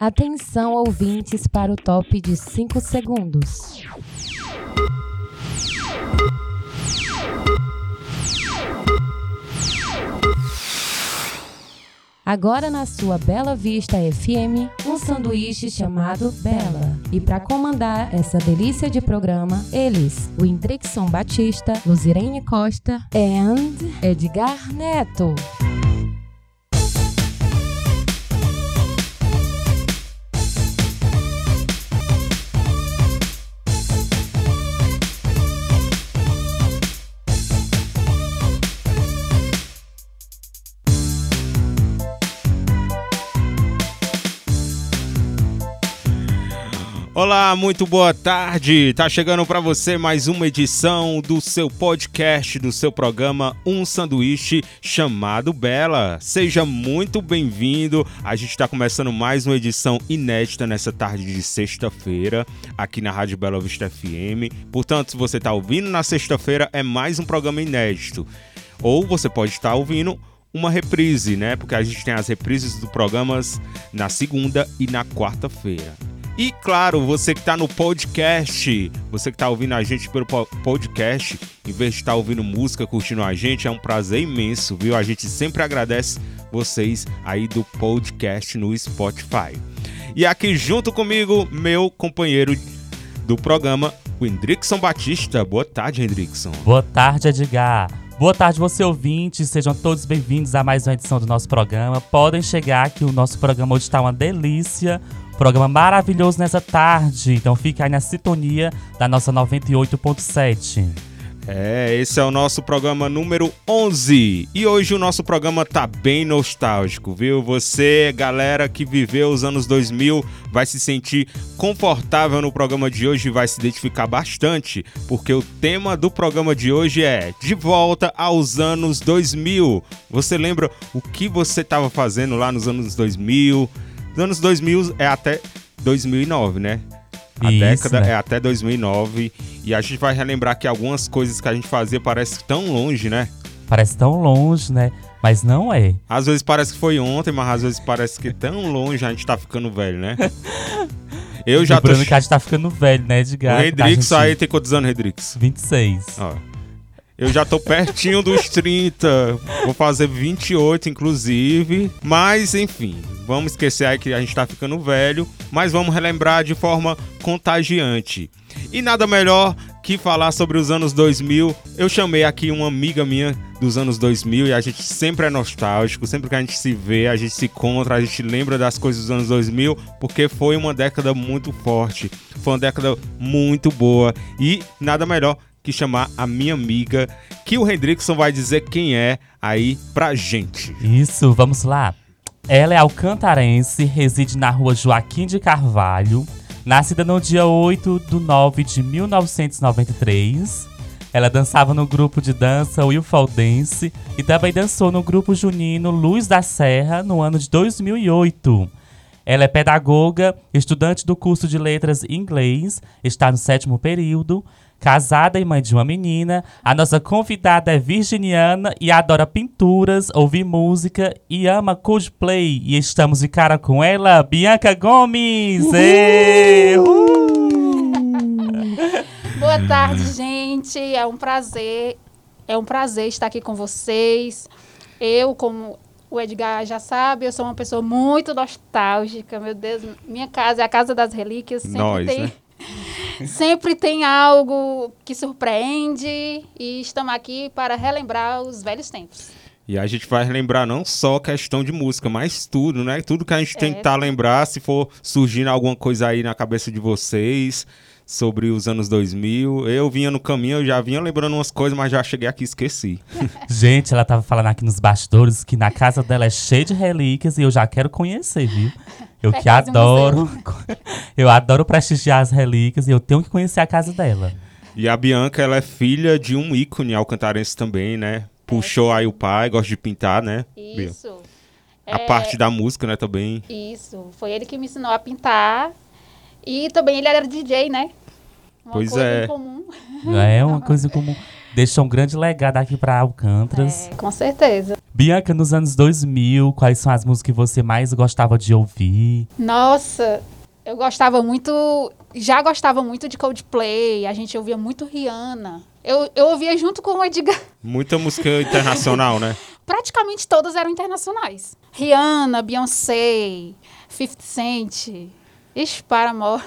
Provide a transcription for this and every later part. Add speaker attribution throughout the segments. Speaker 1: Atenção, ouvintes, para o top de 5 segundos. Agora na sua Bela Vista FM, um sanduíche chamado Bela. E para comandar essa delícia de programa, eles, o Intrixon Batista, Luzirene Costa and Edgar Neto.
Speaker 2: Olá, muito boa tarde. Tá chegando para você mais uma edição do seu podcast, do seu programa Um Sanduíche chamado Bela. Seja muito bem-vindo. A gente está começando mais uma edição inédita nessa tarde de sexta-feira aqui na Rádio Bela Vista FM. Portanto, se você está ouvindo na sexta-feira, é mais um programa inédito. Ou você pode estar ouvindo uma reprise, né? Porque a gente tem as reprises dos programas na segunda e na quarta-feira. E claro, você que está no podcast, você que está ouvindo a gente pelo po- podcast, em vez de estar ouvindo música, curtindo a gente, é um prazer imenso, viu? A gente sempre agradece vocês aí do podcast no Spotify. E aqui junto comigo, meu companheiro do programa, o Hendrickson Batista. Boa tarde, Hendrickson.
Speaker 3: Boa tarde, Edgar. Boa tarde, você ouvinte. Sejam todos bem-vindos a mais uma edição do nosso programa. Podem chegar que o nosso programa hoje está uma delícia. Um Programa maravilhoso nessa tarde. Então fica aí na sintonia da nossa 98.7.
Speaker 2: É, esse é o nosso programa número 11. E hoje o nosso programa tá bem nostálgico, viu? Você, galera que viveu os anos 2000, vai se sentir confortável no programa de hoje e vai se identificar bastante, porque o tema do programa de hoje é De volta aos anos 2000. Você lembra o que você estava fazendo lá nos anos 2000? Os anos 2000 é até 2009, né? A
Speaker 3: Isso,
Speaker 2: década
Speaker 3: né?
Speaker 2: é até 2009 e a gente vai relembrar que algumas coisas que a gente fazia parece tão longe, né?
Speaker 3: Parece tão longe, né? Mas não é.
Speaker 2: Às vezes parece que foi ontem, mas às vezes parece que tão longe a gente tá ficando velho, né? Eu já
Speaker 3: o
Speaker 2: tô...
Speaker 3: Bruno que a gente tá ficando velho, né, Edgar?
Speaker 2: O Redrix
Speaker 3: Tá, gente?
Speaker 2: aí tem quantos anos, Redrix?
Speaker 3: 26.
Speaker 2: Ó. Eu já tô pertinho dos 30, vou fazer 28 inclusive, mas enfim, vamos esquecer aí que a gente tá ficando velho, mas vamos relembrar de forma contagiante. E nada melhor que falar sobre os anos 2000. Eu chamei aqui uma amiga minha dos anos 2000 e a gente sempre é nostálgico, sempre que a gente se vê, a gente se encontra, a gente lembra das coisas dos anos 2000, porque foi uma década muito forte, foi uma década muito boa e nada melhor que chamar a minha amiga, que o Hendrickson vai dizer quem é aí pra gente.
Speaker 3: Isso, vamos lá. Ela é alcantarense, reside na rua Joaquim de Carvalho, nascida no dia 8 de 9 de 1993. Ela dançava no grupo de dança Wilfaldense e também dançou no grupo junino Luz da Serra no ano de 2008. Ela é pedagoga, estudante do curso de letras em inglês, está no sétimo período, casada e mãe de uma menina. A nossa convidada é virginiana e adora pinturas, ouvir música e ama cosplay. E estamos de cara com ela, Bianca Gomes! Ê, uhul!
Speaker 2: Uhum.
Speaker 4: Boa tarde, gente. É um prazer, é um prazer estar aqui com vocês. Eu, como o Edgar já sabe, eu sou uma pessoa muito nostálgica. Meu Deus, minha casa é a casa das relíquias. Sempre
Speaker 2: Nós,
Speaker 4: tem,
Speaker 2: né?
Speaker 4: sempre tem algo que surpreende e estamos aqui para relembrar os velhos tempos.
Speaker 2: E a gente vai lembrar não só a questão de música, mas tudo, né? Tudo que a gente tem
Speaker 4: É.
Speaker 2: que tá lembrar, se for surgindo alguma coisa aí na cabeça de vocês sobre os anos 2000. Eu vinha no caminho, eu já vinha lembrando umas coisas, mas já cheguei aqui e esqueci.
Speaker 3: Gente, ela tava falando aqui nos bastidores que na casa dela é cheia de relíquias e eu já quero conhecer, viu? Eu
Speaker 4: É
Speaker 3: que
Speaker 4: quase um
Speaker 3: adoro. Eu adoro prestigiar as relíquias e eu tenho que conhecer a casa dela.
Speaker 2: E a Bianca, ela é filha de um ícone alcantarense também, né? Puxou
Speaker 4: É.
Speaker 2: aí o pai, gosta de pintar, né? Bia?
Speaker 4: Isso. É.
Speaker 2: A parte da música, né, também.
Speaker 4: Isso. Foi ele que me ensinou a pintar. E também ele era DJ, né? Uma
Speaker 2: Pois
Speaker 4: coisa
Speaker 2: é.
Speaker 4: em comum.
Speaker 3: Não é uma coisa comum. Deixou um grande legado aqui pra Alcântaras.
Speaker 4: É, com certeza.
Speaker 3: Bianca, nos anos 2000, quais são as músicas que você mais gostava de ouvir?
Speaker 4: Nossa, eu gostava muito. Já gostava muito de Coldplay. A gente ouvia muito Rihanna. Eu, eu ouvia junto com o Edgar.
Speaker 2: Muita música internacional, né?
Speaker 4: Praticamente todas eram internacionais. Rihanna, Beyoncé, 50 Cent, Ixi, Paramore,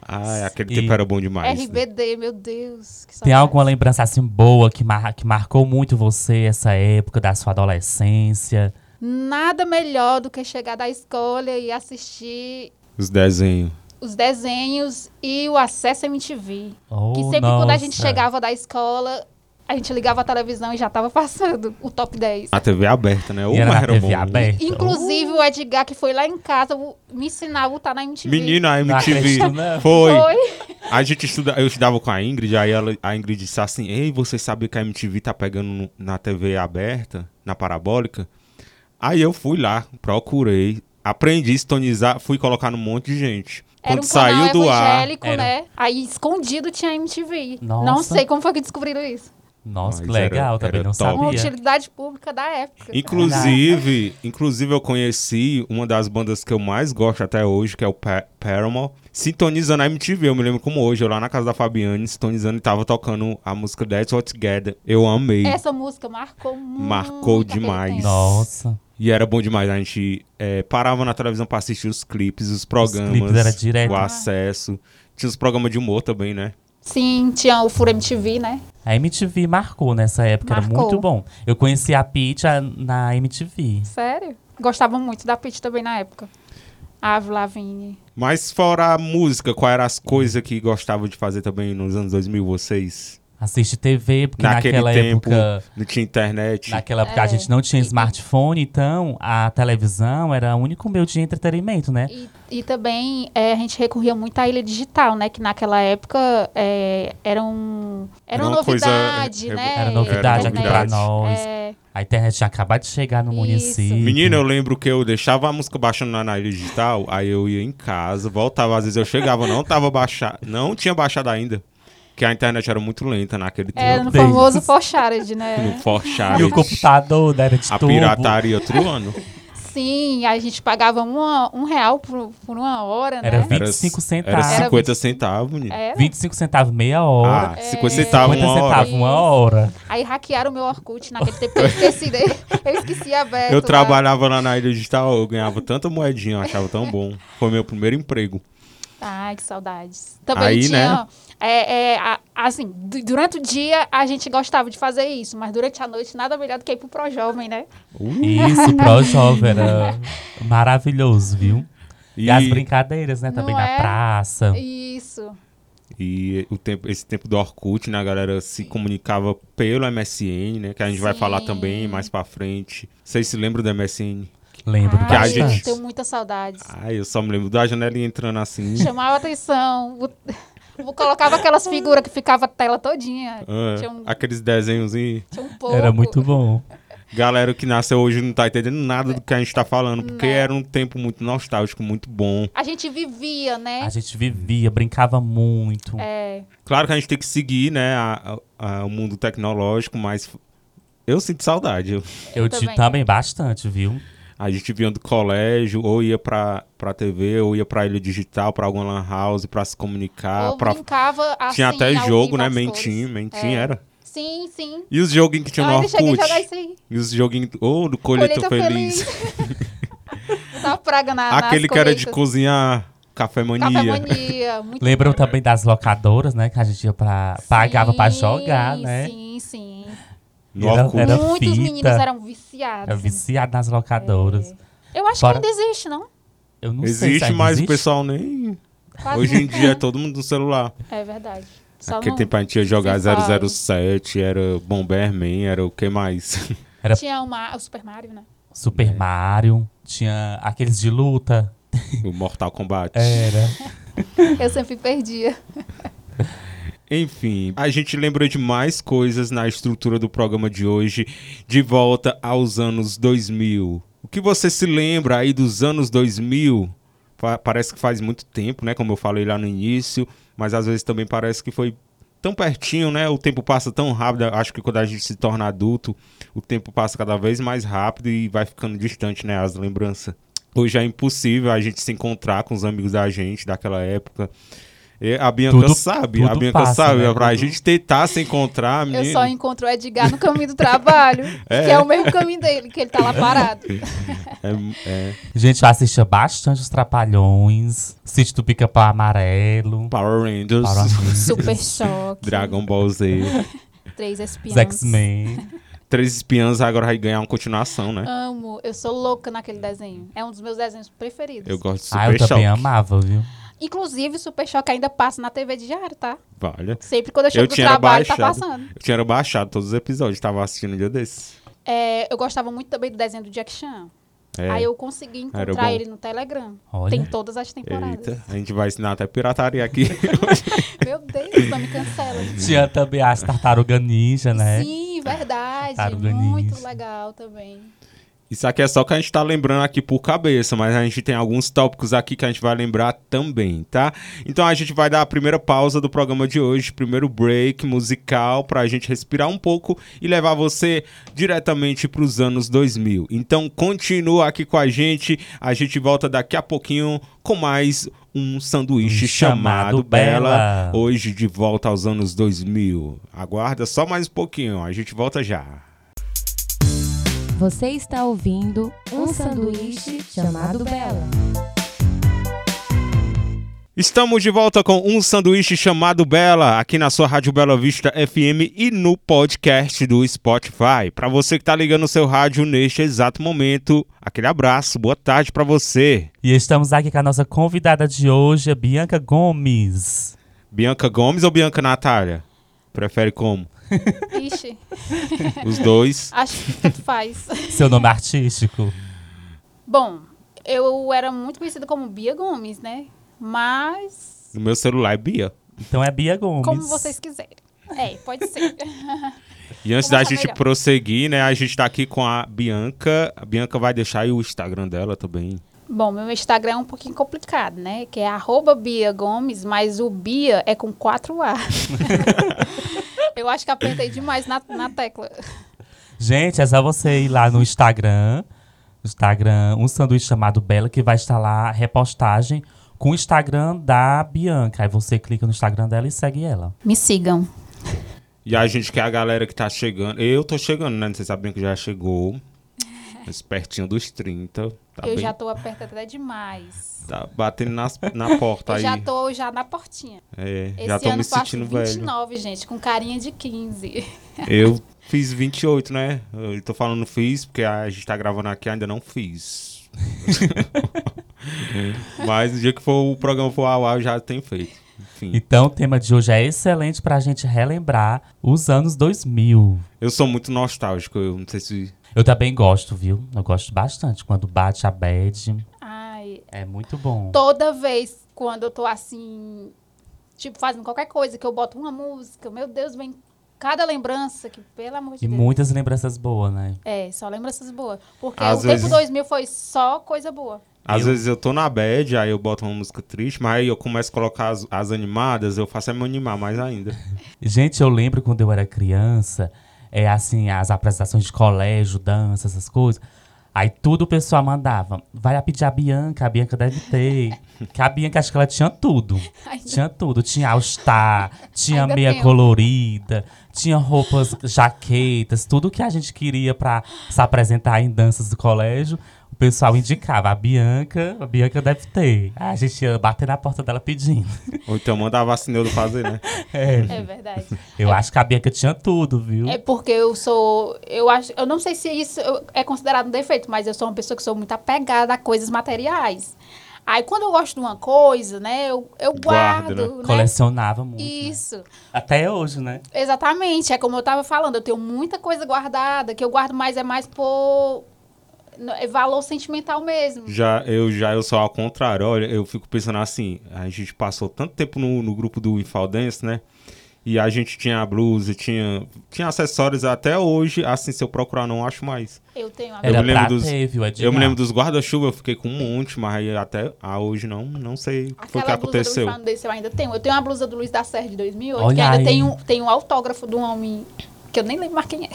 Speaker 2: Ah, aquele
Speaker 3: E-
Speaker 2: tempo era bom demais. né?
Speaker 4: RBD, meu Deus. que
Speaker 3: Tem
Speaker 4: saudade.
Speaker 3: alguma lembrança assim boa que, mar- que marcou muito você essa época da sua adolescência?
Speaker 4: Nada melhor do que chegar da escola e assistir
Speaker 2: Os desenhos.
Speaker 4: os desenhos e o acesso MTV.
Speaker 3: Oh,
Speaker 4: que sempre quando a gente
Speaker 3: nossa.
Speaker 4: chegava da escola, a gente ligava a televisão e já tava passando o top 10.
Speaker 2: A TV aberta, né? Ou
Speaker 3: E era na
Speaker 2: era
Speaker 3: TV
Speaker 2: bom.
Speaker 3: aberta.
Speaker 4: Inclusive o Edgar, que foi lá em casa o- me ensinar a botar na MTV.
Speaker 2: Menina, a
Speaker 3: Não
Speaker 2: MTV.
Speaker 3: acredito, né? não.
Speaker 2: Foi.
Speaker 4: Foi.
Speaker 2: A gente estuda, eu estudava com a Ingrid, aí ela- a Ingrid disse assim: Ei, você sabe que a MTV tá pegando no- na TV aberta, na parabólica? Aí eu fui lá, procurei, aprendi a sintonizar, fui colocar num monte de gente.
Speaker 4: Era
Speaker 2: Quando
Speaker 4: um
Speaker 2: saiu
Speaker 4: canal
Speaker 2: do ar.
Speaker 4: evangélico,
Speaker 3: Era.
Speaker 4: né? Aí escondido tinha MTV. Não
Speaker 3: Nossa.
Speaker 4: sei como foi que descobriram isso.
Speaker 3: Nossa, que
Speaker 2: Mas era-
Speaker 3: legal, também
Speaker 2: era
Speaker 3: não
Speaker 2: top.
Speaker 4: Uma
Speaker 3: sabia.
Speaker 4: utilidade pública da época.
Speaker 2: Inclusive, inclusive eu conheci uma das bandas que eu mais gosto até hoje, que é o Pa- Paramore, sintonizando a MTV. Eu me lembro como hoje, eu lá na casa da Fabiane, sintonizando e tava tocando a música That's What Together. Eu amei.
Speaker 4: Essa música marcou muito.
Speaker 2: Marcou
Speaker 4: aquele
Speaker 2: demais.
Speaker 4: tempo.
Speaker 3: Nossa,
Speaker 2: E era bom demais. A gente eh, parava na televisão pra assistir os clipes, os programas.
Speaker 3: clipes era direto.
Speaker 2: O acesso. Tinha os programas de humor também, né?
Speaker 4: Sim, tinha o Fura MTV, né?
Speaker 3: a MTV marcou nessa época, era
Speaker 4: Marcou.
Speaker 3: muito bom. Eu conheci a Peach ah, na MTV.
Speaker 4: Sério. Gostava muito da Pitty também na época. Ave Lavigne.
Speaker 2: Mas fora a música, quais eram as coisas que gostava de fazer também nos anos 2000, vocês?
Speaker 3: Assiste TV, porque
Speaker 2: Naquele
Speaker 3: naquela
Speaker 2: tempo,
Speaker 3: época...
Speaker 2: não tinha internet.
Speaker 3: Naquela época a
Speaker 4: É.
Speaker 3: gente não tinha
Speaker 4: E-
Speaker 3: smartphone, então a televisão era o único meio de entretenimento, né?
Speaker 4: E, e também é, a gente recorria muito à ilha digital, né? Que naquela época é, era, um, era,
Speaker 2: Era
Speaker 4: uma
Speaker 2: uma coisa
Speaker 4: novidade,
Speaker 2: revo-
Speaker 4: né?
Speaker 3: Era novidade
Speaker 2: Era
Speaker 3: aqui pra
Speaker 2: novidade.
Speaker 3: nós.
Speaker 4: É,
Speaker 3: A internet tinha acabado de chegar no
Speaker 4: Isso.
Speaker 3: município.
Speaker 2: Menina, eu lembro que eu deixava a música baixando na na ilha digital, aí eu ia em casa, voltava, às vezes eu chegava, não tava baixado, não tinha baixado ainda, que a internet era muito lenta naquele
Speaker 4: era
Speaker 2: tempo.
Speaker 4: no
Speaker 3: Deus.
Speaker 4: famoso Pochared,
Speaker 2: No
Speaker 4: né?
Speaker 2: Forchard.
Speaker 3: E o computador né, era de
Speaker 2: A
Speaker 3: tubo.
Speaker 2: pirataria outro ano.
Speaker 4: Sim, a gente pagava uma- um real por, por uma hora,
Speaker 3: Era
Speaker 4: né?
Speaker 3: 25
Speaker 2: Era
Speaker 3: centavos.
Speaker 4: Era
Speaker 2: 50 centavos, menino.
Speaker 4: Era.
Speaker 3: 25 centavos meia hora.
Speaker 2: Ah, 50 centavos
Speaker 3: 50
Speaker 2: uma hora.
Speaker 3: centavos uma hora.
Speaker 4: Aí hackearam o meu Orkut naquele tempo. Eu esqueci, dele. eu esqueci aberto. né?
Speaker 2: Eu
Speaker 4: lá.
Speaker 2: trabalhava lá na Ilha Digital, eu ganhava tanta moedinha, eu achava tão bom. Foi meu primeiro emprego.
Speaker 4: Ai, que saudades. Também
Speaker 2: Aí,
Speaker 4: tinha. é, é, a- assim, du- durante o dia a gente gostava de fazer isso, mas durante a noite nada melhor do que ir pro Projovem, né?
Speaker 3: Isso, pro jovem era maravilhoso, viu? E,
Speaker 2: E-
Speaker 3: as brincadeiras, né?
Speaker 4: Não
Speaker 3: Também
Speaker 4: é?
Speaker 3: na praça.
Speaker 4: Isso.
Speaker 2: E o tempo, esse tempo do Orkut, né, a galera se comunicava pelo MSN, né? Que a gente vai
Speaker 4: Sim.
Speaker 2: falar também mais pra frente. Vocês se lembram do MSN?
Speaker 3: Lembro
Speaker 4: Ai,
Speaker 3: que a
Speaker 2: a
Speaker 3: gente.
Speaker 2: gente-
Speaker 4: Tenho muitas saudades.
Speaker 2: Ai, eu só me lembro da janela entrando assim.
Speaker 4: Chamava atenção. o- o- Colocava aquelas figuras que ficava a tela todinha.
Speaker 2: Ah,
Speaker 4: Tinha, um,
Speaker 2: Aqueles desenhos e
Speaker 4: tinha um pouco.
Speaker 3: É. Era muito bom.
Speaker 2: galera que nasceu hoje não tá entendendo nada do que a gente tá falando, porque era um tempo muito nostálgico, muito bom.
Speaker 4: A gente vivia, né?
Speaker 3: A gente vivia, brincava muito.
Speaker 4: É,
Speaker 2: Claro que a gente tem que seguir, né, a- a- a- o mundo tecnológico, mas eu sinto saudade. Eu-
Speaker 3: eu
Speaker 4: também.
Speaker 3: te também bastante, viu?
Speaker 2: A gente vinha do colégio, ou ia pra, pra TV, ou ia pra ilha digital, pra alguma lan house, pra se comunicar.
Speaker 4: ou
Speaker 2: pra-
Speaker 4: brincava assim,
Speaker 2: Tinha até
Speaker 4: ao
Speaker 2: jogo,
Speaker 4: vivo
Speaker 2: né?
Speaker 4: as
Speaker 2: Mentinho,
Speaker 4: cores.
Speaker 2: mentinho
Speaker 4: É.
Speaker 2: era.
Speaker 4: Sim, sim.
Speaker 2: E os joguinhos que tinha no
Speaker 4: Ai, eu cheguei a
Speaker 2: Orkut.
Speaker 4: jogar isso aí.
Speaker 2: E os joguinhos, ou do Colheita,
Speaker 4: Colheita
Speaker 2: Feliz.
Speaker 4: Só praga na nas
Speaker 2: Aquele que era de
Speaker 4: colheitas.
Speaker 2: cozinhar, café mania.
Speaker 4: Café mania. Muito
Speaker 2: É.
Speaker 3: Lembram também das locadoras, né? Que a gente ia pra. pagava pra jogar, né?
Speaker 4: Sim, sim.
Speaker 2: No
Speaker 3: Era-
Speaker 2: Orkut.
Speaker 3: era-
Speaker 4: Muitos
Speaker 3: fita.
Speaker 4: meninos eram viciados. assim.
Speaker 3: Era viciado nas locadoras.
Speaker 4: Eu acho
Speaker 3: Fora-
Speaker 4: que ainda existe, não?
Speaker 3: Eu não sei se
Speaker 2: Existe,
Speaker 3: ainda
Speaker 2: mas o
Speaker 3: existe.
Speaker 2: pessoal nem...
Speaker 4: Quase
Speaker 2: Hoje em
Speaker 4: não.
Speaker 2: dia é todo mundo no celular.
Speaker 4: É verdade. Só
Speaker 2: Aquele
Speaker 4: não-
Speaker 2: tempo a gente ia jogar
Speaker 4: se fala.
Speaker 2: 007, era Bomberman, era o que mais?
Speaker 3: Era-
Speaker 4: Tinha uma, o Super Mario, né?
Speaker 3: Super
Speaker 2: É.
Speaker 3: Mario, tinha aqueles de luta.
Speaker 2: o Mortal Kombat.
Speaker 3: Era.
Speaker 4: Eu sempre perdia.
Speaker 2: Enfim, a gente lembra de mais coisas na estrutura do programa de hoje, de volta aos anos 2000. O que você se lembra aí dos anos 2000? Pa- Parece que faz muito tempo, né? Como eu falei lá no início, mas às vezes também parece que foi tão pertinho, né? O tempo passa tão rápido. Acho que quando a gente se torna adulto, o tempo passa cada vez mais rápido e vai ficando distante, né? As lembranças. Hoje é impossível a gente se encontrar com os amigos da gente daquela época. E a Bianca
Speaker 3: Tudo-
Speaker 2: sabe, a
Speaker 3: tudo
Speaker 2: Bianca
Speaker 3: passa,
Speaker 2: sabe.
Speaker 3: né?
Speaker 2: Pra gente tentar se encontrar,
Speaker 4: Eu
Speaker 2: menino.
Speaker 4: só encontro o Edgar no caminho do trabalho, que é o mesmo caminho dele, que ele tá lá parado.
Speaker 2: É- é
Speaker 3: Gente, eu assistia bastante os Trapalhões, Sítio do Pica-Pau Amarelo,
Speaker 2: Power Rangers,
Speaker 3: Power Rangers.
Speaker 4: Super choque.
Speaker 2: Dragon Ball Z.
Speaker 4: Três espiãs.
Speaker 3: os X-Men.
Speaker 2: Três espiãs agora vai ganhar uma continuação, né?
Speaker 4: Amo. Eu sou louca naquele desenho. É um dos meus desenhos preferidos.
Speaker 2: Eu gosto de Super
Speaker 3: Ah, eu também
Speaker 2: Choque.
Speaker 3: amava, viu?
Speaker 4: Inclusive, o Super Choque ainda passa na TV diário, tá?
Speaker 2: Olha,
Speaker 4: Sempre quando eu chego
Speaker 2: Eu
Speaker 4: do
Speaker 2: tinha
Speaker 4: trabalho, tá
Speaker 2: baixado.
Speaker 4: passando.
Speaker 2: eu tinha baixado todos os episódios, tava assistindo um dia desse.
Speaker 4: É, eu gostava muito também do desenho do Jack Chan.
Speaker 2: É.
Speaker 4: Aí eu consegui
Speaker 2: Era bom.
Speaker 4: encontrar ele no Telegram.
Speaker 3: Olha.
Speaker 4: Tem todas as temporadas.
Speaker 2: Eita, a gente vai ensinar até pirataria aqui.
Speaker 4: Meu Deus, não me cancela.
Speaker 3: Tinha também as Tartaruga Ninja, né?
Speaker 4: Sim, verdade.
Speaker 3: Tartaruga
Speaker 4: Muito
Speaker 3: Ninja.
Speaker 4: legal também.
Speaker 2: Isso aqui é só que a gente tá lembrando aqui por cabeça, mas a gente tem alguns tópicos aqui que a gente vai lembrar também, tá? Então a gente vai dar a primeira pausa do programa de hoje, primeiro break musical pra gente respirar um pouco e levar você diretamente pros anos 2000. Então continua aqui com a gente, a gente volta daqui a pouquinho com mais um sanduíche
Speaker 3: Um
Speaker 2: chamado,
Speaker 3: chamado
Speaker 2: Bela.
Speaker 3: Bela.
Speaker 2: Hoje de volta aos anos 2000. Aguarda só mais um pouquinho, a gente volta já.
Speaker 1: Você está ouvindo um sanduíche chamado Bela.
Speaker 2: Estamos de volta com um sanduíche chamado Bela, aqui na sua Rádio Bela Vista FM e no podcast do Spotify. Para você que tá ligando o seu rádio neste exato momento, aquele abraço, boa tarde para você.
Speaker 3: E estamos aqui com a nossa convidada de hoje, a Bianca Gomes.
Speaker 2: Bianca Gomes ou Bianca Natália? Prefere como?
Speaker 4: Ixi,
Speaker 2: Os dois.
Speaker 4: acho que tanto faz.
Speaker 3: Seu nome artístico.
Speaker 4: Bom, eu era muito conhecida como Bia Gomes, né? Mas,
Speaker 2: No meu celular é Bia.
Speaker 3: Então é Bia Gomes.
Speaker 4: como vocês quiserem. É, pode ser.
Speaker 2: E antes
Speaker 4: Vou
Speaker 2: da
Speaker 4: achar
Speaker 2: gente
Speaker 4: melhor.
Speaker 2: prosseguir, né, a gente tá aqui com a Bianca. A Bianca vai deixar aí o Instagram dela também.
Speaker 4: Bom, meu Instagram é um pouquinho complicado, né? Que é arroba Bia Gomes, mas o Bia é com 4A. eu acho que apertei demais na, na tecla.
Speaker 3: Gente, é só você ir lá no Instagram, no Instagram, um sanduíche chamado Bela, que vai estar lá a repostagem com o Instagram da Bianca. Aí você clica no Instagram dela e segue ela.
Speaker 4: Me sigam.
Speaker 2: E a gente quer a galera que tá chegando. Eu tô chegando, né? Não sei se a Bianca já chegou. Mas pertinho dos 30. Tá
Speaker 4: eu
Speaker 2: bem-
Speaker 4: já tô apertando até demais.
Speaker 2: Tá batendo nas, na porta Tá
Speaker 4: eu
Speaker 2: aí.
Speaker 4: já tô já na portinha.
Speaker 2: É,
Speaker 4: Esse
Speaker 2: já tô
Speaker 4: ano
Speaker 2: me
Speaker 4: faço
Speaker 2: sentindo velho.
Speaker 4: 29, gente, com carinha de 15.
Speaker 2: Eu fiz 28, né? Eu tô falando fiz, porque a gente tá gravando aqui ainda não fiz. Mas no dia que for o programa for ao ar, eu já tenho feito. Enfim.
Speaker 3: Então o tema de hoje é excelente pra gente relembrar os anos 2000.
Speaker 2: Eu sou muito nostálgico. Eu não sei se.
Speaker 3: Eu também gosto, viu? Eu gosto bastante quando bate a bad.
Speaker 4: Ai,
Speaker 3: É muito bom.
Speaker 4: toda vez quando eu tô assim, tipo, fazendo qualquer coisa, que eu boto uma música, meu Deus, vem cada lembrança que, pelo amor de
Speaker 3: E
Speaker 4: Deus.
Speaker 3: muitas lembranças boas, né?
Speaker 4: É, só lembranças boas. Porque
Speaker 2: Às
Speaker 4: o
Speaker 2: vezes-
Speaker 4: tempo 2000 foi só coisa boa.
Speaker 2: Às
Speaker 3: Eu-
Speaker 2: vezes eu tô na bad, aí eu boto uma música triste, mas aí eu começo a colocar as, as animadas, eu faço é me animar mais ainda.
Speaker 3: Gente, eu lembro quando eu era criança, é assim, as apresentações de colégio, dança, essas coisas. Aí tudo o pessoal mandava. Vai lá pedir a Bianca, a Bianca deve ter. que a Bianca, acho que ela tinha tudo.
Speaker 4: Ainda-
Speaker 3: Tinha tudo. Tinha All-Star, tinha
Speaker 4: Ainda
Speaker 3: meia
Speaker 4: tem. um.
Speaker 3: colorida, tinha roupas, jaquetas, tudo que a gente queria pra se apresentar em danças do colégio. O pessoal indicava, a Bianca, a Bianca deve ter. Aí a gente ia bater na porta dela pedindo.
Speaker 2: Ou então mandava a Cineudo fazer, né?
Speaker 4: É verdade.
Speaker 3: Eu acho que a Bianca tinha tudo, viu?
Speaker 4: É porque eu sou. Eu acho. Eu não sei se isso eu- é considerado um defeito, mas eu sou uma pessoa que sou muito apegada a coisas materiais. Aí quando eu gosto de uma coisa, né, eu, eu
Speaker 2: Guarda,
Speaker 4: guardo.
Speaker 2: né?
Speaker 4: né?
Speaker 3: Colecionava muito. né?
Speaker 4: Isso,
Speaker 3: Até hoje, né?
Speaker 4: exatamente. É como eu tava falando, eu tenho muita coisa guardada, que eu guardo mais é mais por. no- É valor sentimental mesmo.
Speaker 2: Já eu já eu sou ao contrário. Olha, eu fico pensando assim, a gente passou tanto tempo no, no grupo do Infaldance, né? E a gente tinha a blusa, tinha, tinha acessórios até hoje. Assim, se eu procurar, não acho mais.
Speaker 4: Eu tenho
Speaker 2: Eu
Speaker 3: Era
Speaker 2: me lembro
Speaker 3: pra
Speaker 2: dos-
Speaker 3: ter, viu, Edgar?
Speaker 2: Eu me lembro dos guarda-chuva, eu fiquei com um monte, mas aí até ah, hoje não, não sei o que foi que
Speaker 4: Aquela blusa do
Speaker 2: aconteceu.
Speaker 4: Luiz Desse eu ainda tenho. Eu tenho a blusa do Luiz da Serra de 2008, que
Speaker 3: Olha
Speaker 4: ainda
Speaker 3: aí.
Speaker 4: tem um, tem um autógrafo de um homem que eu nem lembro mais quem é.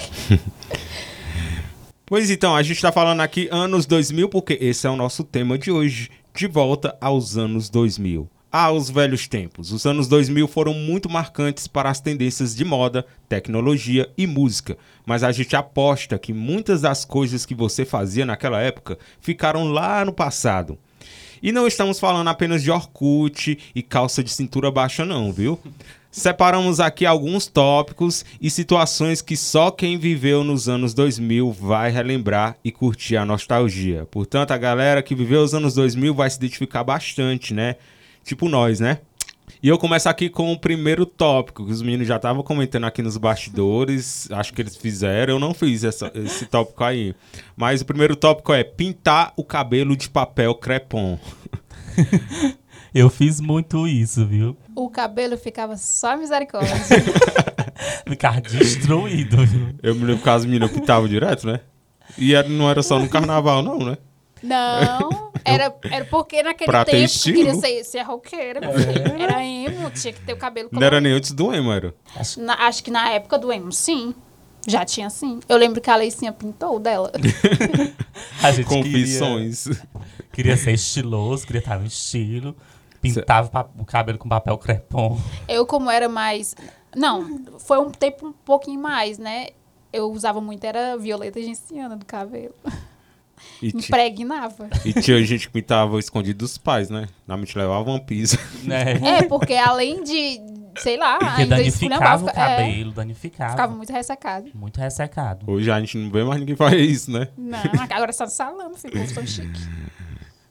Speaker 2: Pois então, a gente tá falando aqui anos 2000, porque esse é o nosso tema de hoje. De volta aos anos 2000. Aos velhos tempos. Os anos 2000 foram muito marcantes para as tendências de moda, tecnologia e música. Mas a gente aposta que muitas das coisas que você fazia naquela época ficaram lá no passado. E não estamos falando apenas de Orkut e calça de cintura baixa, não, viu? Separamos aqui alguns tópicos e situações que só quem viveu nos anos 2000 vai relembrar e curtir a nostalgia. Portanto, a galera que viveu os anos 2000 vai se identificar bastante, né? Tipo nós, né? E eu começo aqui com o primeiro tópico, que os meninos já estavam comentando aqui nos bastidores. Acho que eles fizeram, eu não fiz essa- esse tópico aí. Mas o primeiro tópico é pintar o cabelo de papel crepom.
Speaker 3: Eu fiz muito isso, viu?
Speaker 4: O cabelo ficava só misericórdia.
Speaker 3: Ficar destruído, viu?
Speaker 2: Eu me lembro que as meninas pintavam direto, né? E era- não era só no carnaval, não, né?
Speaker 4: Não, era, era porque naquele
Speaker 2: Pra ter
Speaker 4: tempo que
Speaker 2: estilo. É.
Speaker 4: queria ser, ser roqueira, meu filho. Era emo, tinha que ter o cabelo
Speaker 2: Não era nem antes do emo, era.
Speaker 4: Na- acho que na época do emo, sim. Já tinha sim. Eu lembro que a Leicinha pintou o dela.
Speaker 3: A gente queria,
Speaker 2: Confissões.
Speaker 3: queria ser estiloso, queria estar no estilo. Pintava pa- o cabelo com papel crepom.
Speaker 4: Eu, como era mais. Não, foi um tempo um pouquinho mais, né? Eu usava muito, era violeta genciana do cabelo.
Speaker 2: E, ti-
Speaker 4: Impregnava.
Speaker 2: e tinha gente que pintava escondido dos pais, né? Na mente levava uma pizza.
Speaker 3: Né?
Speaker 4: É, porque além de, sei lá,
Speaker 3: Porque
Speaker 4: ainda
Speaker 3: danificava o
Speaker 4: esculhambava, é,
Speaker 3: cabelo, danificava.
Speaker 4: ficava muito ressecado.
Speaker 3: Muito ressecado.
Speaker 2: Hoje a gente não vê mais ninguém fazer isso, né?
Speaker 4: Não, agora é só no salão, ficou tão um chique.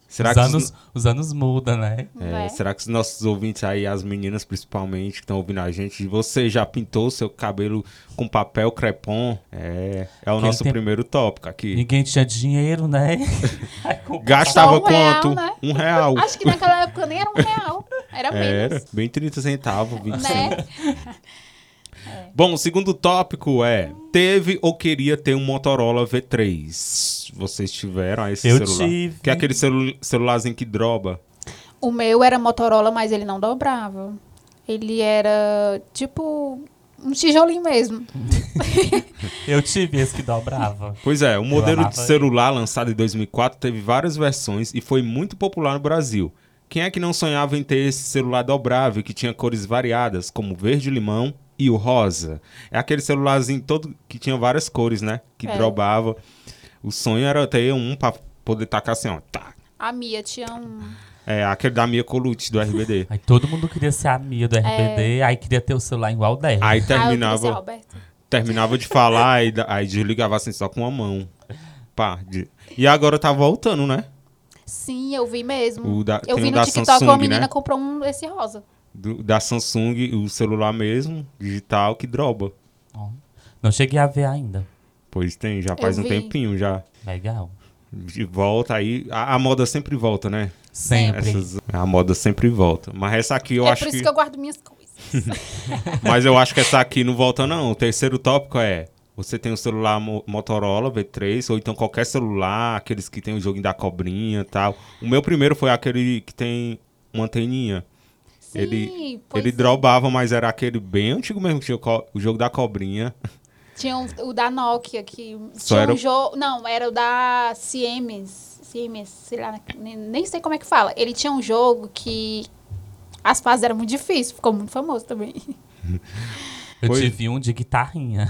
Speaker 2: Será
Speaker 3: os,
Speaker 2: que os-
Speaker 3: anos, os anos mudam, né?
Speaker 2: É,
Speaker 4: né?
Speaker 2: Será que os nossos ouvintes aí, as meninas principalmente, que estão ouvindo a gente, você já pintou seu cabelo com papel crepom? É, é o
Speaker 3: Aquele
Speaker 2: nosso
Speaker 3: tempo-
Speaker 2: primeiro tópico aqui.
Speaker 3: Ninguém tinha dinheiro, né? Aí com-
Speaker 2: Gastava
Speaker 4: Só um
Speaker 2: quanto?
Speaker 4: real, né?
Speaker 2: Um real.
Speaker 4: Acho que naquela época nem era um real, era
Speaker 2: Era,
Speaker 4: menos.
Speaker 2: bem 30 centavos, 20 centavos.
Speaker 4: Né?
Speaker 2: Bom, o segundo tópico é: teve ou queria ter um Motorola V3? Vocês tiveram aí esse
Speaker 3: Eu
Speaker 2: celular?
Speaker 3: tive.
Speaker 2: Que é aquele celu celularzinho que droba.
Speaker 4: O meu era Motorola, mas ele não dobrava. Ele era tipo um tijolinho mesmo.
Speaker 3: Eu tive esse que dobrava.
Speaker 2: Pois é, o modelo
Speaker 3: amava
Speaker 2: de celular lançado em 2004 teve várias versões e foi muito popular no Brasil. Quem é que não sonhava em ter esse celular dobrável que tinha cores variadas, como o verde limão e o rosa? É aquele celularzinho todo que tinha várias cores, né? Que
Speaker 4: É.
Speaker 2: drobava. O sonho era ter um pra poder tacar assim, ó. Tá.
Speaker 4: A Mia tinha um.
Speaker 2: É aquele da minha colute do RBD.
Speaker 3: Aí todo mundo queria ser amigo do
Speaker 4: É.
Speaker 3: RBD, aí queria ter o celular igual o dela.
Speaker 2: Aí
Speaker 4: Ah, eu queria ser
Speaker 2: terminava,
Speaker 4: Roberto.
Speaker 2: terminava de falar e da- aí desligava assim só com uma mão. Pá, de- E agora tá voltando, né?
Speaker 4: Sim, eu vi mesmo.
Speaker 2: O da- tem
Speaker 4: eu vi
Speaker 2: o
Speaker 4: no
Speaker 2: da
Speaker 4: TikTok
Speaker 2: Samsung,
Speaker 4: uma menina
Speaker 2: né?
Speaker 4: comprou um esse rosa.
Speaker 2: do- da Samsung, o celular mesmo, digital, que droba.
Speaker 3: Ó, Não cheguei a ver ainda.
Speaker 2: Pois tem, já faz um
Speaker 4: vi.
Speaker 2: tempinho já.
Speaker 3: Legal.
Speaker 2: De volta aí. A, a moda sempre volta, né?
Speaker 3: Sempre.
Speaker 2: Essas- a moda sempre volta. Mas essa aqui eu
Speaker 4: é
Speaker 2: acho
Speaker 4: por
Speaker 2: que.
Speaker 4: isso que eu guardo minhas coisas.
Speaker 2: Mas eu acho que essa aqui não volta, não. O terceiro tópico é. Você tem um celular Mo- Motorola V3, ou então qualquer celular, aqueles que tem o joguinho da cobrinha e tal. O meu primeiro foi aquele que tem uma anteninha.
Speaker 4: Sim,
Speaker 2: Ele-
Speaker 4: pois é.
Speaker 2: Ele dropava, mas era aquele bem antigo mesmo, que tinha o co- o jogo da cobrinha.
Speaker 4: Tinha um- o da Nokia que
Speaker 2: Só
Speaker 4: tinha
Speaker 2: era o-
Speaker 4: um jogo, não, era o da Siemens, Siemens, sei lá, nem, nem sei como é que fala. Ele tinha um jogo que as fases eram muito difíceis, ficou muito famoso também.
Speaker 3: Eu
Speaker 2: Pois-
Speaker 3: tive um de guitarrinha.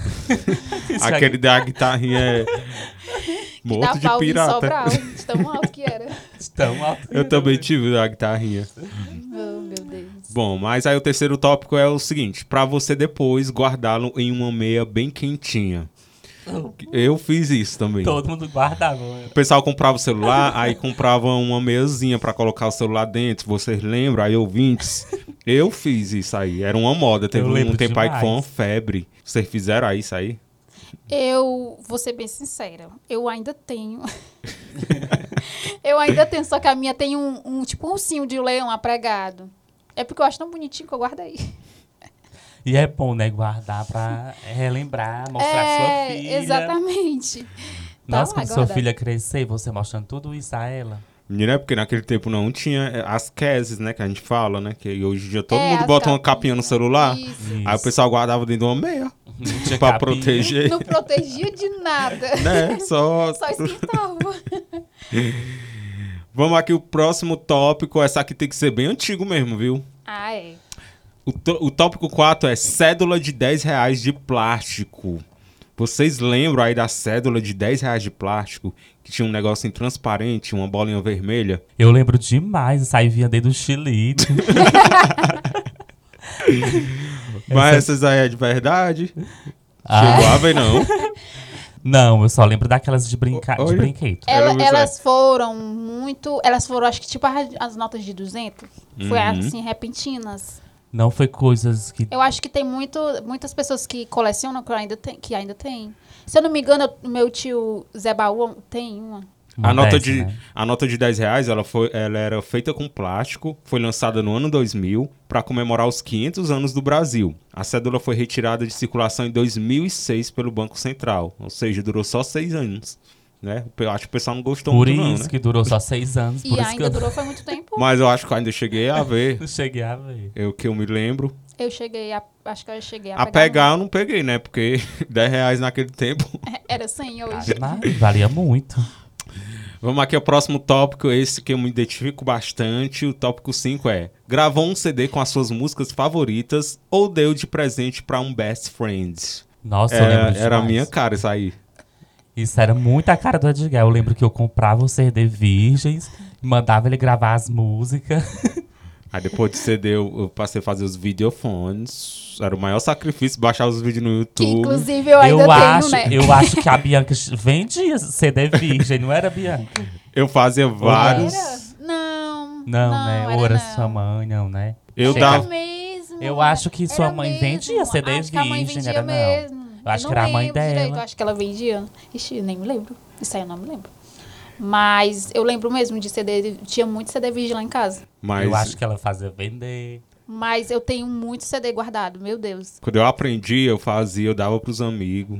Speaker 3: Isso aqui-
Speaker 2: Aquele da guitarrinha é.
Speaker 4: Que dava
Speaker 2: Morto
Speaker 4: pau
Speaker 2: de
Speaker 4: em um.
Speaker 2: pirata.
Speaker 4: Sobral, de tão alto que era.
Speaker 3: é Tão alto.
Speaker 2: Eu também tive a guitarrinha.
Speaker 4: Oh, meu Deus.
Speaker 2: Bom, mas aí o terceiro tópico é o seguinte: pra você depois guardá-lo em uma meia bem quentinha. Eu fiz isso também.
Speaker 3: Todo mundo guardava.
Speaker 2: O pessoal comprava o celular, aí comprava uma meiazinha pra colocar o celular dentro. Vocês lembram? Aí, ouvintes, eu fiz isso aí. Era uma moda. Teve
Speaker 3: Eu
Speaker 2: um
Speaker 3: lembro
Speaker 2: tempo aí que foi uma
Speaker 3: demais.
Speaker 2: febre. Vocês fizeram aí isso aí?
Speaker 4: Eu vou ser bem sincera, eu ainda tenho. eu ainda tenho, só que a minha tem um, um- tipo um ursinho de leão apregado. É porque eu acho tão bonitinho que eu guardei.
Speaker 3: E é bom, né? Guardar pra relembrar, mostrar
Speaker 4: é,
Speaker 3: sua filha.
Speaker 4: Exatamente. Tá
Speaker 3: Nossa,
Speaker 4: lá
Speaker 3: quando sua
Speaker 4: guardado.
Speaker 3: filha crescer, você mostrando tudo isso a ela.
Speaker 2: Menina, é porque naquele tempo não tinha é, as cases, né? Que a gente fala, né? Que hoje em dia todo
Speaker 4: É,
Speaker 2: mundo
Speaker 4: as
Speaker 2: bota uma
Speaker 4: capinhas.
Speaker 2: capinha no celular. Hum,
Speaker 4: Isso.
Speaker 3: Isso.
Speaker 2: Aí o pessoal guardava dentro de uma meia
Speaker 3: Não tinha
Speaker 2: pra
Speaker 3: capinha.
Speaker 2: proteger.
Speaker 4: Não protegia de nada.
Speaker 2: Né? Só...
Speaker 4: Só esquentava.
Speaker 2: Vamos aqui, o próximo tópico. Essa aqui tem que ser bem antigo mesmo, viu?
Speaker 4: Ah, é.
Speaker 2: O, tó- o tópico 4 é cédula de 10 reais de plástico. Vocês lembram aí da cédula de 10 reais de plástico? Que tinha um negócio em transparente, uma bolinha vermelha?
Speaker 3: Eu lembro demais, isso aí vinha desde o Chile.
Speaker 2: Mas essas aí é de verdade?
Speaker 3: Ah,
Speaker 2: Chegou a ver, não?
Speaker 3: não, eu só lembro daquelas de, brinca... de
Speaker 2: Olha.
Speaker 3: brinquedo.
Speaker 2: Era
Speaker 4: Ela-
Speaker 2: muito é.
Speaker 4: elas foram muito. Elas foram, acho que tipo as, as notas de 200. Foi
Speaker 2: Uhum.
Speaker 4: assim, repentinas.
Speaker 3: Não foi coisas que.
Speaker 4: Eu acho que tem muito, muitas pessoas que colecionam que ainda tem. Que ainda tem. Se eu não me engano, eu- meu tio Zé Baú tem uma.
Speaker 3: uma
Speaker 2: A nota,
Speaker 3: dessa,
Speaker 2: de,
Speaker 3: né?
Speaker 2: a nota de 10 reais, ela, foi, ela era feita com plástico, foi lançada no ano 2000 para comemorar os 500 anos do Brasil. A cédula foi retirada de circulação em 2006 pelo Banco Central, ou seja, durou só seis anos. Né? Eu acho que o pessoal não gostou
Speaker 3: Por
Speaker 2: muito
Speaker 3: isso
Speaker 2: não, né?
Speaker 3: que durou só seis anos.
Speaker 4: E
Speaker 3: por isso que
Speaker 4: ainda
Speaker 3: eu
Speaker 4: durou foi muito tempo.
Speaker 2: Mas eu acho que eu ainda cheguei a ver,
Speaker 3: não cheguei a ver.
Speaker 2: eu que eu me lembro.
Speaker 4: Eu cheguei a. Acho que eu cheguei a,
Speaker 2: A pegar eu não peguei, né? Porque 10 reais naquele tempo...
Speaker 4: uma. Era 100 hoje.
Speaker 3: Mas valia muito.
Speaker 2: Vamos aqui ao próximo tópico, esse que eu me identifico bastante. O tópico 5 é: gravou um CD com as suas músicas favoritas ou deu de presente pra um best friend?
Speaker 3: Nossa, eu lembro
Speaker 2: Era,
Speaker 3: demais.
Speaker 2: era a minha cara isso aí.
Speaker 3: Isso era muito a cara do Edgar. Eu lembro que eu comprava o CD Virgens, mandava ele gravar as músicas.
Speaker 2: Aí depois de CD eu, eu passei a fazer os videofones. Era o maior sacrifício baixar os vídeos no
Speaker 4: Que
Speaker 2: YouTube.
Speaker 4: inclusive eu ainda
Speaker 3: eu,
Speaker 4: tenho,
Speaker 3: acho,
Speaker 4: né?
Speaker 3: eu acho que a Bianca vendia CD Virgem, não era, Bianca?
Speaker 2: Eu fazia vários.
Speaker 4: Era? Não.
Speaker 3: Não, né? Ou
Speaker 4: era
Speaker 3: era
Speaker 4: não.
Speaker 3: sua mãe, não, né?
Speaker 2: Eu
Speaker 4: Era
Speaker 2: dava.
Speaker 4: mesmo,
Speaker 3: Eu
Speaker 4: era-
Speaker 3: acho que sua
Speaker 4: era
Speaker 3: mãe
Speaker 4: mesmo.
Speaker 3: vendia CD
Speaker 4: Acho que a mãe
Speaker 3: virgem,
Speaker 4: vendia
Speaker 3: era não.
Speaker 4: mesmo.
Speaker 3: Eu acho
Speaker 4: não
Speaker 3: que era a mãe
Speaker 4: lembro direito,
Speaker 3: dela.
Speaker 4: Eu acho que ela vendia. Ixi, nem me lembro. Isso aí eu não me lembro. Mas eu lembro mesmo de CD. Tinha muito CD virgem lá em casa.
Speaker 2: Mas
Speaker 3: Eu acho que ela fazia vender.
Speaker 4: Mas eu tenho muito CD guardado, meu Deus.
Speaker 2: quando eu aprendi, eu fazia, eu dava pros amigos.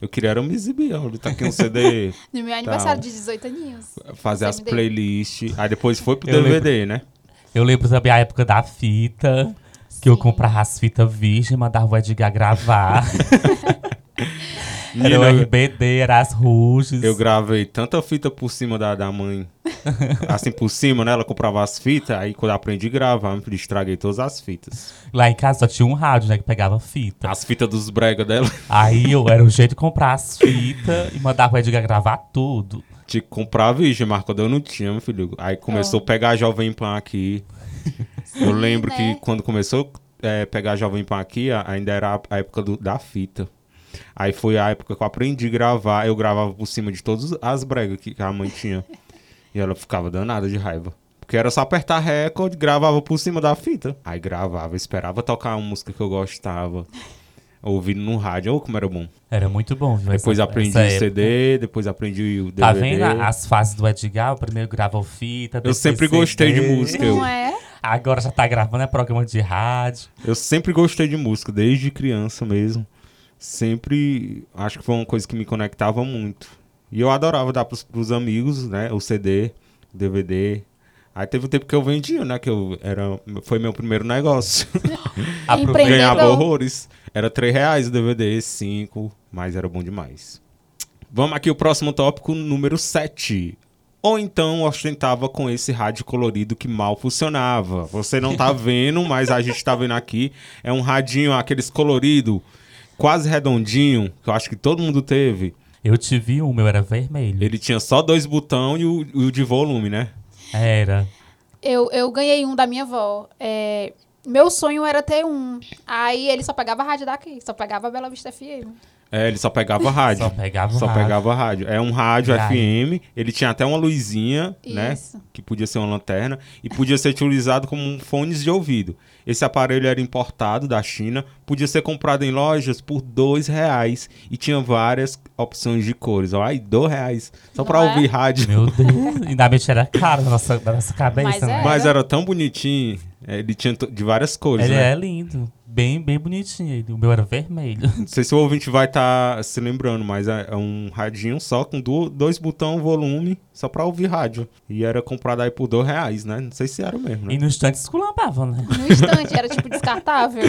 Speaker 2: Eu queria era me exibir, ó, tá aqui um CD,
Speaker 4: No meu
Speaker 2: Tá.
Speaker 4: aniversário de 18 aninhos.
Speaker 2: fazer as
Speaker 4: Você me deu.
Speaker 2: playlists. Aí depois foi pro
Speaker 3: Eu lembro.
Speaker 2: DVD, né?
Speaker 3: Eu lembro também a época da fita, que eu
Speaker 4: Sim.
Speaker 3: comprava as fitas virgem, mandava o Edgar gravar. era o
Speaker 2: Menina,
Speaker 3: RBD, era as Ruges.
Speaker 2: Eu gravei tanta fita por cima da, da mãe. Assim, por cima, né? Ela comprava as fitas. Aí, quando eu aprendi a gravar, me estraguei todas as fitas.
Speaker 3: Lá em casa só tinha um rádio, né, que pegava fita.
Speaker 2: As fitas dos brega dela.
Speaker 3: Aí eu era o jeito de comprar as fitas e mandava o Edgar gravar tudo.
Speaker 2: Tinha que comprar a virgem, mas quando eu não tinha, meu filho. Aí começou a pegar a Jovem Pan aqui. eu lembro
Speaker 4: né?
Speaker 2: que quando começou a pegar a Jovem Pan aqui, a- ainda era a- a época do- da fita. Aí foi a época que eu aprendi a gravar. Eu gravava por cima de todas as bregas que que a mãe tinha. E ela ficava danada de raiva. Porque era só apertar record, gravava por cima da fita. Aí gravava, esperava tocar uma música que eu gostava. Ouvindo no rádio, ou como era bom.
Speaker 3: Era muito bom, viu? essa-
Speaker 2: Depois aprendi
Speaker 3: essa
Speaker 2: o
Speaker 3: época.
Speaker 2: CD, depois aprendi o DVD.
Speaker 3: Tá vendo as fases do Edgar? O primeiro gravou fita,
Speaker 2: Eu
Speaker 3: depois
Speaker 2: sempre
Speaker 3: CD.
Speaker 2: gostei de música. Eu,
Speaker 4: Não é?
Speaker 3: Agora já tá gravando, é programa de rádio.
Speaker 2: eu sempre gostei de música, desde criança mesmo. Sempre acho que foi uma coisa que me conectava muito. E eu adorava dar pros, pros amigos, né? O CD, DVD. Aí teve o tempo que eu vendia, né? Que eu era, foi meu primeiro negócio.
Speaker 4: Empreendedor.
Speaker 2: Ganhava horrores. Era 3 reais o DVD, 5, mas era bom demais. Vamos aqui o próximo tópico, número 7. Ou então ostentava com esse rádio colorido que mal funcionava. Você não tá vendo, mas a gente tá vendo aqui. É um radinho, aqueles colorido, quase redondinho, que eu acho que todo mundo teve.
Speaker 3: Eu tive um, meu era vermelho.
Speaker 2: Ele tinha só dois botões e o, e o de volume, né?
Speaker 3: Era.
Speaker 4: Eu, eu ganhei um da minha avó. É, meu sonho era ter um. Aí ele só pegava a rádio daqui, só pegava a Bela Vista FM.
Speaker 2: É, ele só pegava rádio.
Speaker 3: Só pegava o
Speaker 2: Só
Speaker 3: rádio.
Speaker 2: pegava rádio. É um rádio
Speaker 3: Rádio.
Speaker 2: FM, ele tinha até uma luzinha, né?
Speaker 4: Isso.
Speaker 2: Que podia ser uma lanterna e podia ser utilizado como um fones de ouvido. Esse aparelho era importado da China, podia ser comprado em lojas por dois reais e tinha várias opções de cores. Ó, aí dois reais só
Speaker 4: Não
Speaker 2: pra
Speaker 4: é?
Speaker 2: ouvir rádio.
Speaker 3: Meu Deus. Ainda bem que era caro na nossa, na nossa cabeça,
Speaker 4: Mas
Speaker 3: né?
Speaker 4: é.
Speaker 2: Mas era tão bonitinho. É, Ele tinha to- de várias cores,
Speaker 3: Ele
Speaker 2: né?
Speaker 3: é lindo. Bem, bem bonitinho ele. O meu era vermelho.
Speaker 2: Não sei se o ouvinte vai estar se lembrando, mas é é um radinho só com du- dois botões, volume, só pra ouvir rádio. E era comprado aí por dois reais, né? Não sei se era mesmo, né?
Speaker 3: E no instante esculambava, né?
Speaker 4: No instante, era tipo descartável.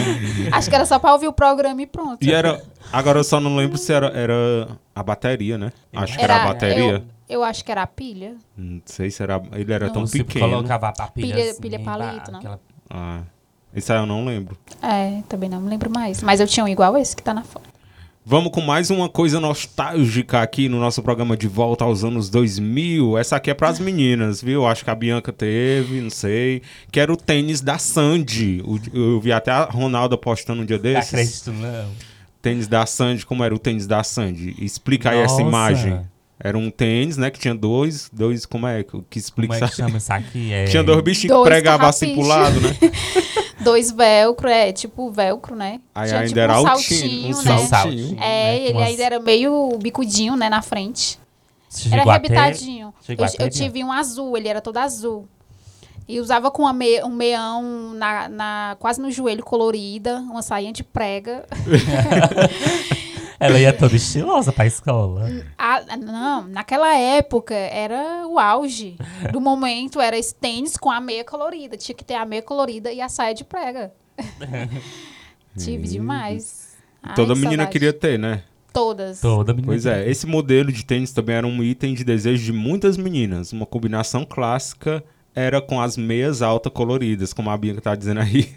Speaker 4: Acho que era só pra ouvir o programa e pronto.
Speaker 2: E era. Agora eu só não lembro se era, era a bateria, né? Acho que era, a
Speaker 4: Era-
Speaker 2: bateria.
Speaker 4: Eu, eu acho que era a pilha.
Speaker 2: Não sei se era. Ele era
Speaker 4: Não.
Speaker 2: tão
Speaker 3: Então, se
Speaker 2: pequeno.
Speaker 3: colocava a pilha,
Speaker 4: Pilha-
Speaker 3: assim,
Speaker 4: pilha
Speaker 3: ba-
Speaker 4: palito, né?
Speaker 3: aquela-
Speaker 2: Ah, isso aí eu não lembro.
Speaker 4: É, também não me lembro mais. Mas eu tinha um igual esse que tá na foto.
Speaker 2: Vamos com mais uma coisa nostálgica aqui no nosso programa de volta aos anos 2000. Essa aqui é pras meninas, viu? Acho que a Bianca teve, não sei. Que era o tênis da Sandy. O- Eu vi até a Ronalda postando um dia
Speaker 3: Não
Speaker 2: desses.
Speaker 3: Tá, acredito, não.
Speaker 2: Tênis da Sandy, como era o tênis da Sandy? Explica aí essa
Speaker 3: Nossa. é
Speaker 2: imagem. Era um tênis, né? Que tinha dois, dois, como é que que
Speaker 3: Como
Speaker 2: explica?
Speaker 3: é que
Speaker 2: essa-
Speaker 3: chama isso aqui? É...
Speaker 2: Tinha dois bichos que
Speaker 4: Dois
Speaker 2: pregavam assim pro
Speaker 4: carrapichos.
Speaker 2: lado, né?
Speaker 4: Dois velcro, é tipo velcro, né?
Speaker 2: Aí
Speaker 4: tinha
Speaker 2: ainda
Speaker 4: tipo
Speaker 2: era
Speaker 4: um
Speaker 2: altinho,
Speaker 4: saltinho,
Speaker 2: um
Speaker 4: né?
Speaker 2: saltinho.
Speaker 3: né?
Speaker 4: É,
Speaker 3: Com
Speaker 4: ele
Speaker 3: as-
Speaker 4: ainda era meio bicudinho, né, na frente.
Speaker 3: Chegou
Speaker 4: era
Speaker 3: até-
Speaker 4: arrebitadinho.
Speaker 3: chegou
Speaker 4: Eu,
Speaker 3: até
Speaker 4: eu
Speaker 3: adiante.
Speaker 4: tive um azul, ele era todo azul. E usava com uma me- um meião na, na- quase no joelho colorida, uma sainha de prega.
Speaker 3: Ela ia toda estilosa pra escola.
Speaker 4: Ah, não, naquela época era o auge do momento, era esse tênis com a meia colorida. Tinha que ter a meia colorida e a saia de prega. tive demais. Ai,
Speaker 2: Toda
Speaker 4: que
Speaker 2: menina
Speaker 4: saudade.
Speaker 2: queria ter, né?
Speaker 4: Todas.
Speaker 3: Toda menina.
Speaker 2: Pois é, esse modelo de tênis também era um item de desejo de muitas meninas. Uma combinação clássica era com as meias altas coloridas, como a Bianca tá dizendo aí.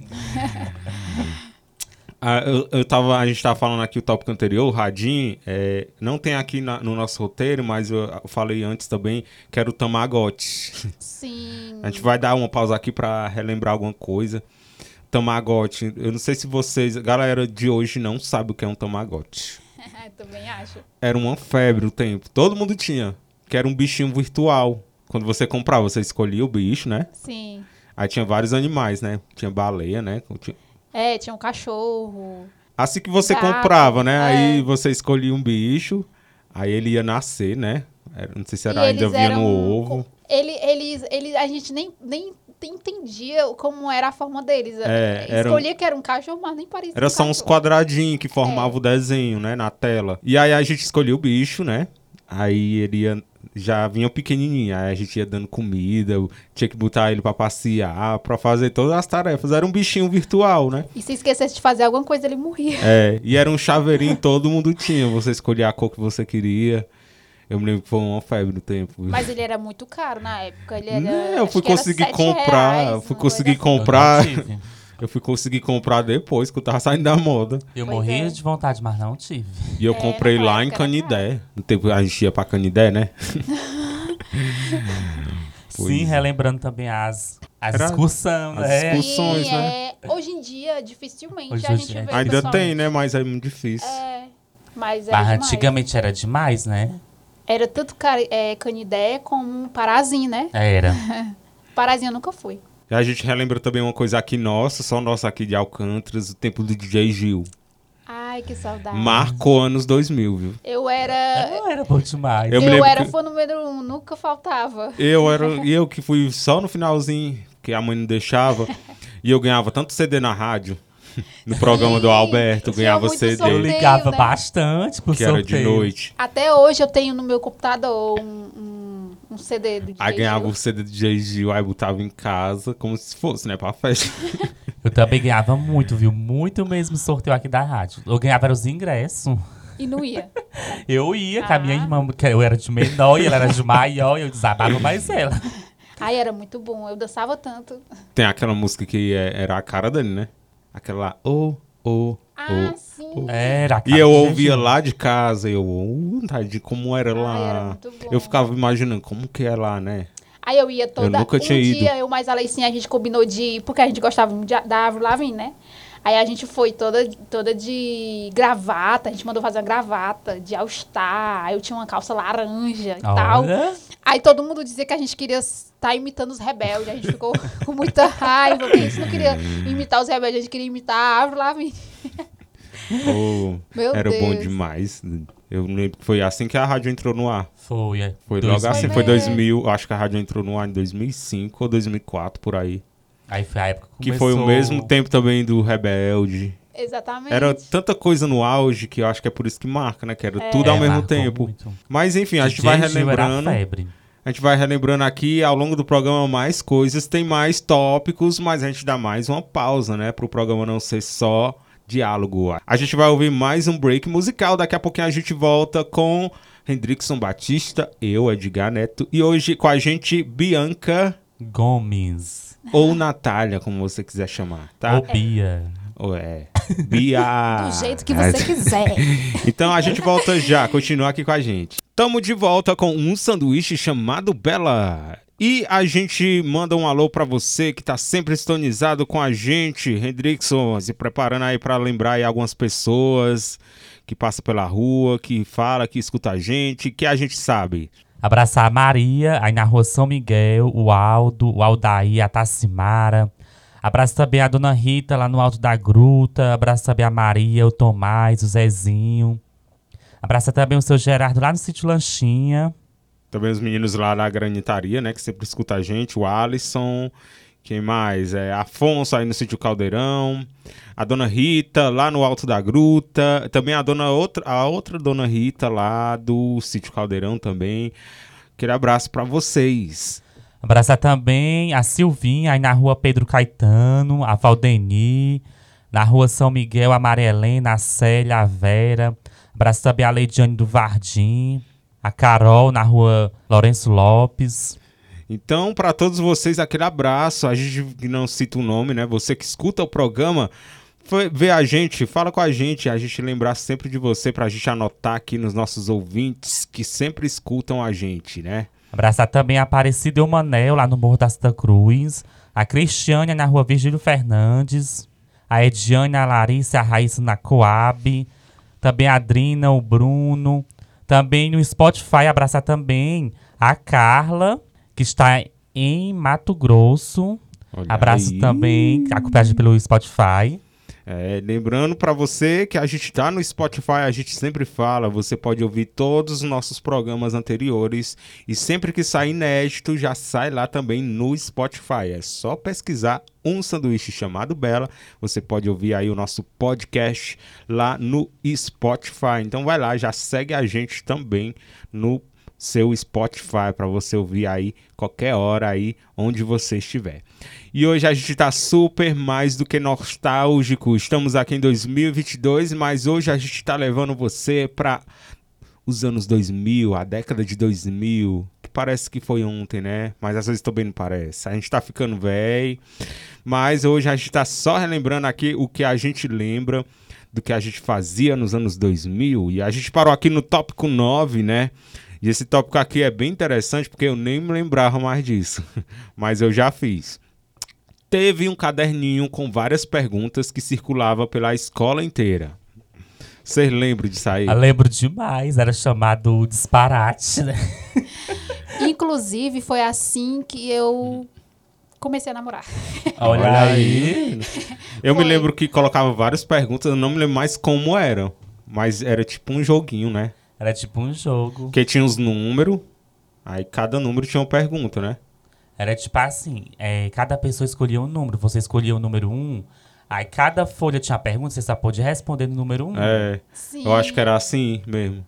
Speaker 2: Ah, eu, eu tava, a gente tava falando aqui o tópico anterior, o Radim, é, não tem aqui na- no nosso roteiro, mas eu, eu falei antes também que era o Tamagotchi.
Speaker 4: Sim.
Speaker 2: A gente vai dar uma pausa aqui pra relembrar alguma coisa. Tamagotchi, eu não sei se vocês, galera de hoje não sabe o que é um Tamagotchi
Speaker 4: Também acho.
Speaker 2: era uma febre o tempo. Todo mundo tinha. Que era um bichinho virtual. Quando você comprava, você escolhia o bicho, né?
Speaker 4: Sim.
Speaker 2: Aí tinha vários animais, né? Tinha baleia, né? Tinha-
Speaker 4: É, tinha um cachorro.
Speaker 2: Assim que você
Speaker 4: Gato,
Speaker 2: comprava, né?
Speaker 4: é.
Speaker 2: Aí você escolhia um bicho, aí ele ia nascer, né? Era- Não sei se era ainda vinha no ovo.
Speaker 4: Ele, eles, ele, a gente nem, nem entendia como era a forma deles.
Speaker 2: É, era-
Speaker 4: Escolhia que era um cachorro, mas nem parecia.
Speaker 2: Era
Speaker 4: um
Speaker 2: só uns
Speaker 4: cachorro.
Speaker 2: quadradinhos que
Speaker 4: É.
Speaker 2: formavam o desenho, né? Na tela. E aí a gente escolhia o bicho, né? Aí ele ia. Já vinha pequenininho, aí a gente ia dando comida, tinha que botar ele pra passear, pra fazer todas as tarefas. Era um bichinho virtual, né?
Speaker 4: E se esquecesse de fazer alguma coisa, ele morria.
Speaker 2: É, e era um chaveirinho, todo mundo tinha. Você escolhia a cor que você queria. Eu me lembro que foi uma febre no tempo.
Speaker 4: Mas ele era muito caro na época. Ele era,
Speaker 2: Né, eu
Speaker 4: acho
Speaker 2: fui
Speaker 4: que era
Speaker 2: conseguir
Speaker 4: sete
Speaker 2: comprar,
Speaker 4: reais,
Speaker 2: eu fui
Speaker 4: uma coisa
Speaker 2: conseguir
Speaker 4: assim.
Speaker 3: Eu não
Speaker 2: comprar.
Speaker 3: tive.
Speaker 2: Eu fui conseguir comprar depois, que eu tava saindo da moda.
Speaker 3: Eu
Speaker 4: Pois
Speaker 3: morria
Speaker 4: é.
Speaker 3: de vontade, mas não tive.
Speaker 2: E eu
Speaker 4: É,
Speaker 2: comprei
Speaker 4: naquela
Speaker 2: lá em
Speaker 4: época era
Speaker 2: Canidé. No tempo a gente ia pra Canidé, né? Pois
Speaker 3: Sim,
Speaker 2: é.
Speaker 3: relembrando também as, as
Speaker 2: Era-
Speaker 3: excursões,
Speaker 2: as
Speaker 3: né?
Speaker 2: excursões. Funções,
Speaker 4: Sim, é, hoje em dia, dificilmente
Speaker 3: Hoje
Speaker 4: a
Speaker 3: em
Speaker 4: gente
Speaker 3: dia. é
Speaker 4: vê.
Speaker 2: Ainda
Speaker 4: pessoal.
Speaker 2: tem, né? Mas é muito difícil.
Speaker 4: É, mas era
Speaker 3: Mas
Speaker 4: demais.
Speaker 3: antigamente era demais, né?
Speaker 4: Era tanto cari- é, Canidé como Parazim, né?
Speaker 3: Era.
Speaker 4: Parazim eu nunca fui.
Speaker 2: E a gente relembra também uma coisa aqui nossa, só nossa aqui de Alcântaras, o tempo do DJ Gil.
Speaker 4: Ai, que saudade.
Speaker 2: Marcou anos 2000, viu?
Speaker 4: Eu
Speaker 2: É,
Speaker 4: era.
Speaker 3: Não era bom demais.
Speaker 2: Eu
Speaker 4: Eu,
Speaker 2: me lembro
Speaker 4: era
Speaker 2: que-
Speaker 4: fã número um, nunca faltava.
Speaker 2: Eu era eu que fui só no finalzinho, que a mãe não deixava. e eu ganhava tanto CD na rádio. No programa do
Speaker 4: Sim,
Speaker 2: Alberto, eu
Speaker 4: tinha
Speaker 2: ganhava
Speaker 4: muito
Speaker 2: CD,
Speaker 3: Eu
Speaker 4: sorteio,
Speaker 3: ligava
Speaker 4: né?
Speaker 3: bastante pro
Speaker 2: que
Speaker 3: sorteio.
Speaker 2: era de noite.
Speaker 4: Até hoje eu tenho no meu computador um, um- um CD do DJ
Speaker 2: Aí ganhava o
Speaker 4: Gil.
Speaker 2: CD do DJ Gil, aí botava em casa, como se fosse, né, pra festa.
Speaker 3: Eu também ganhava muito, viu? Muito mesmo sorteio aqui da rádio. Eu ganhava era os ingressos.
Speaker 4: E não ia.
Speaker 3: Eu ia com a minha
Speaker 4: Ah.
Speaker 3: irmã, porque eu era de menor e ela era de maior, e eu desabava mais ela.
Speaker 4: Ai, era muito bom. Eu dançava tanto.
Speaker 2: Tem aquela música que é- era a cara dele, né? Aquela, ô, ô,
Speaker 4: Ah,
Speaker 2: ô.
Speaker 4: sim.
Speaker 3: Era.
Speaker 2: E eu ouvia lá de casa, eu, ô, vontade de como era
Speaker 4: Ai, era
Speaker 2: lá.
Speaker 4: muito bom.
Speaker 2: eu ficava imaginando como que é lá, né?
Speaker 4: Aí eu ia toda.
Speaker 2: Eu nunca
Speaker 4: um
Speaker 2: tinha ido.
Speaker 4: dia eu mais a Leicinha, a gente combinou de ir, porque a gente gostava muito de- da árvore lá vem, né? Aí a gente foi toda, toda de gravata, a gente mandou fazer uma gravata de all-star, aí eu tinha uma calça laranja e
Speaker 2: Ah,
Speaker 4: tal.
Speaker 3: Olha,
Speaker 4: Aí todo mundo dizia que a gente queria estar imitando os rebeldes, a gente ficou com muita raiva, porque a gente não queria imitar os rebeldes, a gente queria imitar a árvore lá vem.
Speaker 2: Ô,
Speaker 4: Meu
Speaker 2: Oh, era bom
Speaker 4: Deus.
Speaker 2: demais. Eu lembro que foi assim que a rádio entrou no ar.
Speaker 3: foi. é,
Speaker 2: Foi
Speaker 3: dois
Speaker 2: logo assim,
Speaker 3: mil.
Speaker 2: foi
Speaker 4: mesmo.
Speaker 2: 2000, acho que a rádio entrou no ar em 2005 ou 2004, por aí.
Speaker 3: Aí foi a época que
Speaker 2: Que
Speaker 3: começou...
Speaker 2: foi o mesmo tempo também do Rebelde.
Speaker 4: Exatamente.
Speaker 2: Era tanta coisa no auge que eu acho que é por isso que marca, né? Que era tudo ao
Speaker 3: É,
Speaker 2: mesmo
Speaker 3: marcou
Speaker 2: tempo.
Speaker 3: muito.
Speaker 2: Mas enfim, a gente
Speaker 3: DJ
Speaker 2: vai
Speaker 3: Gil era
Speaker 2: relembrando.
Speaker 3: febre.
Speaker 2: A gente vai relembrando aqui ao longo do programa mais coisas, tem mais tópicos, mas a gente dá mais uma pausa, né? Para o programa não ser só diálogo. A gente vai ouvir mais um break musical. Daqui a pouquinho a gente volta com Hendrickson Batista, eu, Edgar Neto, e hoje com a gente Bianca
Speaker 3: Gomes.
Speaker 2: ou Natália, como você quiser chamar, tá?
Speaker 3: Ou Bia.
Speaker 2: Ou é. Bia. É.
Speaker 5: Do jeito que você quiser.
Speaker 2: Então a gente volta já, continua aqui com a gente. Tamo de volta com um sanduíche chamado Bela. E a gente manda um alô pra você que tá sempre sintonizado com a gente, Hendrickson, se preparando aí pra lembrar aí algumas pessoas que passa pela rua, que fala, que escuta a gente, que a gente sabe.
Speaker 3: Abraçar a Maria, aí na rua São Miguel, o Aldo, o Aldair, a Tassimara. Abraço também a Dona Rita lá no Alto da Gruta. Abraço também a Maria, o Tomás, o Zezinho. Abraça também o seu Gerardo lá no Sítio Lanchinha.
Speaker 2: Também os meninos lá da granitaria, né, que sempre escuta a gente, o Alisson, quem mais? É, Afonso aí no sítio Caldeirão, a dona Rita lá no Alto da Gruta, também a dona outra, a outra dona Rita lá do sítio Caldeirão também. Aquele abraço pra vocês.
Speaker 3: Abraçar também a Silvinha, aí na rua Pedro Caetano, a Valdeni. Na rua São Miguel, a Maria Helena, a Célia, a Vera. Abraço também a Leidiane do Vardim. A Carol, na rua Lourenço Lopes.
Speaker 2: Então, pra todos vocês, aquele abraço. A gente não cita o nome, né? Você que escuta o programa, foi- vê a gente, fala com a gente, a gente lembrar sempre de você, pra gente anotar aqui nos nossos ouvintes que sempre escutam a gente, né?
Speaker 3: Abraçar também a Aparecida e o Manel, lá no Morro da Santa Cruz. A Cristiane na rua Virgílio Fernandes. A Ediane, a Larissa, a Raíssa na Coab. Também a Adrina, o Bruno. Também no Spotify, abraçar também a Carla, que está em Mato Grosso.
Speaker 2: Olha
Speaker 3: Abraço
Speaker 2: aí.
Speaker 3: também, acompanhado pelo Spotify.
Speaker 2: É, lembrando pra você que a gente tá no Spotify, a gente sempre fala, você pode ouvir todos os nossos programas anteriores e sempre que sai inédito já sai lá também no Spotify. É só pesquisar um sanduíche chamado Bela, você pode ouvir aí o nosso podcast lá no Spotify. Então vai lá, já segue a gente também no seu Spotify para você ouvir aí qualquer hora aí onde você estiver. E hoje a gente está super mais do que nostálgico. Estamos aqui em 2022, mas hoje a gente está levando você para os anos 2000, a década de 2000, que parece que foi ontem, né? Mas às vezes também não parece. A gente tá ficando velho, mas hoje a gente tá só relembrando aqui o que a gente lembra do que a gente fazia nos anos 2000 e a gente parou aqui no tópico 9, né? E esse tópico aqui é bem interessante porque eu nem me lembrava mais disso, mas eu já fiz. Teve um caderninho com várias perguntas que circulava pela escola inteira. Vocês lembram disso aí?
Speaker 3: Eu lembro demais, era chamado Disparate, né?
Speaker 4: Inclusive, foi assim que eu comecei a namorar.
Speaker 3: Ah, Olha, aí.
Speaker 2: Eu me
Speaker 4: Foi.
Speaker 2: lembro que colocava várias perguntas, eu não me lembro mais como eram. Mas era tipo um joguinho, né?
Speaker 3: Era tipo um jogo.
Speaker 2: Porque tinha os números, aí cada número tinha uma pergunta, né?
Speaker 3: Era tipo assim, é, cada pessoa escolhia um número. Você escolhia o número 1, aí cada folha tinha uma pergunta, você só pôde responder no número 1.
Speaker 2: É,
Speaker 4: Sim.
Speaker 2: eu acho que era assim mesmo.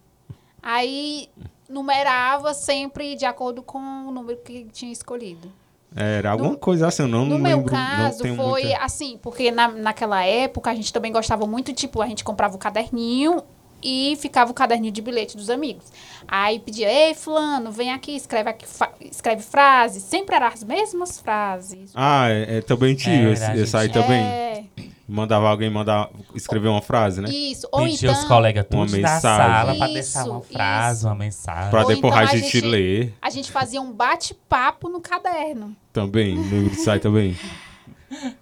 Speaker 4: Aí numerava sempre de acordo com o número que tinha escolhido.
Speaker 2: Era alguma coisa assim, eu não
Speaker 4: No
Speaker 2: lembro.
Speaker 4: meu caso,
Speaker 2: não tenho
Speaker 4: foi
Speaker 2: muita-
Speaker 4: assim, porque na, naquela época a gente também gostava muito, tipo, a gente comprava o caderninho e ficava o caderninho de bilhete dos amigos. Aí pedia, ei, fulano, vem aqui, escreve, aqui, fa- escreve frases. Sempre eram as mesmas frases.
Speaker 2: Ah, é, é, também tinha
Speaker 3: Era,
Speaker 2: esse,
Speaker 3: a
Speaker 2: esse aí
Speaker 3: gente-
Speaker 2: também.
Speaker 4: É,
Speaker 2: Mandava alguém mandar escrever uma frase, né?
Speaker 4: isso. Ou
Speaker 3: Pedia
Speaker 4: então,
Speaker 3: os colegas
Speaker 2: Uma
Speaker 3: todos da
Speaker 2: mensagem.
Speaker 3: sala pra deixar
Speaker 4: Isso,
Speaker 3: uma frase,
Speaker 4: isso.
Speaker 3: uma mensagem.
Speaker 2: Pra
Speaker 4: Ou
Speaker 2: depois
Speaker 4: então
Speaker 2: a
Speaker 4: a
Speaker 2: gente,
Speaker 4: gente-
Speaker 2: ler
Speaker 4: a gente fazia um bate-papo no caderno.
Speaker 2: também. Lembro disso aí também.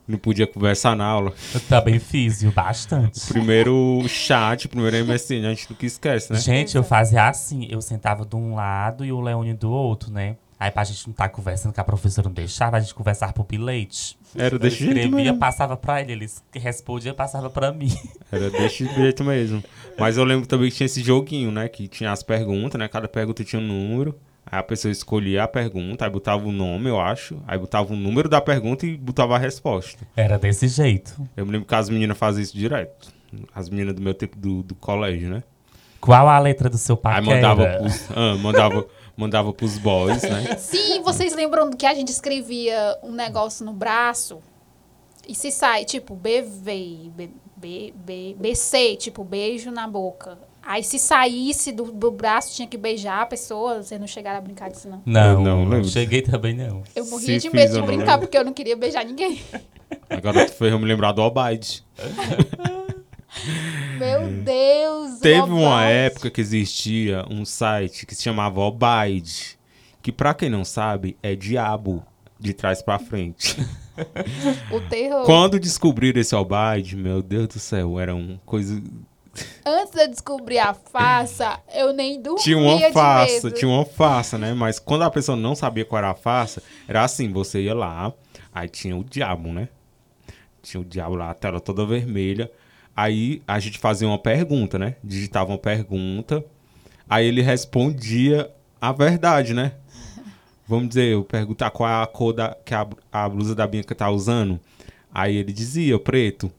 Speaker 2: Não podia conversar na aula.
Speaker 3: Eu também fiz, viu? Bastante.
Speaker 2: Primeiro chat, primeiro MSN, a gente nunca esquece, né?
Speaker 3: Gente, eu fazia assim, eu sentava de um lado e o Leone do outro, né? Aí pra gente não estar conversando, que a professora não deixava, a gente conversava por bilhete.
Speaker 2: Era
Speaker 3: Eu
Speaker 2: desse jeito
Speaker 3: escrevia,
Speaker 2: mesmo.
Speaker 3: passava pra ele, ele respondia, passava pra mim.
Speaker 2: Era desse jeito mesmo. Mas eu lembro também que tinha esse joguinho, né? Que tinha as perguntas, né? Cada pergunta tinha um número. Aí a pessoa escolhia a pergunta, aí botava o nome, eu acho, aí botava o número da pergunta e botava a resposta.
Speaker 3: Era desse jeito.
Speaker 2: Eu me lembro que as meninas faziam isso direto. As meninas do meu tempo do, do colégio, né?
Speaker 3: Qual a letra do seu
Speaker 2: Aí
Speaker 3: paquera?
Speaker 2: mandava pros, ah, mandava, mandava pros boys, né?
Speaker 4: Sim, vocês lembram que a gente escrevia um negócio no braço e se sai, tipo, BV, B, B, B, BC, tipo, beijo na boca. Aí se saísse do, do braço, tinha que beijar a pessoa, vocês não chegaram a brincar disso, não.
Speaker 3: Não,
Speaker 2: Eu não
Speaker 3: não,
Speaker 2: lembro.
Speaker 3: cheguei também não.
Speaker 4: Eu morria
Speaker 2: Se
Speaker 4: de medo
Speaker 2: fiz,
Speaker 4: de
Speaker 2: eu não
Speaker 4: brincar,
Speaker 2: lembro.
Speaker 4: porque eu não queria beijar ninguém.
Speaker 2: Agora tu fez eu me lembrar do Obaide.
Speaker 4: Meu Deus!
Speaker 2: Teve uma
Speaker 4: Lobão.
Speaker 2: época que existia um site que se chamava Obaide, que pra quem não sabe é diabo de trás pra frente.
Speaker 4: O terror.
Speaker 2: Quando descobriram esse Obaide, meu Deus do céu, era uma coisa.
Speaker 4: Antes de eu descobrir a farsa, eu nem dormia
Speaker 2: Tinha uma
Speaker 4: de
Speaker 2: farsa,
Speaker 4: medo.
Speaker 2: tinha uma farsa, né? Mas quando a pessoa não sabia qual era a farsa, era assim: você ia lá, aí tinha o diabo, né? Tinha o diabo lá, a tela toda vermelha. Aí a gente fazia uma pergunta, né? Digitava uma pergunta. Aí ele respondia a verdade, né? Vamos dizer, eu perguntar qual é a cor da, que a, a blusa da Bianca tá usando. Aí ele dizia, preto.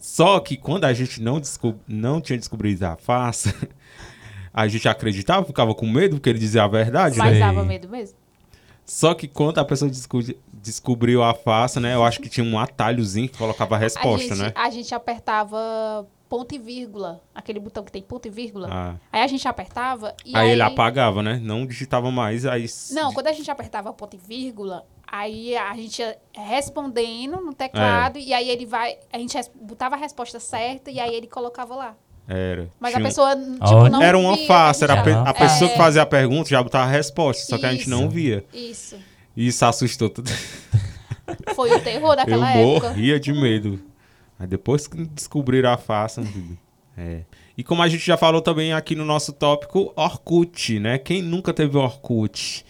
Speaker 2: Só que quando a gente não, descob- não tinha descobrido a farsa, a gente acreditava, ficava com medo porque ele dizia a verdade, né?
Speaker 4: Mas
Speaker 3: Sei.
Speaker 4: dava medo mesmo.
Speaker 2: Só que quando a pessoa descu- descobriu a farsa, né? Eu acho que tinha um atalhozinho que colocava a resposta,
Speaker 4: a, gente,
Speaker 2: né?
Speaker 4: a gente apertava ponto e vírgula. Aquele botão que tem ponto e vírgula.
Speaker 2: Ah.
Speaker 4: Aí a gente apertava e
Speaker 2: Aí
Speaker 4: aí...
Speaker 2: ele apagava, né? Não digitava mais, aí... s-
Speaker 4: Não, quando a gente apertava ponto e vírgula, aí a gente ia respondendo no
Speaker 2: É.
Speaker 4: teclado e aí ele vai... A gente res- botava a resposta certa e aí ele colocava lá.
Speaker 2: Era.
Speaker 4: Mas
Speaker 2: Tinha
Speaker 4: a
Speaker 2: um-
Speaker 4: pessoa, tipo,
Speaker 3: Olha.
Speaker 4: não
Speaker 2: Era uma
Speaker 4: via,
Speaker 2: farsa, era a, pe-
Speaker 4: já-
Speaker 2: a
Speaker 3: Ah,
Speaker 2: pessoa
Speaker 4: é.
Speaker 2: que fazia a pergunta já botava a resposta, só que a gente não
Speaker 4: Isso.
Speaker 2: via.
Speaker 4: Isso.
Speaker 2: E isso assustou todo
Speaker 4: Foi o terror
Speaker 2: Eu
Speaker 4: daquela época.
Speaker 2: morria de medo. Aí depois que descobriram a farsa, meu filho. é. E como a gente já falou também aqui no nosso tópico, Orkut, né? Quem nunca teve Orkut?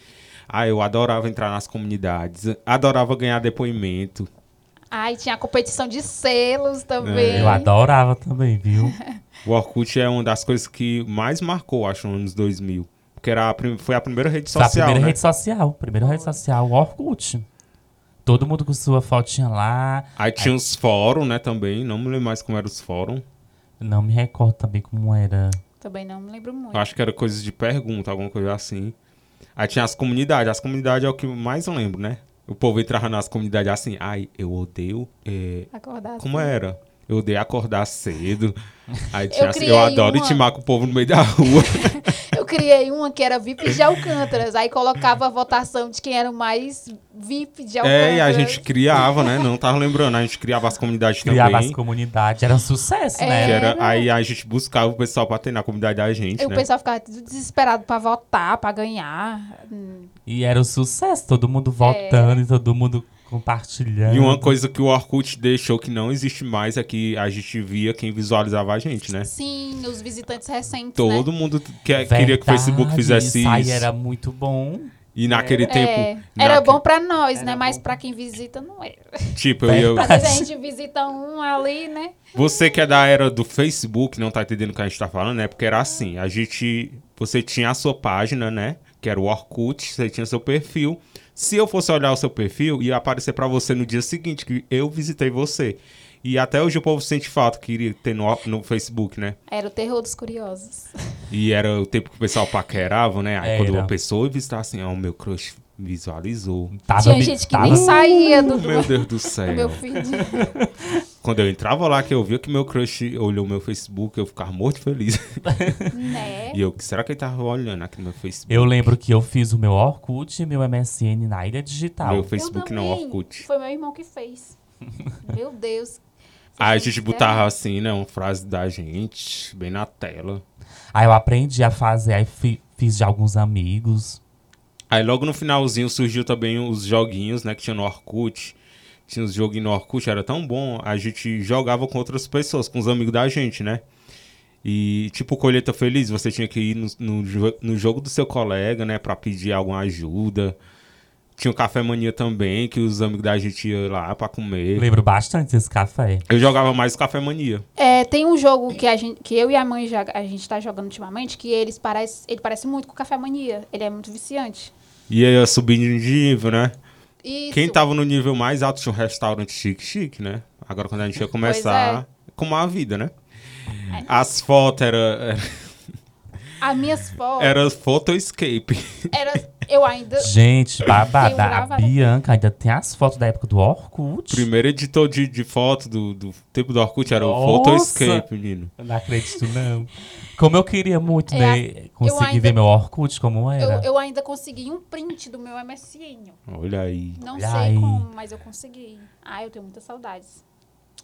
Speaker 2: Ah, eu adorava entrar nas comunidades, adorava ganhar depoimento.
Speaker 4: Ai, tinha a competição de selos
Speaker 2: É.
Speaker 4: também.
Speaker 3: Eu adorava também, viu?
Speaker 2: O Orkut é uma das coisas que mais marcou, acho, nos anos 2000. Porque era a prim- foi a primeira rede
Speaker 3: Foi a
Speaker 2: social,
Speaker 3: primeira
Speaker 2: né?
Speaker 3: rede social. Primeira rede social, o Orkut. Todo mundo com sua fotinha lá.
Speaker 2: Aí tinha os fóruns, né, também. Não me lembro mais como eram os fóruns.
Speaker 3: Não me recordo também como era.
Speaker 4: Também não me lembro muito.
Speaker 2: Eu acho que era coisas de pergunta, alguma coisa assim. Aí tinha as comunidades. As comunidades é o que eu mais eu lembro, né? O povo entrava nas comunidades assim. Ai, eu odeio. é,
Speaker 4: Acordar
Speaker 2: Como
Speaker 4: assim.
Speaker 2: era? Eu odeio acordar cedo. Aí tinha assim, eu
Speaker 4: criei
Speaker 2: adoro
Speaker 4: uma-
Speaker 2: intimar com o povo no meio da rua.
Speaker 4: Eu criei uma que era VIP de Alcântaras. Aí colocava a votação de quem era o mais VIP de Alcântaras.
Speaker 2: é, e a gente criava, né? Não tava lembrando. A gente criava as comunidades
Speaker 3: Criava
Speaker 2: também.
Speaker 3: as comunidades. Era um sucesso,
Speaker 2: que
Speaker 3: né?
Speaker 2: era- aí a gente buscava o pessoal pra ter na comunidade da gente,
Speaker 4: E o
Speaker 2: né?
Speaker 4: pessoal ficava tudo desesperado pra votar, pra ganhar. Hum.
Speaker 3: E era um sucesso. Todo mundo
Speaker 4: É.
Speaker 3: votando e todo mundo compartilhando.
Speaker 2: E uma coisa que o Orkut deixou que não existe mais é que a gente via quem visualizava a gente, né?
Speaker 4: Sim, os visitantes recentes,
Speaker 2: Todo
Speaker 4: né?
Speaker 2: mundo que- é, queria que o Facebook
Speaker 3: Verdade,
Speaker 2: fizesse
Speaker 3: Aí
Speaker 2: isso.
Speaker 3: era muito bom.
Speaker 2: E naquele
Speaker 4: É,
Speaker 2: tempo.
Speaker 4: era
Speaker 2: naque-
Speaker 4: bom pra nós, né?
Speaker 3: Era
Speaker 4: Mas
Speaker 3: bom.
Speaker 4: pra quem visita, não era.
Speaker 3: É.
Speaker 2: Tipo, eu, eu-
Speaker 4: Às vezes a gente visita um ali, né?
Speaker 2: você que é da era do Facebook, não tá entendendo o que a gente tá falando, né? Porque era assim, a gente. Você tinha a sua página, né? Que era o Orkut, você tinha seu perfil. Se eu fosse olhar o seu perfil, ia aparecer pra você no dia seguinte, que eu visitei você. E até hoje o povo sente falta que iria ter no, Or- no Facebook, né?
Speaker 4: Era o terror dos curiosos.
Speaker 2: E era o tempo que o pessoal paquerava, né? Aí quando
Speaker 3: Era.
Speaker 2: uma pessoa visitava assim, ó, o meu crush visualizou.
Speaker 3: Tava,
Speaker 4: Tinha
Speaker 3: me-
Speaker 4: gente que
Speaker 3: tava-
Speaker 4: nem saía do,
Speaker 2: Meu
Speaker 4: do
Speaker 2: Deus do céu.
Speaker 4: meu filho.
Speaker 2: Quando eu entrava lá, que eu via que meu crush olhou meu Facebook, eu ficava muito feliz.
Speaker 4: né?
Speaker 2: E eu, que será que ele tava olhando aqui no meu Facebook?
Speaker 3: Eu lembro que eu fiz o meu Orkut e meu MSN na Ilha Digital.
Speaker 2: Meu Facebook
Speaker 4: Eu
Speaker 2: não,
Speaker 4: também.
Speaker 2: Orkut.
Speaker 4: Foi meu irmão que fez. Meu Deus.
Speaker 2: Aí a gente botava assim, né, uma frase da gente, bem na tela.
Speaker 3: Aí eu aprendi a fazer, aí fi- fiz de alguns amigos.
Speaker 2: Aí logo no finalzinho surgiu também os joguinhos, né, que tinha no Orkut. Tinha os joguinhos no Orkut, era tão bom. A gente jogava com outras pessoas, com os amigos da gente, né? E tipo Colheita Feliz, você tinha que ir no, no, jo- no jogo do seu colega, né, pra pedir alguma ajuda. Tinha o Café Mania também, que os amigos da gente iam lá pra comer.
Speaker 3: Lembro bastante desse café.
Speaker 2: Eu jogava mais Café Mania.
Speaker 4: É, tem um jogo que, a gente, que eu e a mãe já, a gente tá jogando ultimamente, que eles parece, ele parece muito com o Café Mania. Ele é muito viciante.
Speaker 2: E aí eu subi de nível, né?
Speaker 4: Isso.
Speaker 2: Quem tava no nível mais alto tinha um restaurante chique-chique, né? Agora quando a gente ia começar, como a vida, né? As fotos era,
Speaker 4: As
Speaker 2: É.
Speaker 4: minhas fotos.
Speaker 2: era photoscape.
Speaker 4: Era, eu ainda.
Speaker 3: Gente, babada.
Speaker 4: gravo-
Speaker 3: A Bianca ainda tem as fotos da época do Orkut.
Speaker 2: Primeiro editor de, de foto do, do tempo do Orkut era o
Speaker 3: Nossa!
Speaker 2: photoscape, menino.
Speaker 3: Eu Não acredito, não. Como eu queria muito,
Speaker 4: É,
Speaker 3: né? Conseguir
Speaker 4: ainda-
Speaker 3: ver meu Orkut como era.
Speaker 4: Eu, eu ainda consegui um print do meu MSN.
Speaker 2: Olha aí.
Speaker 4: Não
Speaker 3: Olha
Speaker 4: sei
Speaker 3: aí.
Speaker 4: como, mas eu consegui. Ah, eu tenho muitas saudades.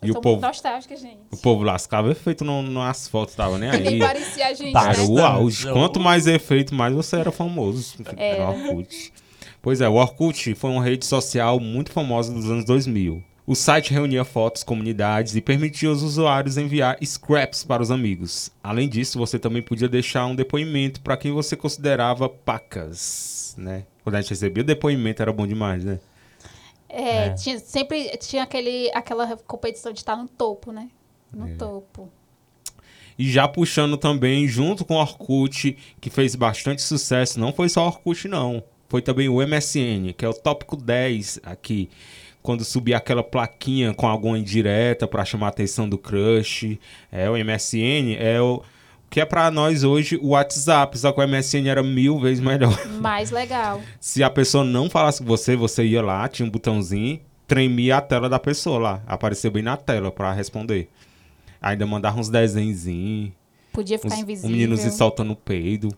Speaker 4: Eu
Speaker 2: E o
Speaker 4: sou
Speaker 2: povo?
Speaker 4: muito nostálgica, gente.
Speaker 2: O povo lascava efeito no, nas fotos, tava nem
Speaker 4: Nem
Speaker 2: aí.
Speaker 4: parecia a gente,
Speaker 3: Tá,
Speaker 4: né?
Speaker 2: Era É o auge.
Speaker 3: Bastante.
Speaker 2: Quanto mais efeito, mais você era famoso. Era o Orkut. Pois é, o Orkut foi uma rede social muito famosa dos anos 2000. O site reunia fotos, comunidades e permitia aos usuários enviar scraps para os amigos. Além disso, você também podia deixar um depoimento para quem você considerava pacas, né? Quando a gente recebia depoimento era bom demais, né?
Speaker 4: É,
Speaker 3: É.
Speaker 4: Tinha, sempre tinha aquele, aquela competição de estar no topo, né? No
Speaker 3: É.
Speaker 4: topo.
Speaker 2: E já puxando também, junto com o Orkut, que fez bastante sucesso, não foi só o Orkut, não. Foi também o MSN, que é o tópico 10 aqui. Quando subia aquela plaquinha com alguma indireta pra chamar a atenção do crush. É, o MSN é o que é pra nós hoje o WhatsApp, só que o MSN era mil vezes melhor.
Speaker 4: Mais legal.
Speaker 2: Se a pessoa não falasse com você, você ia lá, tinha um botãozinho, tremia a tela da pessoa lá. Apareceu bem na tela pra responder. Ainda mandava uns desenhinhos.
Speaker 4: Podia
Speaker 2: Os-
Speaker 4: ficar
Speaker 2: O
Speaker 4: Tá invisível.
Speaker 2: menino se soltando o peido.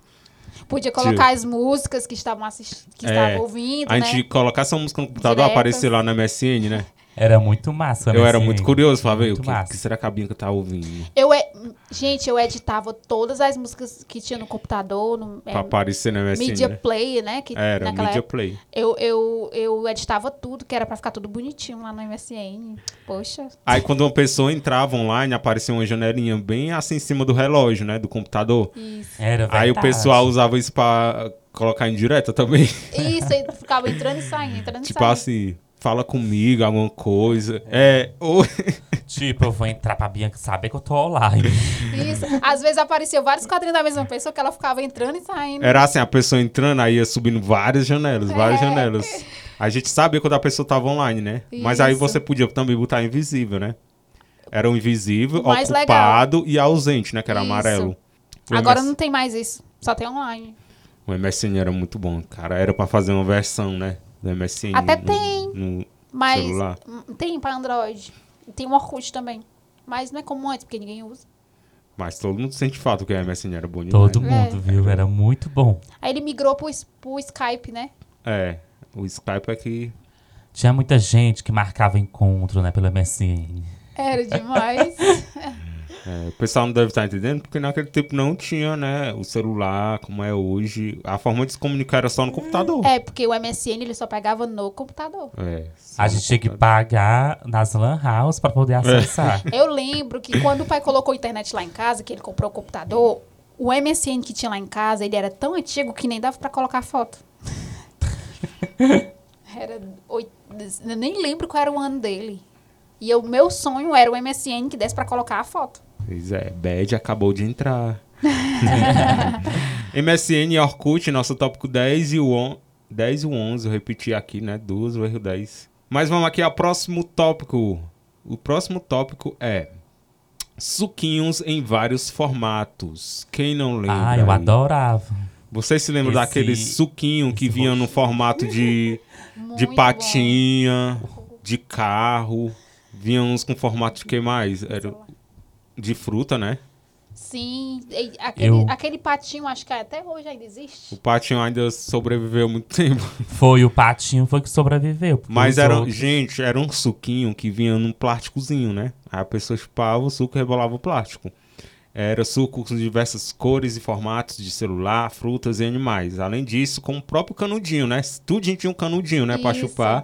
Speaker 4: Podia colocar as músicas que estavam assistindo, que
Speaker 2: É,
Speaker 4: estavam ouvindo,
Speaker 2: a
Speaker 4: né?
Speaker 2: gente colocar essa música no computador,
Speaker 4: Diretas.
Speaker 2: aparecer lá na MSN, né?
Speaker 3: Era muito massa,
Speaker 2: Eu era
Speaker 3: MSN.
Speaker 2: muito curioso pra ver o
Speaker 3: Muito
Speaker 2: que,
Speaker 3: massa.
Speaker 2: que será que a Bianca tá ouvindo.
Speaker 4: Eu e- Gente, eu editava todas as músicas que tinha no computador, no é,
Speaker 2: Pra aparecer na MSN,
Speaker 4: Media
Speaker 2: né?
Speaker 4: Play, né? Que
Speaker 2: Era,
Speaker 4: naquela
Speaker 2: Media
Speaker 4: época
Speaker 2: Play.
Speaker 4: eu, eu, eu editava tudo, que era pra ficar tudo bonitinho lá no MSN. Poxa.
Speaker 2: Aí quando uma pessoa entrava online, aparecia uma janelinha bem assim em cima do relógio, né? Do computador.
Speaker 4: Isso.
Speaker 3: Era
Speaker 2: Aí o
Speaker 3: É verdade.
Speaker 2: pessoal usava isso pra colocar em direta também.
Speaker 4: Isso, aí ficava entrando e saindo, entrando e
Speaker 2: tipo
Speaker 4: saindo.
Speaker 2: assim, fala comigo, alguma coisa. É, ou...
Speaker 3: Tipo, eu vou entrar pra Bianca saber que eu tô online.
Speaker 4: Isso. Às vezes apareciam vários quadrinhos da mesma pessoa que ela ficava entrando e saindo.
Speaker 2: Era assim, a pessoa entrando, aí ia subindo várias janelas, várias
Speaker 4: É.
Speaker 2: janelas. A gente sabia quando a pessoa tava online, né? Mas aí
Speaker 4: Isso.
Speaker 2: você podia também botar invisível, né? Era o invisível,
Speaker 4: O mais
Speaker 2: ocupado e ausente, né? Que era
Speaker 4: Isso.
Speaker 2: amarelo. O
Speaker 4: Agora
Speaker 2: MS
Speaker 4: não tem mais isso. Só tem online.
Speaker 2: O MSN era muito bom, cara. Era pra fazer uma versão, né? Do MSN.
Speaker 4: Até
Speaker 2: no-
Speaker 4: tem.
Speaker 2: no-
Speaker 4: Mas
Speaker 2: Celular.
Speaker 4: hum, tem pra Android. E Tem o Orkut também. Mas não é como antes, porque ninguém usa.
Speaker 2: Mas todo mundo sente fato que o MSN era bonito.
Speaker 3: Todo
Speaker 4: É.
Speaker 3: mundo, viu? Era muito bom.
Speaker 4: Aí ele migrou pro, es- pro Skype, né?
Speaker 2: É. O Skype é que
Speaker 3: Tinha muita gente que marcava encontro, né, pelo MSN.
Speaker 4: Era demais.
Speaker 2: O pessoal não deve estar entendendo, porque naquele tempo não tinha, né, o celular, como é hoje. A forma de se comunicar era só no computador.
Speaker 4: é, porque o MSN ele só pegava no computador.
Speaker 2: É, só
Speaker 3: A
Speaker 2: no
Speaker 3: gente tinha que
Speaker 2: computador.
Speaker 3: pagar nas lan house pra poder acessar.
Speaker 2: É.
Speaker 4: Eu lembro que quando o pai colocou a internet lá em casa, que ele comprou o computador, o MSN que tinha lá em casa, ele era tão antigo que nem dava pra colocar foto. Era oit- eu nem lembro qual era o ano dele. E o meu sonho era o MSN que desse pra colocar a foto.
Speaker 2: Pois é, Bad acabou de entrar. MSN e Orkut, nosso tópico 10 e o on... 10 e o 11, eu repeti aqui, né, duas vezes o 10. Mas vamos aqui ao próximo tópico. O próximo tópico é suquinhos em vários formatos. Quem não lembra?
Speaker 3: ah, eu
Speaker 2: aí?
Speaker 3: adorava.
Speaker 2: Vocês se lembram
Speaker 3: Esse-
Speaker 2: daquele suquinho que
Speaker 3: esse
Speaker 2: vinha no formato de, de
Speaker 4: Uhum. Muito
Speaker 2: patinha, de carro? Vinha uns com formato de que mais? Era de fruta, né?
Speaker 4: Sim, e aquele,
Speaker 3: Eu-
Speaker 4: aquele patinho, acho que até hoje ainda existe.
Speaker 2: O patinho ainda sobreviveu muito tempo.
Speaker 3: Foi o patinho, foi que sobreviveu. porque
Speaker 2: Mas
Speaker 3: os
Speaker 2: era,
Speaker 3: outros-
Speaker 2: gente, era um suquinho que vinha num plásticozinho, né? Aí a pessoa chupava o suco e rebolava o plástico. Era suco com diversas cores e formatos de celular, frutas e animais. Além disso, com o próprio canudinho, né? Tudinho tinha um canudinho, né? Pra
Speaker 4: Isso.
Speaker 2: chupar.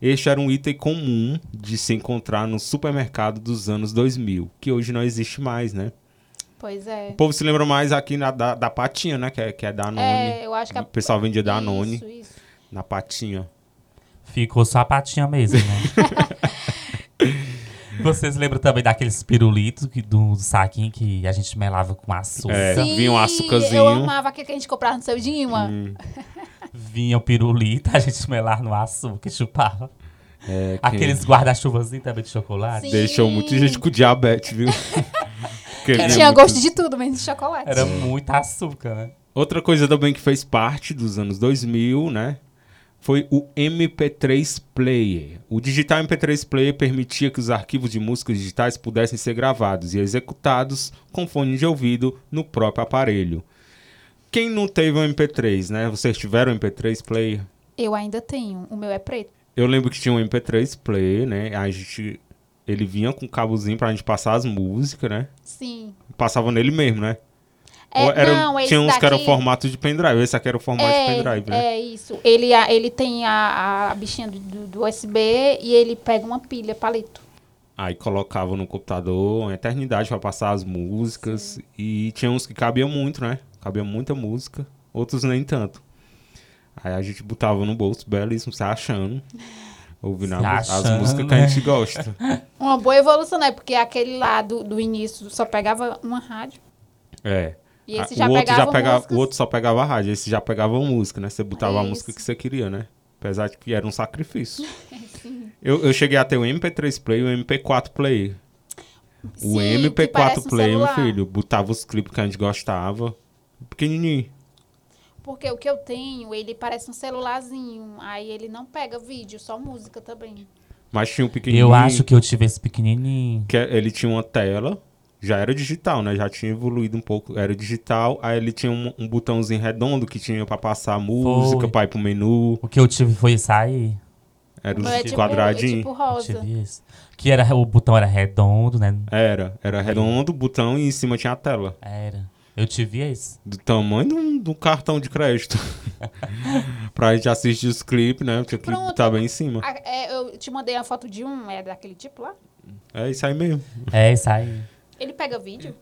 Speaker 2: Este era um item comum de se encontrar no supermercado dos anos 2000, que hoje não existe mais, né?
Speaker 4: Pois é.
Speaker 2: O povo se lembra mais aqui na- da, da patinha, né? Que é, que é da Anone.
Speaker 4: É, eu acho que a...
Speaker 2: O pessoal vendia da Anone
Speaker 4: Isso, isso.
Speaker 2: na patinha.
Speaker 3: Ficou só a patinha mesmo, né? Vocês lembram também daqueles pirulitos que, do, saquinho que a gente melava com açúcar?
Speaker 2: É. vinha um açúcarzinho. Hum,
Speaker 4: Eu amava aquele que a gente comprava no seu Dima.
Speaker 3: Vinha o pirulito, a gente melava no açúcar e chupava.
Speaker 2: É, que
Speaker 3: Aqueles guarda-chuvazinhos também de chocolate.
Speaker 4: Sim.
Speaker 2: Deixou muita gente com diabetes, viu? Porque
Speaker 4: Que
Speaker 2: vinha
Speaker 4: tinha
Speaker 2: muito-
Speaker 4: gosto de tudo, menos de chocolate.
Speaker 3: Era muito açúcar, né?
Speaker 2: Outra coisa também que fez parte dos anos 2000, né? Foi o MP3 Player. O digital MP3 Player permitia que os arquivos de músicas digitais pudessem ser gravados e executados com fone de ouvido no próprio aparelho. Quem não teve um MP3, né? Vocês tiveram um MP3 Player?
Speaker 4: Eu ainda tenho. O meu é preto.
Speaker 2: Eu lembro que tinha um MP3 Player, né? A gente. Ele vinha com um cabozinho pra gente passar as músicas, né?
Speaker 4: Sim.
Speaker 2: Passava nele mesmo, né?
Speaker 4: É,
Speaker 2: Ou era-
Speaker 4: não, esse
Speaker 2: tinha uns
Speaker 4: daqui...
Speaker 2: que eram formato de pendrive, esse aqui era o formato de pendrive, né?
Speaker 4: é isso. Ele, a- ele tem a, a bichinha do, do- do USB e ele pega uma pilha, palito.
Speaker 2: Aí colocava no computador uma eternidade pra passar as músicas. E tinha uns que cabiam muito, né? Cabia muita música, outros nem tanto. Aí a gente botava no bolso, belíssimo, se achando. Ouvindo
Speaker 3: Se
Speaker 2: a- as
Speaker 3: achando,
Speaker 2: músicas que
Speaker 3: né?
Speaker 2: a gente gosta.
Speaker 4: Uma boa evolução, né? Porque aquele lá do, do início só pegava uma rádio.
Speaker 2: É.
Speaker 4: E esse
Speaker 2: Ah,
Speaker 4: já
Speaker 2: o, outro
Speaker 4: pegava
Speaker 2: pegava-
Speaker 4: músicas. É
Speaker 2: o outro só pegava a rádio, esse já pegava música, né? Você botava a
Speaker 4: Isso. É,
Speaker 2: música que você queria, né? Apesar de que era um sacrifício. eu, eu cheguei a ter o MP3 Play e o MP4 Play. O
Speaker 4: Sim, que
Speaker 2: MP4
Speaker 4: parece um
Speaker 2: Play, meu
Speaker 4: celular.
Speaker 2: filho, botava os clipes que a gente gostava. Pequenininho.
Speaker 4: Porque o que eu tenho, ele parece um celularzinho. Aí ele não pega vídeo, só música também.
Speaker 2: Mas tinha um pequenininho.
Speaker 3: Eu acho que eu tive esse pequenininho.
Speaker 2: que ele tinha uma tela. Já era digital, né? Já tinha evoluído um pouco. Era digital. Aí ele tinha um, um botãozinho redondo que tinha pra passar a música,
Speaker 3: Foi.
Speaker 2: pra ir pro menu.
Speaker 3: O que eu tive foi isso aí.
Speaker 2: Era os
Speaker 4: Não é tipo,
Speaker 2: quadradinhos.
Speaker 4: é tipo
Speaker 3: Eu
Speaker 4: rosa.
Speaker 3: tive isso. Que era, o botão era redondo, né?
Speaker 2: Era, era redondo, botão e em cima tinha a tela.
Speaker 3: Era. Eu tive esse.
Speaker 2: Do tamanho de um, de um cartão de crédito. pra gente assistir os clipes, né? Tinha que
Speaker 4: Pronto.
Speaker 2: botar bem em cima.
Speaker 4: Ah, é, eu te mandei a foto de um, é daquele tipo lá.
Speaker 2: É isso aí mesmo.
Speaker 3: É isso aí.
Speaker 4: Ele pega vídeo?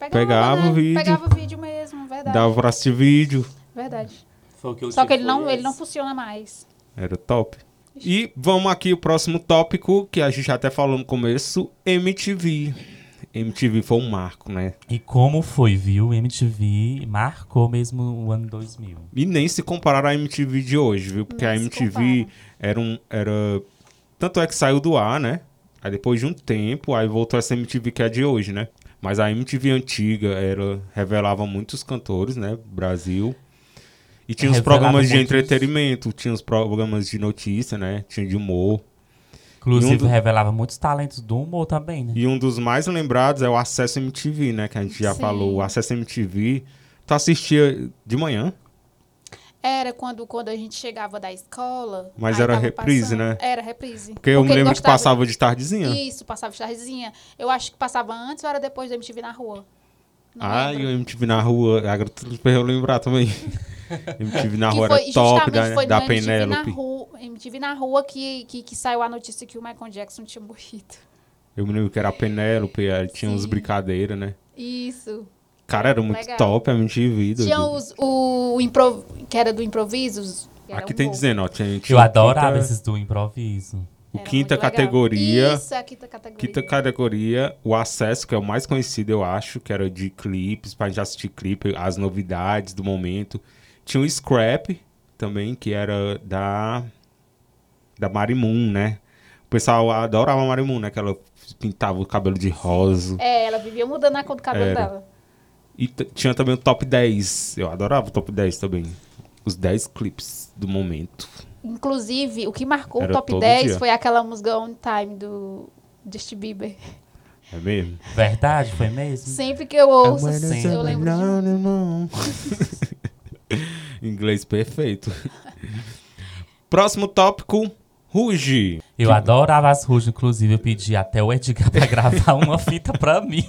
Speaker 4: né?
Speaker 2: Pegava o vídeo.
Speaker 4: Pegava vídeo mesmo, verdade.
Speaker 2: Dava pra assistir vídeo.
Speaker 4: Verdade.
Speaker 3: Foi o que eu
Speaker 4: Só que ele não, ele não funciona mais.
Speaker 2: Era top. E vamos aqui o próximo tópico, que a gente até falou no começo, MTV. MTV foi um marco, né?
Speaker 3: E como foi, viu? MTV marcou mesmo o ano 2000.
Speaker 2: E nem se comparar à MTV de hoje, viu? Porque
Speaker 4: Nem
Speaker 2: a
Speaker 4: se
Speaker 2: MTV
Speaker 4: compara.
Speaker 2: era um. Era... Tanto é que saiu do ar, né? Aí depois de um tempo, aí voltou essa MTV que é de hoje, né? Mas a MTV antiga era, revelava muitos cantores, né? Brasil. E tinha os
Speaker 3: É, Revelava
Speaker 2: programas de
Speaker 3: muitos.
Speaker 2: entretenimento, tinha os programas de notícia, né? Tinha de humor.
Speaker 3: Inclusive,
Speaker 2: E um do-
Speaker 3: revelava muitos talentos do humor também, né?
Speaker 2: E um dos mais lembrados é o Acesso MTV, né? Que a gente já
Speaker 4: Sim.
Speaker 2: falou. O Acesso MTV. Tu assistia de manhã?
Speaker 4: Era quando, quando a gente chegava da escola.
Speaker 2: Mas
Speaker 4: aí
Speaker 2: era
Speaker 4: tava
Speaker 2: reprise,
Speaker 4: passando-
Speaker 2: né?
Speaker 4: Era reprise.
Speaker 2: Porque eu me
Speaker 4: ele
Speaker 2: lembro que
Speaker 4: gostava-
Speaker 2: passava de tardezinha.
Speaker 4: Isso, passava de tardezinha. Eu acho que passava antes ou era depois da MTV na rua. Não
Speaker 2: ah,
Speaker 4: lembro.
Speaker 2: e o MTV na rua. Agora tu pra eu lembrar também. MTV na
Speaker 4: Que
Speaker 2: rua
Speaker 4: foi,
Speaker 2: era top
Speaker 4: justamente
Speaker 2: da,
Speaker 4: foi
Speaker 2: da
Speaker 4: no MTV na
Speaker 2: Penélope.
Speaker 4: rua, MTV na rua que, que, que saiu a notícia que o Michael Jackson tinha morrido.
Speaker 2: Eu me lembro que era a Penélope, aí tinha uns brincadeiras, né?
Speaker 4: Isso.
Speaker 2: Cara, era muito
Speaker 4: Legal.
Speaker 2: top a MTV. doido.
Speaker 4: Tinha os, o impro, que era do improviso. que era
Speaker 2: Aqui
Speaker 4: um
Speaker 2: tem
Speaker 4: gol.
Speaker 2: dizendo, ó. Tinha,
Speaker 3: Eu
Speaker 2: tinha
Speaker 3: adorava
Speaker 2: quinta-
Speaker 3: esses do improviso.
Speaker 2: O
Speaker 4: Era
Speaker 2: quinta
Speaker 4: muito legal.
Speaker 2: categoria.
Speaker 4: Isso, a quinta categoria.
Speaker 2: Quinta categoria, o acesso, que é o mais conhecido, eu acho, que era de clipes, pra gente assistir clipe, as novidades do momento. Tinha o Scrap também, que era da. Da Marimun, né? O pessoal adorava a Marimun, né? Que ela pintava o cabelo de rosa.
Speaker 4: É, ela vivia mudando a cor do cabelo
Speaker 2: Era.
Speaker 4: dela.
Speaker 2: E t- tinha também o Top 10. Eu adorava o Top 10 também. Os 10 clipes do momento.
Speaker 4: Inclusive, o que marcou
Speaker 2: Era
Speaker 4: o top
Speaker 2: todo
Speaker 4: 10
Speaker 2: dia.
Speaker 4: foi aquela música On Time do Justin Bieber.
Speaker 2: É mesmo?
Speaker 3: Verdade, foi
Speaker 2: Hum.
Speaker 3: mesmo?
Speaker 4: Sempre que eu
Speaker 2: É
Speaker 4: ouço,
Speaker 3: Amanhã
Speaker 4: assim,
Speaker 3: você
Speaker 4: eu lembro de
Speaker 2: Inglês perfeito. Próximo tópico, Ruge.
Speaker 3: Eu adorava as ruas, inclusive. Eu pedi até o Edgar pra gravar uma fita pra mim.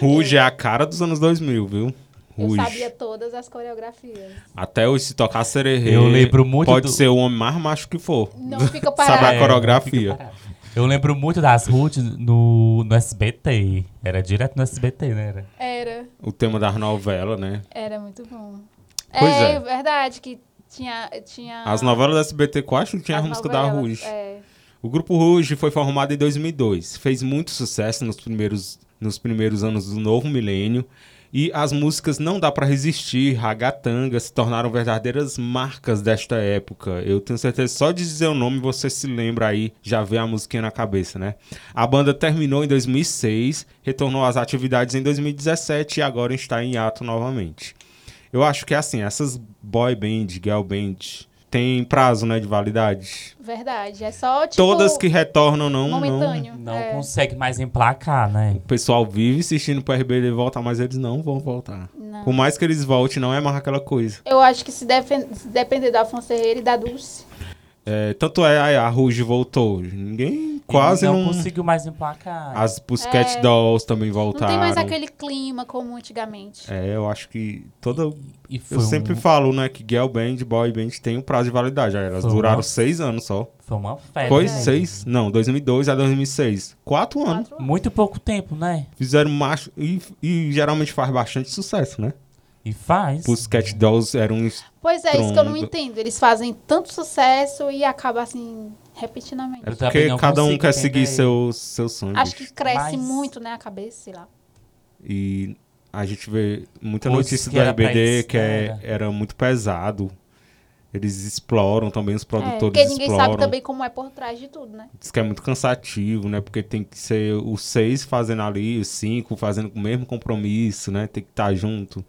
Speaker 2: Ruge é a cara dos anos 2000, viu?
Speaker 4: Eu
Speaker 2: Ruge.
Speaker 4: sabia todas as coreografias.
Speaker 2: Até hoje, se tocar sererê,
Speaker 3: Eu lembro muito
Speaker 2: pode
Speaker 3: do-
Speaker 2: ser o homem mais macho que for.
Speaker 4: Não fica
Speaker 2: Sabe a
Speaker 4: parado.
Speaker 2: coreografia.
Speaker 3: É, Eu lembro muito das ruas no, no SBT. Era direto no SBT, né? Era.
Speaker 4: Era,
Speaker 2: O tema das novelas, né?
Speaker 4: era muito bom.
Speaker 2: Pois
Speaker 4: é,
Speaker 2: é.
Speaker 4: verdade que Tinha, tinha...
Speaker 2: As novelas da SBT quase não tinha a
Speaker 4: Ah. as
Speaker 2: música da
Speaker 4: novelas,
Speaker 2: Ruge.
Speaker 4: é.
Speaker 2: O grupo Ruge foi formado em 2002, fez muito sucesso nos primeiros, nos primeiros anos do novo milênio e as músicas Não Dá Pra Resistir, Ragatanga se tornaram verdadeiras marcas desta época. Eu tenho certeza, só de dizer o nome você se lembra aí, já vê a musiquinha na cabeça, né? A banda terminou em 2006, retornou às atividades em 2017 e agora está em ato novamente. Eu acho que é assim, essas boy band, girl band, tem prazo, né, de validade?
Speaker 4: Verdade. É só, tipo...
Speaker 2: Todas que retornam não, não.
Speaker 4: Momentâneo.
Speaker 3: Não
Speaker 4: é.
Speaker 3: consegue mais emplacar, né?
Speaker 2: O pessoal vive insistindo pro RBD voltar, mas eles não vão voltar.
Speaker 4: Não.
Speaker 2: Por mais que eles voltem, não é mais aquela coisa.
Speaker 4: Eu acho que se, defen- se depender da Afonso Ferreira e da Dulce.
Speaker 2: É, tanto é, ai, a Ruge voltou. Ninguém quase
Speaker 3: não,
Speaker 2: não.
Speaker 3: conseguiu mais emplacar.
Speaker 2: As Pusquet Dolls também
Speaker 4: É. Não
Speaker 2: voltaram.
Speaker 4: tem mais aquele clima como antigamente.
Speaker 2: É, eu acho que toda.
Speaker 3: E
Speaker 2: Eu
Speaker 3: foi,
Speaker 2: sempre
Speaker 3: um-
Speaker 2: falo, né, que Girl Band, Boy Band tem um prazo de validade. Aí Elas
Speaker 3: Foi um
Speaker 2: duraram
Speaker 3: uma-
Speaker 2: seis anos só.
Speaker 3: foi uma festa.
Speaker 2: Foi
Speaker 3: né?
Speaker 2: seis? Não, 2002 a 2006. Quatro anos.
Speaker 4: Quatro anos.
Speaker 3: Muito pouco tempo, né?
Speaker 2: Fizeram macho. E, e geralmente faz bastante sucesso, né?
Speaker 3: E faz.
Speaker 2: Pusquet Dolls era um
Speaker 4: Pois é, isso que eu não
Speaker 2: Trondo.
Speaker 4: entendo. Eles fazem tanto sucesso e acaba assim, repetidamente.
Speaker 2: É
Speaker 3: Eu
Speaker 2: porque
Speaker 3: também não
Speaker 2: cada um
Speaker 3: consigo
Speaker 2: quer seguir
Speaker 3: entender.
Speaker 2: seu, seu sonho.
Speaker 4: Acho que
Speaker 2: bicho.
Speaker 4: cresce
Speaker 3: Mas-
Speaker 4: muito, né, a cabeça, sei lá.
Speaker 2: E a gente vê muita
Speaker 3: Coisas
Speaker 2: notícia
Speaker 3: que
Speaker 2: do
Speaker 3: era pra
Speaker 2: RBD
Speaker 3: eles,
Speaker 2: que é-
Speaker 3: né?
Speaker 2: era muito pesado. Eles exploram também, os
Speaker 4: É,
Speaker 2: produtores
Speaker 4: porque ninguém
Speaker 2: exploram.
Speaker 4: sabe também como é por trás de tudo, né?
Speaker 2: Diz que é muito cansativo, né? Porque tem que ser os seis fazendo ali, os cinco fazendo o mesmo compromisso, né? Tem que estar junto.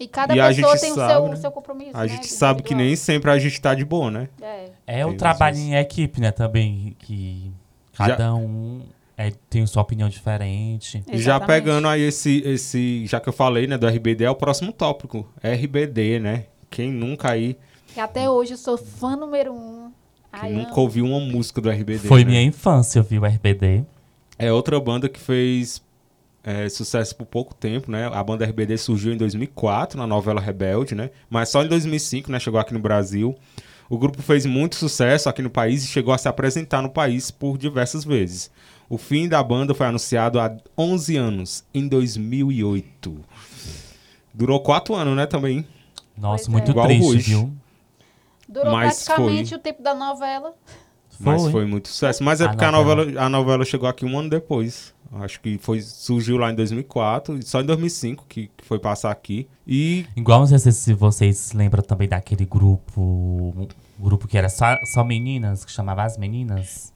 Speaker 4: E cada
Speaker 2: E a
Speaker 4: pessoa
Speaker 2: gente
Speaker 4: tem
Speaker 2: sabe,
Speaker 4: o seu,
Speaker 2: né?
Speaker 4: o seu compromisso.
Speaker 2: A
Speaker 4: né,
Speaker 2: gente sabe que nem
Speaker 4: individual.
Speaker 2: sempre a gente tá de boa, né?
Speaker 4: É.
Speaker 3: É o
Speaker 2: Tem
Speaker 3: trabalho
Speaker 2: vezes.
Speaker 3: em equipe, né? Também que
Speaker 2: Já-
Speaker 3: cada um é, tem sua opinião diferente.
Speaker 2: E Já
Speaker 4: Exatamente.
Speaker 2: pegando aí esse, esse, já que eu falei, né, do RBD, é o próximo tópico. RBD, né? Quem nunca aí
Speaker 4: E até hoje eu sou fã número um. Ai,
Speaker 2: Quem nunca
Speaker 4: amo.
Speaker 2: ouviu uma música do RBD.
Speaker 3: Foi
Speaker 2: né?
Speaker 3: minha infância, viu, RBD?
Speaker 2: É outra banda que fez é, sucesso por pouco tempo, né? A banda RBD surgiu em 2004 na novela Rebelde, né? Mas só em 2005, né? Chegou aqui no Brasil. O grupo fez muito sucesso aqui no país e chegou a se apresentar no país por diversas vezes. O fim da banda foi anunciado há 11 anos, em 2008. Durou quatro anos, né? Também.
Speaker 3: Nossa,
Speaker 4: Pois é.
Speaker 3: muito
Speaker 2: Igual
Speaker 3: triste,
Speaker 2: hoje.
Speaker 3: viu?
Speaker 4: Durou
Speaker 2: Mas
Speaker 4: praticamente o tempo da novela.
Speaker 2: Mas foi muito sucesso. Mas é
Speaker 3: A
Speaker 2: porque a
Speaker 3: novela.
Speaker 2: novela, a novela chegou aqui um ano depois. Acho que foi, surgiu lá em 2004, e só em 2005 que, que foi passar aqui. E
Speaker 3: Igual, não sei se- se vocês se lembram também daquele grupo. um grupo que era só, só meninas, que chamava As Meninas.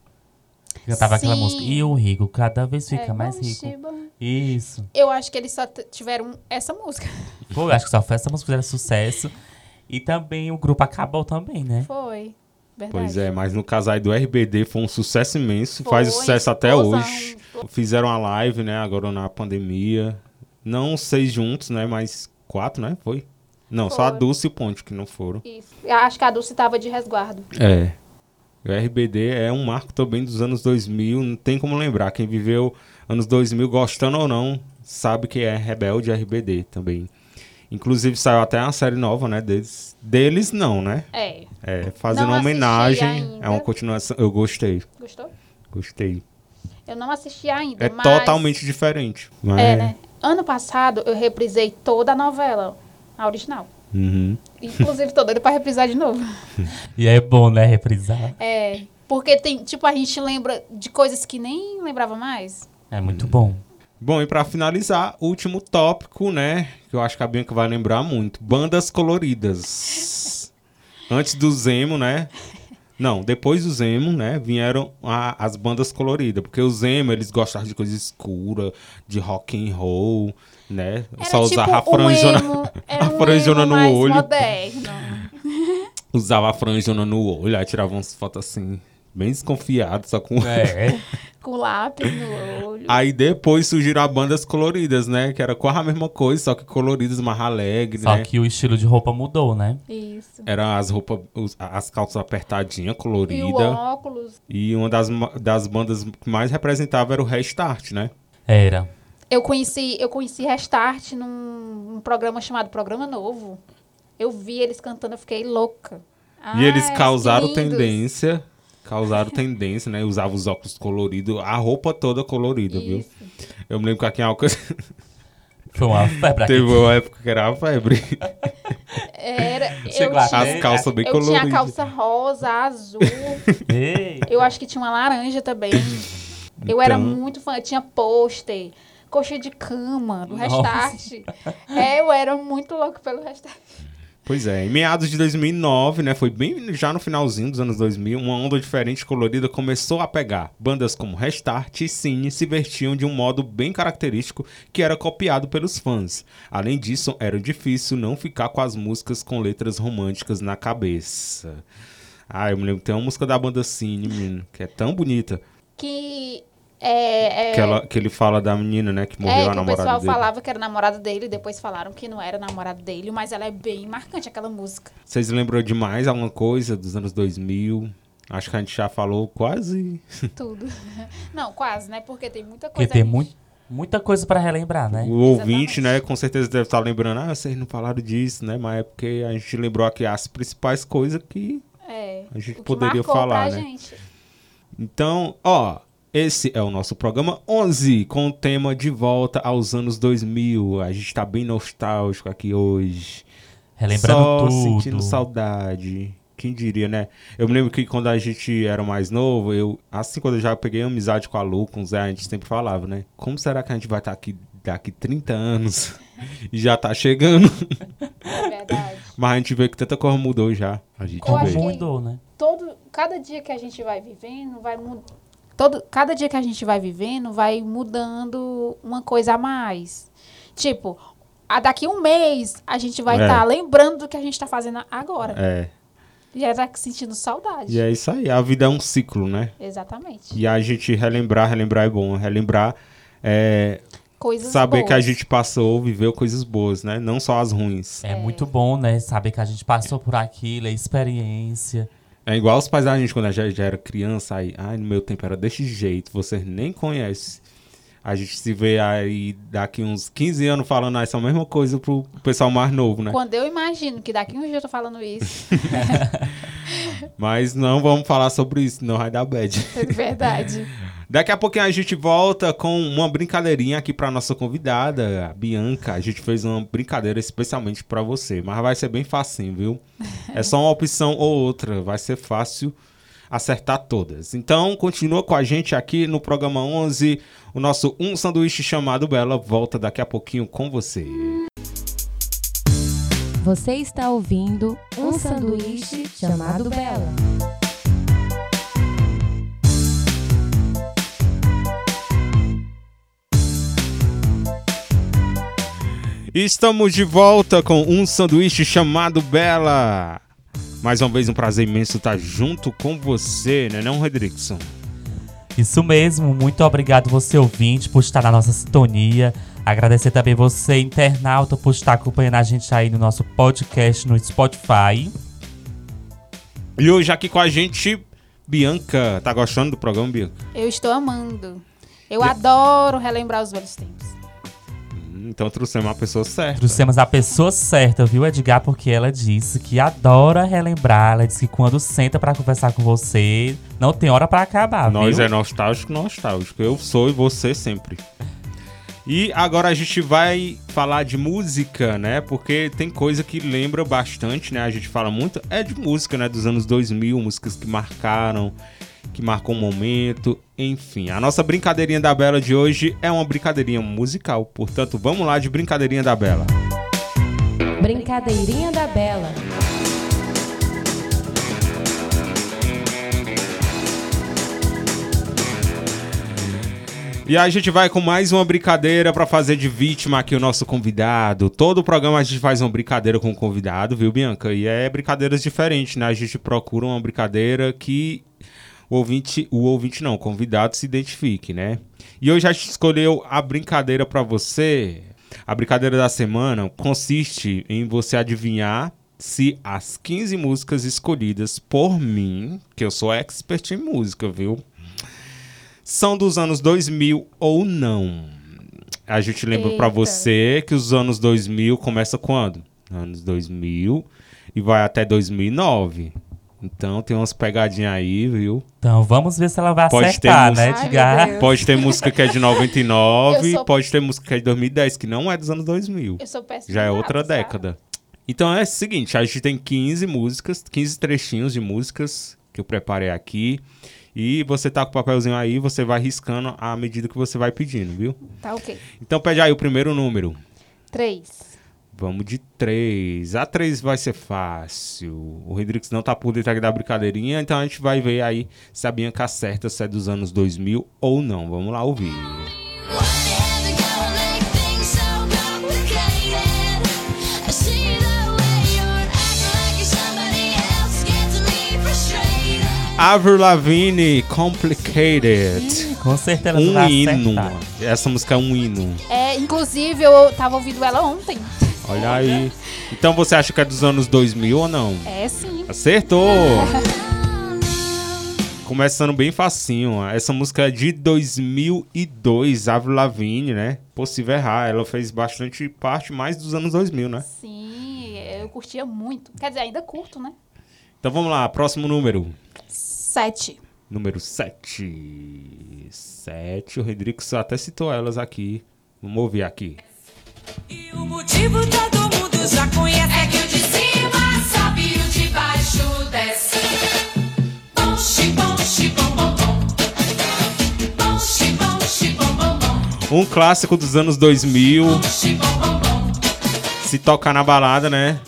Speaker 3: Que Cantava aquela
Speaker 4: Sim.
Speaker 3: música. E o rico cada vez fica
Speaker 4: É,
Speaker 3: mais
Speaker 4: bom,
Speaker 3: rico.
Speaker 4: Shiba.
Speaker 3: Isso.
Speaker 4: Eu acho que eles só t- tiveram essa música.
Speaker 3: Pô, eu acho que só foi essa música que era sucesso. E também o grupo acabou também, né?
Speaker 4: Foi. Verdade.
Speaker 2: pois é, mas no caso aí do RBD foi um sucesso imenso, faz
Speaker 4: Foi,
Speaker 2: sucesso até
Speaker 4: explosão.
Speaker 2: hoje. Fizeram a live, né, agora na pandemia. Não seis juntos, né, mas quatro, né, foi. Não, só a
Speaker 4: Foi.
Speaker 2: Dulce e o Ponte que não foram.
Speaker 4: Isso. Eu acho que a Dulce tava de resguardo.
Speaker 2: É. O RBD é um marco também dos anos 2000, não tem como lembrar. Quem viveu anos 2000, gostando ou não, sabe que é rebelde RBD também. Inclusive saiu até uma série nova, né? Deles, deles não, né?
Speaker 4: É.
Speaker 2: É, fazendo
Speaker 4: Não
Speaker 2: uma
Speaker 4: assisti
Speaker 2: homenagem.
Speaker 4: ainda.
Speaker 2: É uma continuação. Eu gostei,
Speaker 4: Gostou?
Speaker 2: gostei.
Speaker 4: Eu não assisti ainda.
Speaker 2: É
Speaker 4: mas...
Speaker 2: totalmente diferente. mas-
Speaker 4: É, né? Ano passado eu reprisei toda a novela, a original.
Speaker 2: Uhum.
Speaker 4: Inclusive, tô doida pra reprisar de novo.
Speaker 3: E é bom, né? Reprisar.
Speaker 4: É. Porque tem, tipo, a gente lembra de coisas que nem lembrava mais.
Speaker 3: É muito bom.
Speaker 2: Bom, e pra finalizar, último tópico, né? Que eu acho que a Bianca vai lembrar muito. Bandas coloridas. Antes do Zemo, né? Não, depois do Zemo, né? Vieram a- as bandas coloridas. Porque o Zemo, eles gostavam de coisa escura, de rock and roll, né?
Speaker 4: Era
Speaker 2: Só
Speaker 4: tipo
Speaker 2: usava a
Speaker 4: um
Speaker 2: franjona,
Speaker 4: emo, era
Speaker 2: a
Speaker 4: um
Speaker 2: franjona
Speaker 4: emo
Speaker 2: no
Speaker 4: mais
Speaker 2: olho.
Speaker 4: moderno.
Speaker 2: Usava a franjona no olho, aí tirava umas fotos assim, bem desconfiado, só com...
Speaker 3: É.
Speaker 2: né?
Speaker 4: Com lápis no olho.
Speaker 2: Aí depois surgiram as bandas coloridas, né? Que era quase a mesma coisa, só que coloridas, mais alegre,
Speaker 3: Só
Speaker 2: né?
Speaker 3: que o estilo de roupa mudou, né?
Speaker 4: Isso.
Speaker 2: Era as roupas, os- as calças apertadinhas,
Speaker 4: E o
Speaker 2: colorida.
Speaker 4: óculos.
Speaker 2: E, uma das, ma- das bandas que mais representava era o Restart, né?
Speaker 3: Era.
Speaker 4: Eu conheci, eu conheci Restart num, num programa chamado Programa Novo. Eu vi eles cantando, eu fiquei louca.
Speaker 2: e eles
Speaker 4: Ai,
Speaker 2: causaram
Speaker 4: que Ah, é, lindos.
Speaker 2: tendência. Causaram tendência, né? Usavam os óculos coloridos, a roupa toda colorida, viu?
Speaker 4: Isso.
Speaker 2: Eu me lembro que aqui em Alcântara
Speaker 3: Foi uma febre aqui.
Speaker 2: teve uma época que era a febre.
Speaker 4: Era,
Speaker 3: Chegou a
Speaker 4: tinha-
Speaker 2: As calças bem
Speaker 4: Eu tinha
Speaker 2: coloridas.
Speaker 4: a calça rosa, azul.
Speaker 2: um
Speaker 3: Ei.
Speaker 4: eu acho que tinha uma laranja também. Eu era
Speaker 2: Então.
Speaker 4: muito fã. Tinha pôster, coxa de cama, do
Speaker 3: Nossa.
Speaker 4: Restart. É, eu era muito louco pelo Restart.
Speaker 2: Pois é, em meados de 2009, né, foi bem já no finalzinho dos anos 2000, uma onda diferente colorida começou a pegar. Bandas como Restart e Cine se vestiam de um modo bem característico que era copiado pelos fãs. Além disso, era difícil não ficar com as músicas com letras românticas na cabeça. Ah, eu me lembro, tem uma música da banda Cine, menino, que é tão bonita,
Speaker 4: Que é, é,
Speaker 2: que, ela, que ele fala da menina, né, que morreu
Speaker 4: é,
Speaker 2: a
Speaker 4: que o
Speaker 2: namorada
Speaker 4: pessoal
Speaker 2: dele.
Speaker 4: falava que era namorado dele, depois falaram que não era namorado dele, mas ela é bem marcante, aquela música.
Speaker 2: Vocês lembram de mais alguma coisa dos anos 2000? Acho que a gente já falou quase...
Speaker 4: Tudo. Não, quase, né? Porque tem muita
Speaker 3: Porque
Speaker 4: coisa.
Speaker 3: tem
Speaker 4: ali.
Speaker 3: muito, muita coisa pra relembrar, né?
Speaker 2: O ouvinte,
Speaker 4: Exatamente.
Speaker 2: né, com certeza deve estar lembrando, ah, vocês não falaram disso, né? Mas é porque a gente lembrou aqui as principais coisas que.
Speaker 4: É,
Speaker 2: A gente
Speaker 4: o que
Speaker 2: poderia
Speaker 4: marcou
Speaker 2: falar,
Speaker 4: pra
Speaker 2: né?
Speaker 4: gente.
Speaker 2: Então, ó, esse é o nosso programa 11, com o tema de volta aos anos 2000. A gente tá bem nostálgico aqui hoje.
Speaker 3: Relembrando
Speaker 2: Só
Speaker 3: Tá tudo.
Speaker 2: sentindo saudade. Quem diria, né? Eu me lembro que quando a gente era mais novo, eu, assim, quando eu já peguei amizade com a Lu, com o Zé, a gente sempre falava, né? Como será que a gente vai estar aqui daqui 30 anos? E já tá chegando.
Speaker 4: É verdade.
Speaker 2: Mas a gente vê que tanta coisa mudou já. A gente
Speaker 4: Eu
Speaker 3: Como
Speaker 4: acho
Speaker 2: vê.
Speaker 4: que-
Speaker 3: mudou, né?
Speaker 4: todo cada dia que a gente vai vivendo vai mudando todo cada dia que a gente vai vivendo vai mudando uma coisa a mais tipo a daqui um mês a gente vai
Speaker 2: É.
Speaker 4: estar lembrando do que a gente está fazendo agora
Speaker 2: É.
Speaker 4: e aí tá sentindo saudade
Speaker 2: E é isso aí. A vida é um ciclo, né?
Speaker 4: exatamente
Speaker 2: E a gente relembrar, relembrar é bom. Relembrar é
Speaker 4: coisas
Speaker 2: saber que a
Speaker 4: boas.
Speaker 2: gente passou, viveu coisas boas, né? Não só as ruins.
Speaker 3: É, muito bom, né? Saber que a gente passou por aquilo, é experiência.
Speaker 2: É igual os pais da gente quando a gente já era criança, aí, ai, no meu tempo era desse jeito, vocês nem conhecem. A gente se vê aí daqui uns 15 anos falando "Ah, essa mesma coisa pro pessoal mais novo, né?
Speaker 4: quando eu imagino que daqui um dia eu tô falando isso
Speaker 2: Mas não vamos falar sobre isso, não vai dar bad.
Speaker 4: é verdade
Speaker 2: Daqui a pouquinho a gente volta com uma brincadeirinha aqui pra nossa convidada, a Bianca. A gente fez uma brincadeira especialmente pra você, mas vai ser bem facinho, viu? É só uma opção ou outra, vai ser fácil acertar todas. Então, continua com a gente aqui no programa 11. O nosso Um Sanduíche Chamado Bela volta daqui a pouquinho com você.
Speaker 1: Você está ouvindo um sanduíche chamado Bela.
Speaker 2: Estamos de volta com um sanduíche chamado Bela. Mais uma vez, um prazer imenso estar junto com você, né, não, Redrickson?
Speaker 3: Isso mesmo, muito obrigado você ouvinte por estar na nossa sintonia. Agradecer também você internauta por estar acompanhando a gente aí no nosso podcast no Spotify.
Speaker 2: E hoje aqui com a gente, Bianca. Tá gostando do programa, Bianca?
Speaker 4: eu estou amando eu adoro relembrar os velhos tempos
Speaker 2: Hum, Então trouxemos uma pessoa certa.
Speaker 3: Trouxemos a pessoa certa, viu, Edgar? Porque ela disse que adora relembrar. Ela disse que quando senta pra conversar com você, não tem hora pra acabar,
Speaker 2: Nós
Speaker 3: tá viu?
Speaker 2: é nostálgico, nostálgico. Eu sou e você sempre. E agora a gente vai falar de música, né? Porque tem coisa que lembra bastante, né? A gente fala muito. É de música, né? Dos anos 2000, músicas que marcaram, que marcou um momento, enfim. A nossa brincadeirinha da Bela de hoje é uma brincadeirinha musical. Portanto, vamos lá de brincadeirinha da Bela.
Speaker 1: Brincadeirinha da Bela.
Speaker 2: E a gente vai com mais uma brincadeira pra fazer de vítima aqui o nosso convidado. Todo o programa a gente faz uma brincadeira com o convidado, viu, Bianca? E é brincadeiras diferentes, né? A gente procura uma brincadeira que o ouvinte, o ouvinte não, o convidado se identifique, né? E hoje a gente escolheu a brincadeira pra você. A brincadeira da semana consiste em você adivinhar se as 15 músicas escolhidas por mim, que eu sou expert em música, viu? são dos anos 2000 ou não. A gente lembra pra
Speaker 4: Eita.
Speaker 2: você que os anos 2000 começa quando? Anos 2000 e vai até 2009. Então tem umas pegadinhas aí, viu?
Speaker 3: Então vamos ver se ela vai
Speaker 2: Pode ter
Speaker 3: acertar,
Speaker 2: mús-
Speaker 3: né,
Speaker 4: Ai, meu
Speaker 3: Edgar?
Speaker 4: Deus.
Speaker 2: Pode ter música que é de 99,
Speaker 4: Eu sou-
Speaker 2: pode ter música que é de 2010, que não é dos anos 2000.
Speaker 4: eu sou péssima
Speaker 2: Já é
Speaker 4: em
Speaker 2: outra
Speaker 4: datas, sabe?
Speaker 2: década. Então é o seguinte, a gente tem 15 músicas, 15 trechinhos de músicas que eu preparei aqui. E você tá com o papelzinho aí, você vai riscando à medida que você vai pedindo, viu?
Speaker 4: Tá ok.
Speaker 2: Então pede aí o primeiro número.
Speaker 4: Três.
Speaker 2: Vamos de 3. A 3 vai ser fácil. O Rodrigues não tá por dentro aqui da brincadeirinha, então a gente vai ver aí se a Bianca acerta se é dos anos 2000 ou não. Vamos lá ouvir. Avril Lavigne, Complicated.
Speaker 3: Com certeza tu
Speaker 2: Um
Speaker 3: vai
Speaker 2: hino.
Speaker 3: acertar.
Speaker 2: Essa música é um hino.
Speaker 4: É, inclusive, eu tava ouvindo ela ontem.
Speaker 2: Olha aí. Então você acha que é dos anos 2000 ou não?
Speaker 4: É, sim.
Speaker 2: Acertou! Começando bem facinho. ó. Essa música é de 2002, Avril Lavigne, né? Possível errar. Ela fez bastante parte mais dos anos 2000, né?
Speaker 4: Sim, eu curtia muito. Quer dizer, ainda curto, né?
Speaker 2: Então vamos lá, próximo número.
Speaker 4: Sete.
Speaker 2: Número 7. 7. O Rodrigues até citou elas aqui. Vamos ouvir aqui.
Speaker 6: E o motivo todo mundo já conhece é que o de cima sobe e o de baixo desce. Bom, xi, bom, xi, bom, bom, bom. Bom, xi, bom, xi, bom, bom, bom.
Speaker 2: Um clássico dos anos 2000.
Speaker 6: Xi, bom, bom, bom.
Speaker 2: Se tocar na balada, né?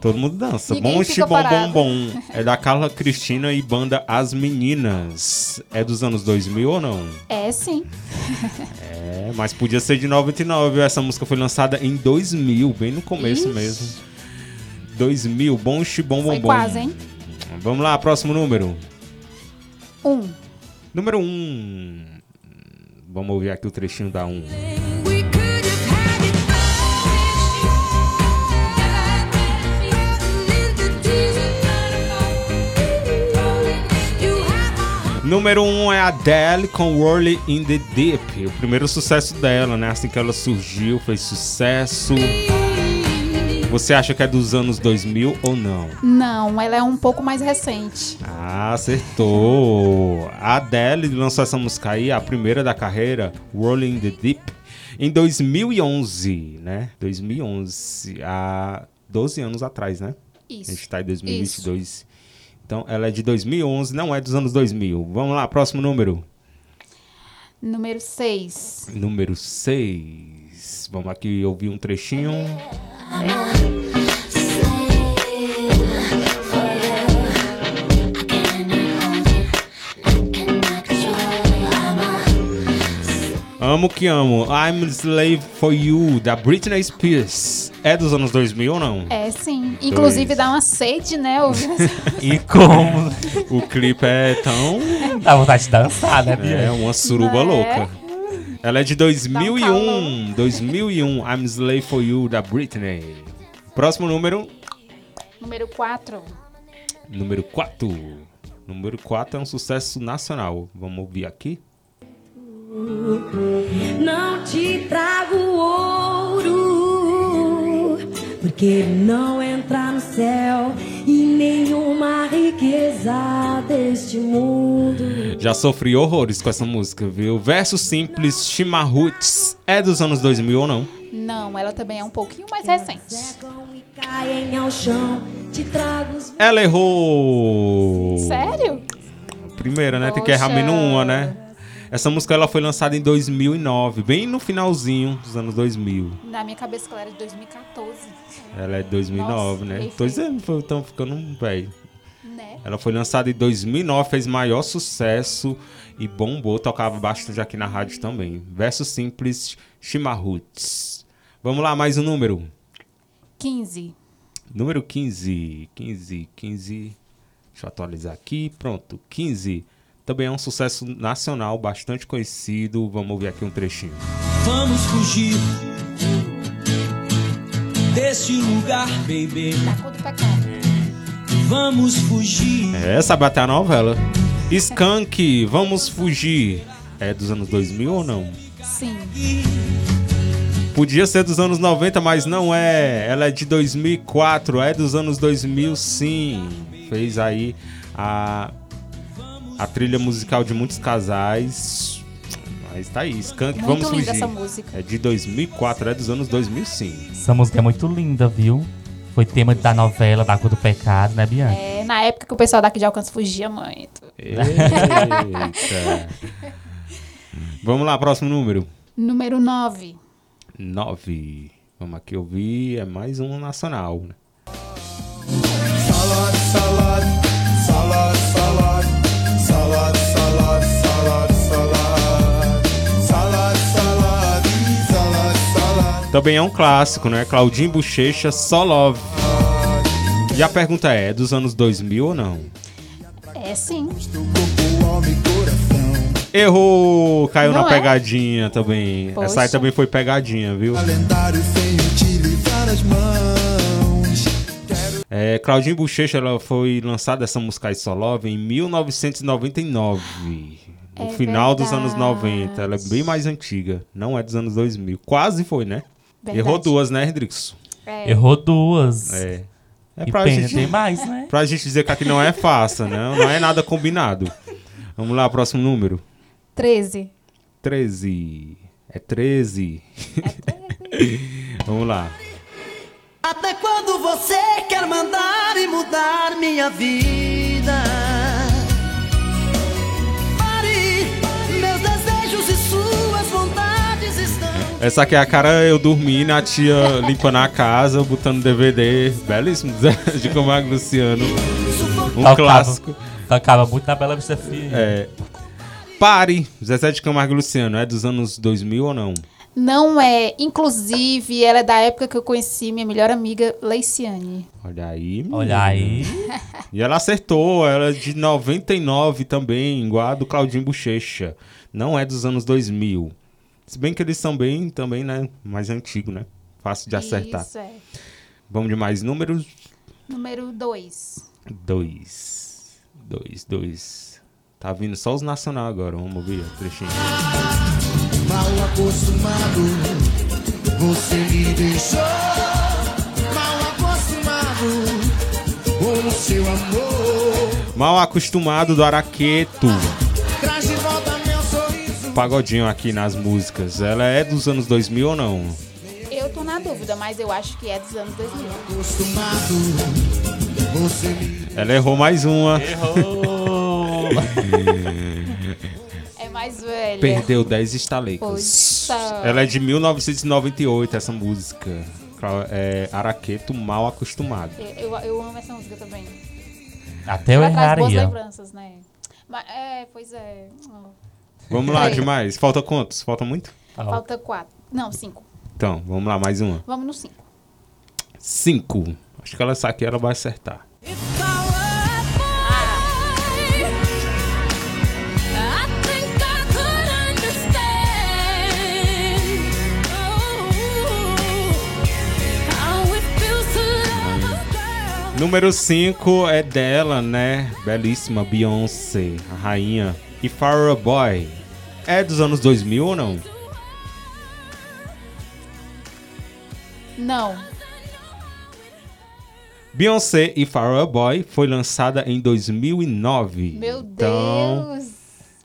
Speaker 2: Todo mundo dança.
Speaker 4: Ninguém
Speaker 2: bom,
Speaker 4: fica
Speaker 2: xibom, bom,
Speaker 4: parado.
Speaker 2: bom. É da Carla Cristina e banda As Meninas. É dos anos 2000 ou não?
Speaker 4: É, sim.
Speaker 2: É, mas podia ser de 99. Essa música foi lançada em 2000, bem no começo
Speaker 4: Ixi.
Speaker 2: mesmo. 2000, bom, xibom, bom,
Speaker 4: Foi
Speaker 2: Um bom.
Speaker 4: quase, hein?
Speaker 2: Vamos lá, próximo número.
Speaker 4: Um.
Speaker 2: Número 1. Um. Vamos ouvir aqui o trechinho da 1. Um.
Speaker 6: We could have had it all. You have my heart.
Speaker 2: Número 1 um é Adele com Whirly in the Deep. O primeiro sucesso dela, né? Assim que ela surgiu, fez sucesso. Você acha que é dos anos 2000 ou não?
Speaker 4: Não, ela é um pouco mais recente.
Speaker 2: Ah, acertou! A Adele lançou essa música aí, a primeira da carreira, Rolling in the Deep, em 2011, né? 2011, há 12 anos atrás, né?
Speaker 4: Isso.
Speaker 2: A gente tá em 2022. Então, ela é de 2011, não é dos anos 2000. Vamos lá, próximo número.
Speaker 4: Número seis.
Speaker 2: Número 6. Vamos aqui ouvir um trechinho. Amo que amo. I'm a Slave for You, da Britney Spears. É dos anos 2000 ou não?
Speaker 4: É, sim. Inclusive dá uma sede, né? ouvindo essa-
Speaker 3: E como.
Speaker 2: O clipe é tão.
Speaker 3: Dá vontade de dançar, né, Bia?
Speaker 2: É uma suruba
Speaker 4: Né? um
Speaker 2: louca. Ela é de 2001.
Speaker 4: calor.
Speaker 2: 2001, I'm a Slave for You, da Britney. Próximo número,
Speaker 4: Número quatro.
Speaker 2: número 4. Número 4 é um sucesso nacional. Vamos ouvir aqui.
Speaker 7: Não te trago ouro, porque ele não entra no céu e nenhuma riqueza deste mundo.
Speaker 2: Já sofri horrores com essa música, viu? Verso simples, Chimarruts. É dos anos 2000 ou não?
Speaker 4: Não, ela também é um pouquinho mais recente.
Speaker 7: Secam e caem ao chão, te trago os
Speaker 2: Ela errou!
Speaker 4: Sério?
Speaker 2: Primeira, né? Tem que errar
Speaker 4: Poxa.
Speaker 2: menos uma, né? Essa música ela foi lançada em 2009, bem no finalzinho dos anos 2000.
Speaker 4: Na minha cabeça que ela era de 2014.
Speaker 2: Ela é de 2009,
Speaker 4: Nossa,
Speaker 2: né?
Speaker 4: bem
Speaker 2: Tô
Speaker 4: feito.
Speaker 2: dizendo, estão ficando um velho.
Speaker 4: Né?
Speaker 2: Ela foi lançada em 2009, fez maior sucesso e bombou, tocava bastante aqui na rádio também. Verso simples, Chimarruts. Vamos lá, mais um número.
Speaker 4: 15.
Speaker 2: Número 15. 15, 15. Deixa eu atualizar aqui. Pronto, 15. Também é um sucesso nacional, bastante conhecido. Vamos ouvir aqui um trechinho.
Speaker 8: Vamos fugir desse lugar, baby.
Speaker 4: Da cor Tá do pecado.
Speaker 8: Vamos fugir.
Speaker 2: Essa bate É, a novela. Skunk, vamos fugir. É dos anos 2000 ou não?
Speaker 4: Sim.
Speaker 2: Podia ser dos anos 90, mas não é. Ela é de 2004, é dos anos 2000 sim. Fez aí a, a trilha musical de muitos casais. Mas tá aí, Skank,
Speaker 4: Muito
Speaker 2: vamos
Speaker 4: linda
Speaker 2: fugir.
Speaker 4: essa música.
Speaker 2: É de 2004, é dos anos 2000 sim.
Speaker 3: Essa música é muito linda, viu? Foi tema da novela da Cor do Pecado, né, Bianca?
Speaker 4: É, na época que o pessoal daqui de Alcance fugia muito.
Speaker 2: Eita. Vamos lá, próximo número.
Speaker 4: Número 9.
Speaker 2: 9. Vamos aqui ouvir. É mais um nacional. né? Também é um clássico, né? Claudinho Bochecha, só love. E a pergunta é, é dos anos 2000 ou não?
Speaker 4: É sim.
Speaker 2: Errou! Caiu
Speaker 4: Não
Speaker 2: na
Speaker 4: é?
Speaker 2: pegadinha também.
Speaker 4: Poxa.
Speaker 2: Essa aí também foi pegadinha, viu? É, Claudinho Bochecha, ela foi lançada essa música aí, só love em 1999. No
Speaker 4: É
Speaker 2: final dos anos
Speaker 4: verdade.
Speaker 2: 90. Ela é bem mais antiga. Não é dos anos 2000. Quase foi, né?
Speaker 4: Verdade.
Speaker 2: Errou duas, né, Hendrix?
Speaker 4: É.
Speaker 3: Errou duas.
Speaker 2: É. É
Speaker 3: E
Speaker 2: pra
Speaker 3: pena,
Speaker 2: gente
Speaker 3: tem mais, né?
Speaker 2: Pra gente dizer que aqui não é fácil, né? Não é nada combinado. Vamos lá, próximo número.
Speaker 4: 13.
Speaker 2: 13. É 13.
Speaker 4: É
Speaker 2: Vamos lá.
Speaker 6: Até quando você quer mandar e mudar minha vida? Pare, meus desejos e suas vontades estão.
Speaker 2: Essa aqui é a cara eu dormindo, a tia limpando a casa, botando DVD. Belíssimo, de Camargo e Luciano. Um
Speaker 3: Tá
Speaker 2: clássico.
Speaker 3: Tocava muito na Bela Vista Firme.
Speaker 2: É. Pare, Zezé de Camargo e Luciano, é dos anos 2000 ou não?
Speaker 4: Não é. Inclusive, ela é da época que eu conheci minha melhor amiga, Leiciane.
Speaker 2: Olha aí, menino.
Speaker 3: Olha aí.
Speaker 2: E ela acertou, ela é de 99 também, igual a do Claudinho Bochecha. Não é dos anos 2000. Se bem que eles são bem também, né? Mais antigo, né? Fácil de acertar.
Speaker 4: Isso, é.
Speaker 2: Vamos de mais números?
Speaker 4: Número 2.
Speaker 2: Dois. Dois, dois. Tá vindo só os nacional agora, vamos ouvir o trechinho.
Speaker 6: Mal acostumado, você me deixou. Mal acostumado com o seu amor.
Speaker 2: Mal acostumado do Araqueto.
Speaker 6: Traz de volta meu sorriso.
Speaker 2: Pagodinho aqui nas músicas. Ela é dos anos 2000 ou não?
Speaker 4: Eu tô na dúvida, mas eu acho que é dos anos 2000.
Speaker 6: Acostumado, você me
Speaker 2: Ela errou mais uma.
Speaker 3: Errou.
Speaker 4: É mais velha.
Speaker 2: Perdeu 10 estalecas.
Speaker 4: Poxa.
Speaker 2: Ela é de 1998, essa música. Cla- É, Araqueto mal acostumado.
Speaker 4: Eu, eu amo essa música também.
Speaker 3: Até eu
Speaker 2: é
Speaker 4: ela traz boas
Speaker 3: erraria.
Speaker 4: lembranças, né? Mas, é, pois é. Ó,
Speaker 2: Vamos lá,
Speaker 4: É.
Speaker 2: demais. Falta quantos? Falta muito?
Speaker 3: Ó,
Speaker 4: Falta quatro. Não, cinco.
Speaker 2: Então, vamos lá, mais uma.
Speaker 4: Vamos no cinco.
Speaker 2: 5. Acho que ela sabe que ela vai acertar. Número 5 é dela, né? Belíssima, Beyoncé, a rainha. E Farrah Boy. É dos anos 2000 ou não?
Speaker 4: Não.
Speaker 2: Beyoncé e Farrah Boy foi lançada em 2009.
Speaker 4: Meu
Speaker 2: Então,
Speaker 4: Deus.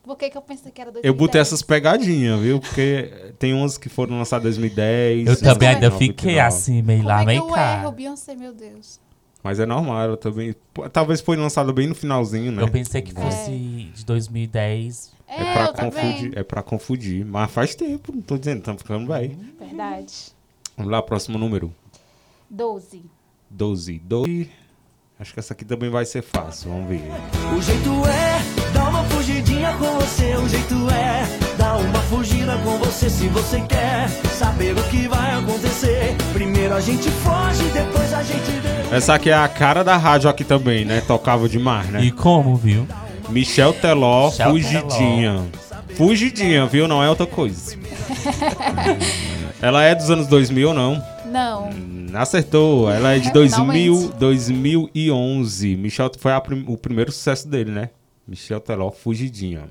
Speaker 4: Por que, que eu pensei que era 2010?
Speaker 2: Eu botei essas pegadinhas, viu? Porque tem uns que foram lançados em 2010.
Speaker 3: Eu também ainda
Speaker 2: 2009,
Speaker 3: fiquei
Speaker 2: 2009.
Speaker 3: assim, meio
Speaker 4: Como
Speaker 3: lá,
Speaker 4: é que
Speaker 3: meio
Speaker 4: eu erro,
Speaker 3: cá.
Speaker 4: Beyoncé, meu Deus.
Speaker 2: Mas é normal, ela também. Pô, Talvez foi lançada bem no finalzinho, né?
Speaker 3: Eu pensei que fosse de 2010.
Speaker 4: É,
Speaker 2: É pra,
Speaker 4: eu também.
Speaker 2: confundir, é pra confundir. Mas faz tempo, não tô dizendo, tá ficando bem.
Speaker 4: Verdade.
Speaker 2: Vamos lá, próximo número.
Speaker 4: 12.
Speaker 2: 12. 12. Acho que essa aqui também vai ser fácil, vamos ver.
Speaker 6: O jeito é dar uma fugidinha com você. O jeito é dar uma fugida com você. Se você quer saber o que vai acontecer, primeiro a gente foge, depois a gente vê.
Speaker 2: Essa aqui é a cara da rádio aqui também, né? Tocava demais, né?
Speaker 3: E como, viu?
Speaker 2: Michel Teló,
Speaker 3: Michel
Speaker 2: Fugidinha. Fugidinha, viu? Não é outra coisa. ela é dos anos 2000 ou não?
Speaker 4: Não.
Speaker 2: Hum, Acertou. Ela é de 2000, 2011. Michel foi a prim- o primeiro sucesso dele, né? Michel Teló, Fugidinha.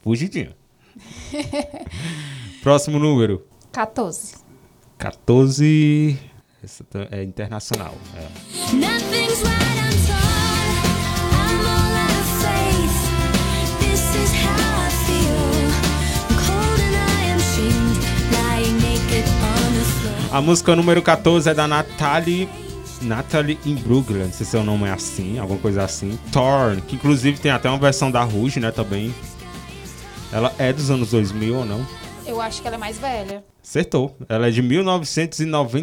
Speaker 2: Fugidinha. Próximo número.
Speaker 4: 14.
Speaker 2: 14. Essa tá- é internacional. É.
Speaker 9: Nothing's right, I'm torn. I'm all out of faith. This is how I feel. I'm cold and I am shamed, lying naked on the floor.
Speaker 2: A música número 14 é da Nathalie Natalie in Brooklyn, não sei se seu nome é assim, alguma coisa assim. Thorn, que inclusive tem até uma versão da Rouge, né, também. Ela é dos anos 2000 ou não?
Speaker 4: Eu acho que ela é mais velha.
Speaker 2: Acertou. Ela é de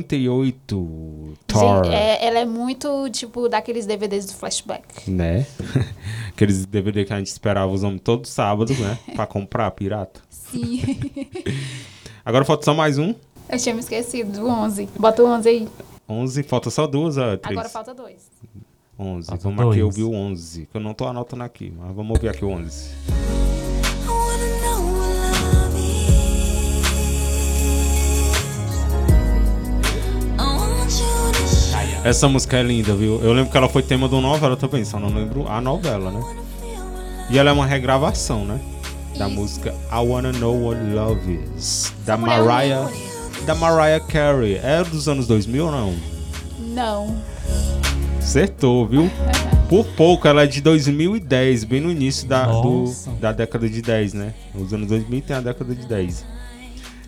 Speaker 2: 1998. Thorn.
Speaker 4: Gente, é- ela é muito, tipo, daqueles DVDs do flashback.
Speaker 2: Né? Aqueles DVD que a gente esperava os homens todo sábado, né? pra comprar, pirata.
Speaker 4: Sim.
Speaker 2: Agora falta só mais um.
Speaker 4: Eu tinha me esquecido do 11. Bota o 11 aí.
Speaker 2: 11, falta só duas, ó, três.
Speaker 4: Agora falta dois.
Speaker 2: 11.
Speaker 3: Falta
Speaker 2: vamos aqui
Speaker 3: dois.
Speaker 2: ouvir o 11, que eu não tô anotando aqui, mas vamos ouvir aqui o 11.
Speaker 9: I wanna know what love is. I want you to show
Speaker 2: Essa música é linda, viu? Eu lembro que ela foi tema de uma novela também, só não lembro a novela, né? E ela é uma regravação, né? Da música I Wanna Know What Love Is, da
Speaker 4: mulher é um
Speaker 2: Mariah, da Mariah Carey. É dos anos 2000 ou não?
Speaker 4: Não.
Speaker 2: Acertou, viu? Por pouco, ela é de 2010, bem no início da, do-
Speaker 3: Nossa.
Speaker 2: da década de 10, né? Os anos 2000 tem a década de 10.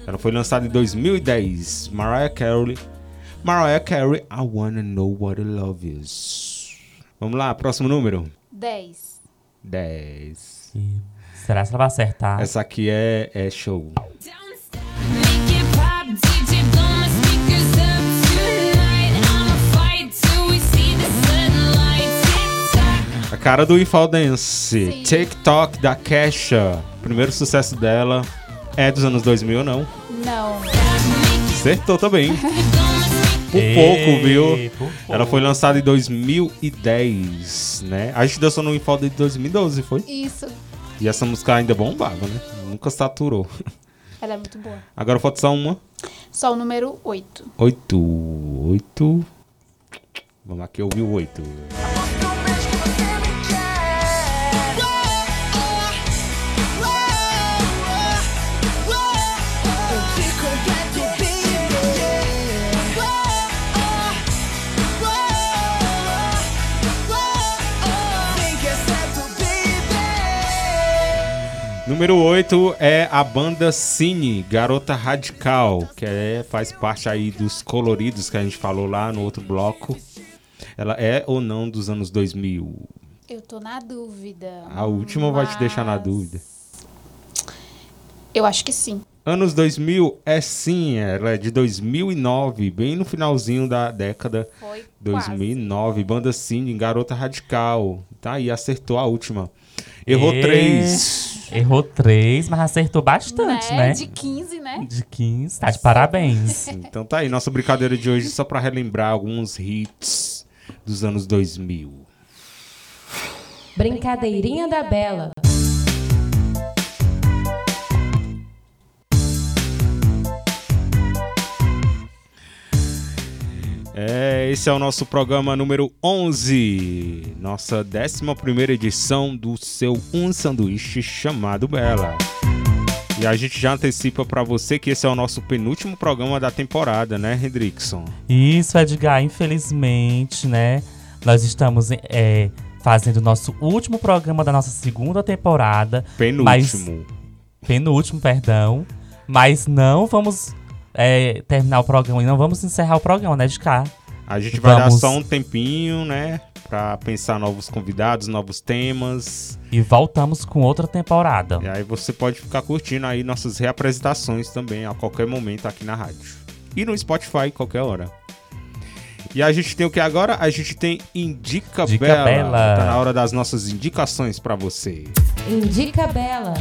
Speaker 2: Ela foi lançada em 2010. Mariah Carey. Mariah Carey, I Wanna Know What Love Is. Vamos lá, próximo número.
Speaker 4: 10.
Speaker 2: 10.
Speaker 3: E Será que ela vai acertar?
Speaker 2: Essa aqui é, é show.
Speaker 6: Make it pop, DJ, blow my speakers up tonight. I'ma fight till we see the sunlight. Tick-tock,
Speaker 2: A cara do Ifaldense.
Speaker 4: Sim.
Speaker 2: TikTok da Kesha. Primeiro sucesso dela. É dos anos 2000 ou não?
Speaker 4: Não.
Speaker 2: Acertou também. Por
Speaker 3: Ei,
Speaker 2: pouco, viu?
Speaker 3: por
Speaker 2: Ela foi lançada em 2010, né? A gente dançou no Infalda de 2012, foi?
Speaker 4: Isso.
Speaker 2: E essa música ainda bombava, né? Nunca saturou.
Speaker 4: Ela é muito boa.
Speaker 2: Agora falta só uma.
Speaker 4: Só o número 8.
Speaker 2: Oito. Oito. Vamos aqui ouvir o oito. Número 8 é a banda Cine, Garota Radical, que é, faz parte aí dos coloridos que a gente falou lá no outro bloco. Ela é ou não dos anos 2000?
Speaker 4: Eu tô na dúvida.
Speaker 2: A última vai te deixar na
Speaker 4: mas
Speaker 2: dúvida.
Speaker 4: Eu acho que sim.
Speaker 2: Anos 2000 é sim, ela é de 2009, bem no finalzinho da década.
Speaker 4: Foi
Speaker 2: 2009, banda Cine, Garota Radical. Tá aí, acertou a última. Errou
Speaker 3: E-
Speaker 2: três.
Speaker 3: Errou três, mas acertou bastante,
Speaker 4: quase.
Speaker 3: né?
Speaker 4: é De 15, né?
Speaker 3: De 15. Tá de parabéns.
Speaker 2: Então tá aí, nossa brincadeira de hoje só pra relembrar alguns hits dos anos 2000.
Speaker 1: Brincadeirinha da Bela.
Speaker 2: É, esse é o nosso programa número 11, nossa 11 edição do seu Um Sanduíche chamado Bela. E a gente já antecipa pra você que esse é o nosso penúltimo programa da temporada, né, Hendrickson?
Speaker 3: Isso, Edgar, infelizmente, né? Nós estamos é, fazendo o nosso último programa da nossa segunda temporada.
Speaker 2: Penúltimo.
Speaker 3: Penúltimo, perdão. Mas não vamos é, terminar o programa e não vamos encerrar o programa, né, Edgar?
Speaker 2: A gente vai
Speaker 3: Vamos.
Speaker 2: dar só um tempinho, né, pra pensar novos convidados, novos temas.
Speaker 3: E voltamos com outra temporada.
Speaker 2: E aí você pode ficar curtindo aí nossas reapresentações também a qualquer momento aqui na rádio. E no Spotify, qualquer hora. E a gente tem o que agora? A gente tem Indica,
Speaker 3: Dica
Speaker 2: Bela.
Speaker 3: Bela.
Speaker 2: Tá na hora das nossas indicações pra você.
Speaker 1: Indica Bela.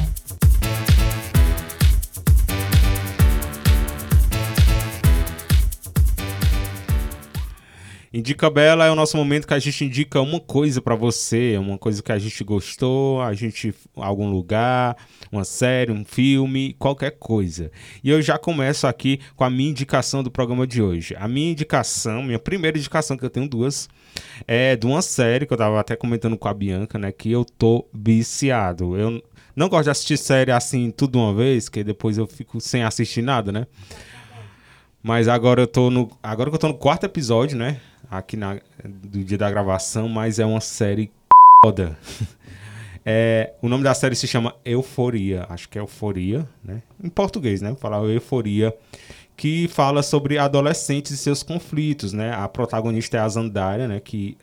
Speaker 2: Indica Bela é o nosso momento que a gente indica uma coisa pra você, uma coisa que a gente gostou, a gente algum lugar, uma série, um filme, qualquer coisa. E eu já começo aqui com a minha indicação do programa de hoje. A minha indicação, minha primeira indicação que eu tenho duas, é de uma série que eu tava até comentando com a Bianca, né, que eu tô viciado. Eu não gosto de assistir série assim tudo de uma vez, que depois eu fico sem assistir nada, né? Mas agora eu tô no. Agora que eu tô no quarto episódio, né? Aqui na, do dia da gravação, mas é uma série foda. É, o nome da série se chama Euforia. Acho que é Euforia, né? Em português, né? Vou falar Euforia. que fala sobre adolescentes e seus conflitos, né? A protagonista é a Zandaria, né? Que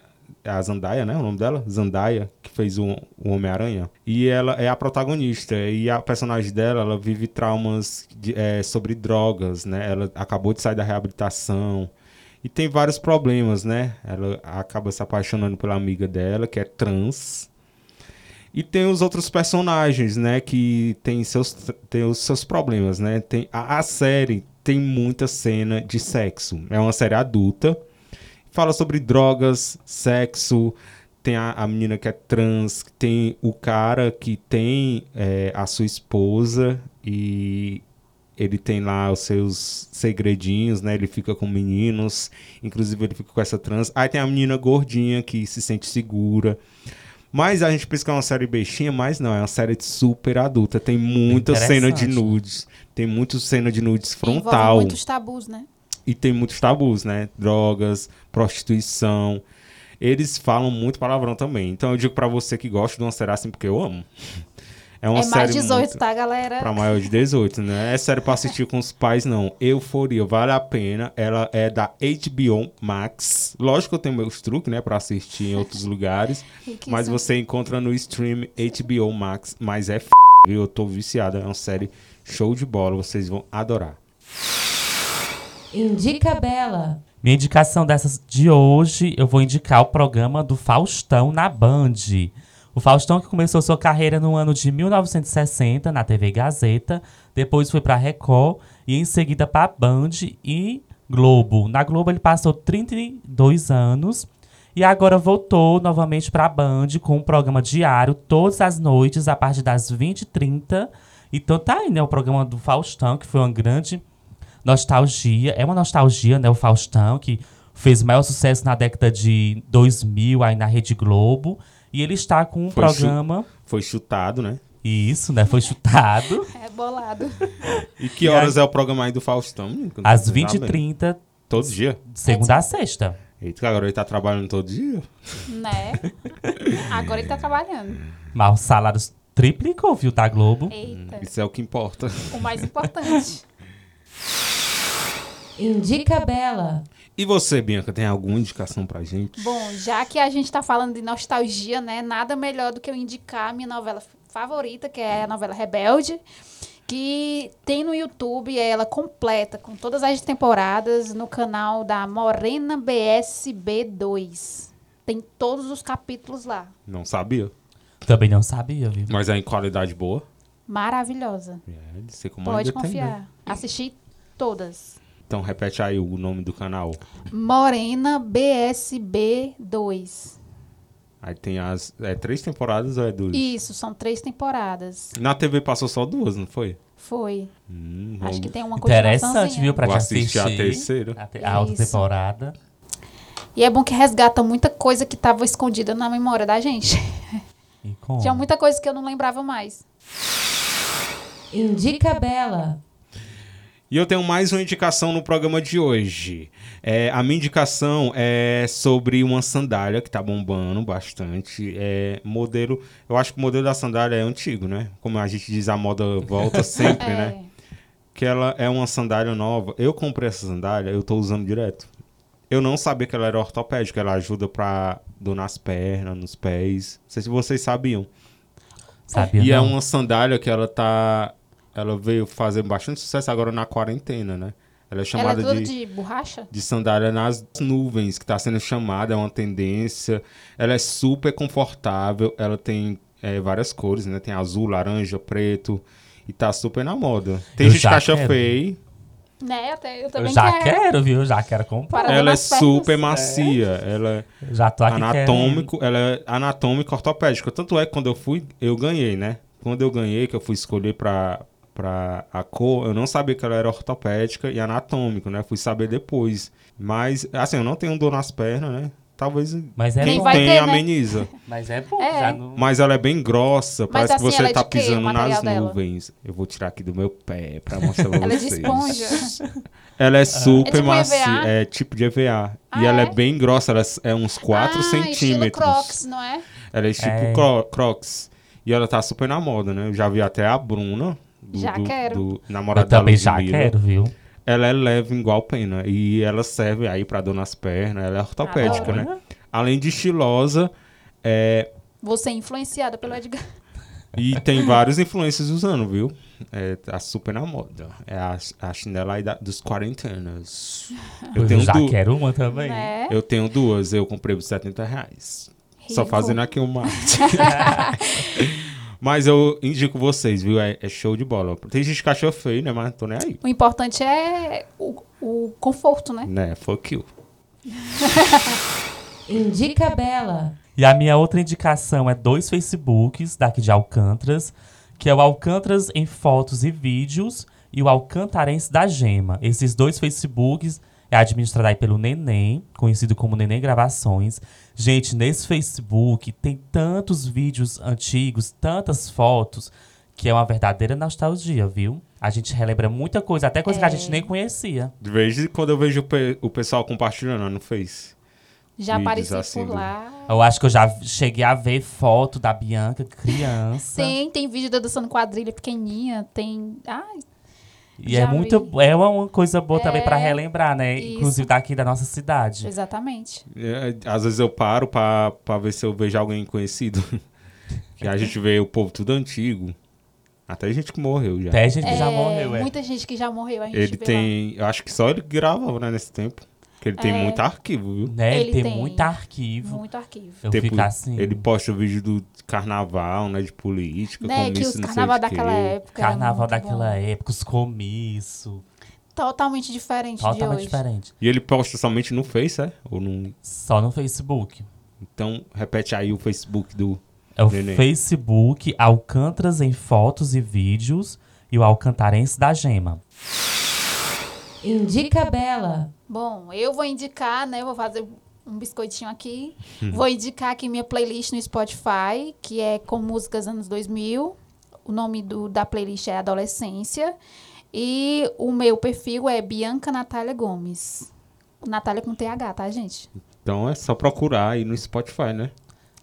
Speaker 2: é a Zandaya, né? O nome dela? Zandaya, que fez o, o Homem-Aranha. E ela é a protagonista. E a personagem dela, ela vive traumas de- é, sobre drogas, né? Ela acabou de sair da reabilitação. E tem vários problemas, né? Ela acaba se apaixonando pela amiga dela, que é trans. E tem os outros personagens, né? Que tem seus, tem os seus problemas, né? Tem, a, a série tem muita cena de sexo. É uma série adulta. Fala sobre drogas, sexo. Tem a, a menina que é trans. Tem o cara que tem é, a sua esposa. E ele tem lá os seus segredinhos, né? Ele fica com meninos. Inclusive, ele fica com essa trans. Aí tem a menina gordinha que se sente segura. Mas a gente pensa que é uma série bestinha, mas não, é uma série de super adulta. Tem muita cena de
Speaker 3: Interessante.
Speaker 2: nudes. Tem muita cena de nudes
Speaker 4: Envolve
Speaker 2: frontal.
Speaker 4: muitos tabus, né?
Speaker 2: E tem muitos tabus, né? Drogas, prostituição. Eles falam muito palavrão também. Então eu digo pra você que gosta de uma série assim, porque eu amo. É uma
Speaker 4: é mais
Speaker 2: série
Speaker 4: 18,
Speaker 2: muito...
Speaker 4: tá, galera?
Speaker 2: Pra maior de 18, né? É série pra assistir com os pais, não. Euforia, vale a pena. Ela é da HBO Max. Lógico que eu tenho meus truques, né? Pra assistir em outros lugares.
Speaker 4: Riquíssimo.
Speaker 2: mas você encontra no stream HBO Max. Mas é f... viu? Eu tô viciado. É uma série show de bola. Vocês vão adorar.
Speaker 1: Indica Bela.
Speaker 3: Minha indicação dessas de hoje, eu vou indicar o programa do Faustão na Band. O Faustão que começou sua carreira no ano de 1960 na TV Gazeta, depois foi para Record e em seguida para Band e Globo. Na Globo ele passou 32 anos e agora voltou novamente para Band com um programa diário todas as noites a partir das 20h30. Então tá aí, né, o programa do Faustão, que foi uma grande nostalgia. É uma nostalgia, né? O Faustão, que fez o maior sucesso na década de 2000, aí na Rede Globo. E ele está com um
Speaker 2: Foi chu-
Speaker 3: programa.
Speaker 2: Foi chutado, né?
Speaker 3: Isso, né? Foi chutado.
Speaker 4: É bolado.
Speaker 2: E que
Speaker 3: E
Speaker 2: horas é o programa aí do Faustão? menino? Que eu não tô
Speaker 3: às
Speaker 2: sabendo.
Speaker 3: 20h30,
Speaker 2: Todo dia?
Speaker 3: de segunda a sexta.
Speaker 2: Eita, que agora ele tá trabalhando todo dia?
Speaker 4: né? Agora ele tá trabalhando.
Speaker 3: Mas os salários triplicou, viu, da Globo.
Speaker 4: Eita.
Speaker 2: Isso é o que importa.
Speaker 4: O mais importante.
Speaker 1: Indica Bela.
Speaker 2: E você, Bianca, tem alguma indicação pra gente?
Speaker 4: Bom, já que a gente tá falando de nostalgia, né? Nada melhor do que eu indicar a minha novela favorita, que é a novela Rebelde, que tem no YouTube é ela completa, com todas as temporadas, no canal da Morena BSB2. Tem todos os capítulos lá.
Speaker 2: Não sabia.
Speaker 3: Também não sabia, viu?
Speaker 2: Mas é em qualidade boa.
Speaker 4: Maravilhosa.
Speaker 2: É, não sei como
Speaker 4: Pode
Speaker 2: ainda tem, né?
Speaker 4: confiar. Assisti todas.
Speaker 2: Então repete aí o nome do canal.
Speaker 4: Morena BSB2.
Speaker 2: Aí tem as. É três temporadas ou é duas?
Speaker 4: Isso, são três temporadas.
Speaker 2: Na TV passou só duas, não foi?
Speaker 4: Foi.
Speaker 2: Hum,
Speaker 4: Acho que tem uma
Speaker 3: Interessante,
Speaker 4: continuaçãozinha.
Speaker 3: viu, pra
Speaker 2: Vou
Speaker 3: te
Speaker 2: assistir
Speaker 3: assistir.
Speaker 2: a terceira.
Speaker 3: A, te- a outra
Speaker 4: Isso.
Speaker 3: temporada.
Speaker 4: E é bom que resgatam muita coisa que estava escondida na memória da gente.
Speaker 3: E como?
Speaker 4: Tinha muita coisa que eu não lembrava mais.
Speaker 1: Indica Bela.
Speaker 2: E eu tenho mais uma indicação no programa de hoje. É, a minha indicação é sobre uma sandália que tá bombando bastante. É, modelo. Eu acho que o modelo da sandália é antigo, né? Como a gente diz, a moda volta sempre,
Speaker 4: É,
Speaker 2: né? Que ela é uma sandália nova. Eu comprei essa sandália, eu tô usando direto. Eu não sabia que ela era ortopédica, ela ajuda pra dor nas pernas, nos pés. Não sei se vocês sabiam.
Speaker 3: Sabia,
Speaker 2: E é
Speaker 3: não?
Speaker 2: uma sandália que ela tá. Ela veio fazendo bastante sucesso agora na quarentena, né? Ela é
Speaker 4: Ela é
Speaker 2: chamada
Speaker 4: toda
Speaker 2: de,
Speaker 4: de...
Speaker 2: de...
Speaker 4: borracha?
Speaker 2: sandália nas nuvens, que tá sendo chamada, é uma tendência. Ela é super confortável, ela tem é, várias cores, né? Tem azul, laranja, preto. E tá super na moda. Tem
Speaker 3: Eu
Speaker 2: gente que
Speaker 3: já
Speaker 2: acha
Speaker 3: quero.
Speaker 2: feio.
Speaker 4: Né? Até, eu
Speaker 3: Eu
Speaker 4: também
Speaker 3: já
Speaker 4: quero.
Speaker 3: quero, viu? Eu já quero comprar.
Speaker 4: Para- Tá dando
Speaker 2: Ela é
Speaker 4: as pernas.
Speaker 2: super macia. Ela é
Speaker 3: Eu Já tô aqui querendo.
Speaker 2: anatômico, ela é anatômico ortopédica. Tanto é que quando eu fui, eu ganhei, né? Quando eu ganhei, que eu fui escolher pra, pra a cor, eu não sabia que ela era ortopédica e anatômico, né? Fui saber depois. Mas, assim, eu não tenho dor nas pernas, né? Talvez
Speaker 3: Mas é
Speaker 2: quem
Speaker 4: vai
Speaker 2: tem
Speaker 4: ter, né?
Speaker 2: ameniza.
Speaker 3: Mas é bom,
Speaker 4: É.
Speaker 3: já não...
Speaker 2: Mas ela é bem grossa, parece
Speaker 4: assim,
Speaker 2: que você
Speaker 4: ela é
Speaker 2: tá
Speaker 4: de quê, o
Speaker 2: pisando nas
Speaker 4: material dela?
Speaker 2: nuvens. Eu vou tirar aqui do meu pé pra mostrar pra
Speaker 4: Ela é de
Speaker 2: vocês.
Speaker 4: esponja.
Speaker 2: Ela é super
Speaker 4: tipo
Speaker 2: macia,
Speaker 4: EVA?
Speaker 2: é tipo de EVA.
Speaker 4: Ah,
Speaker 2: e ela é?
Speaker 4: é?
Speaker 2: bem grossa, ela é uns 4
Speaker 4: ah, estilo
Speaker 2: centímetros.
Speaker 4: crocs, não é?
Speaker 2: Ela é tipo
Speaker 3: É.
Speaker 2: cro- Crocs. E ela tá super na moda, né? Eu já vi até a Bruna. Do,
Speaker 4: Já
Speaker 2: do-
Speaker 4: quero.
Speaker 2: do namorado
Speaker 3: Eu
Speaker 2: da
Speaker 3: também já
Speaker 2: Ludmilla.
Speaker 3: quero, viu?
Speaker 2: ela é leve igual pena. E ela serve aí pra dor nas pernas, ela é ortopédica,
Speaker 4: Adoro.
Speaker 2: né? Além de estilosa, é,
Speaker 4: Você é influenciada pelo Edgar.
Speaker 2: e tem vários influencers usando, viu? É, tá super na moda. É a, a chinela aí da- dos quarentenas.
Speaker 3: Eu, já
Speaker 2: du-
Speaker 3: quero uma também.
Speaker 4: Né?
Speaker 2: eu tenho duas, eu comprei por 70 reais. Só
Speaker 4: Rico.
Speaker 2: fazendo aqui um marketing. Mas eu indico vocês, viu? É, é show de bola. Tem gente que achou feio, né? Mas tô nem aí.
Speaker 4: O importante é o, o conforto, né?
Speaker 2: Né? Fuck you.
Speaker 1: Indica Bela.
Speaker 3: E a minha outra indicação é dois Facebooks daqui de Alcântaras, que é o Alcântaras em Fotos e Vídeos e o Alcantarense da Gema. Esses dois Facebooks é administrado aí pelo Neném, conhecido como Neném Gravações. Gente, nesse Facebook tem tantos vídeos antigos, tantas fotos, que é uma verdadeira nostalgia, viu? A gente relembra muita coisa, até coisa que a gente nem conhecia.
Speaker 2: De vez em quando eu vejo o pe- o pessoal compartilhando no Face.
Speaker 4: Já
Speaker 2: Vídeos
Speaker 4: apareci
Speaker 2: assim
Speaker 4: por
Speaker 2: do-
Speaker 4: lá.
Speaker 3: Eu acho que eu já cheguei a ver foto da Bianca criança.
Speaker 4: Tem, tem vídeo da dançando quadrilha pequenininha, tem... ah, Ai,
Speaker 3: E
Speaker 4: Já
Speaker 3: é muito.
Speaker 4: vi.
Speaker 3: É uma- uma coisa boa também pra
Speaker 4: É,
Speaker 3: relembrar, né?
Speaker 4: isso.
Speaker 3: Inclusive daqui da nossa cidade.
Speaker 4: exatamente.
Speaker 2: É, Às vezes eu paro pra, pra ver se eu vejo alguém conhecido. que a gente vê o povo tudo antigo. Até gente que morreu já.
Speaker 3: Até gente que já
Speaker 4: É,
Speaker 3: morreu, é.
Speaker 4: Muita gente que já morreu, a gente
Speaker 2: Ele
Speaker 4: vê lá.
Speaker 2: tem. Eu acho que só ele gravava, né, nesse tempo. Porque ele tem
Speaker 4: É.
Speaker 2: muito arquivo, viu?
Speaker 3: Né?
Speaker 4: Ele
Speaker 3: Tem,
Speaker 4: tem
Speaker 3: muito arquivo.
Speaker 4: muito arquivo.
Speaker 3: Eu
Speaker 2: Tipo,
Speaker 3: fico assim.
Speaker 2: Ele posta vídeo do carnaval, né? De política,
Speaker 4: Né, que
Speaker 2: comício,
Speaker 4: os
Speaker 2: não sei
Speaker 4: carnaval
Speaker 2: de quê.
Speaker 4: daquela época era
Speaker 3: Carnaval
Speaker 4: muito
Speaker 3: daquela
Speaker 4: bom.
Speaker 3: época, os comiços.
Speaker 4: Totalmente diferente de
Speaker 3: Totalmente
Speaker 4: hoje.
Speaker 3: diferente.
Speaker 2: E ele posta somente no Face, é? Ou no...
Speaker 3: Só no Facebook.
Speaker 2: Então, repete aí o Facebook do.
Speaker 3: É o
Speaker 2: Neném.
Speaker 3: Facebook Alcântaras em Fotos e Vídeos e o Alcantarense da Gema.
Speaker 1: Indica Bela.
Speaker 4: Bom, eu vou indicar, né? Vou fazer um biscoitinho aqui.
Speaker 2: Hum.
Speaker 4: vou indicar aqui minha playlist no Spotify, que é com músicas anos 2000. O nome do, da playlist é Adolescência. E o meu perfil é Bianca Natália Gomes. Natália com TH, tá, gente?
Speaker 2: Então é só procurar aí no Spotify, né?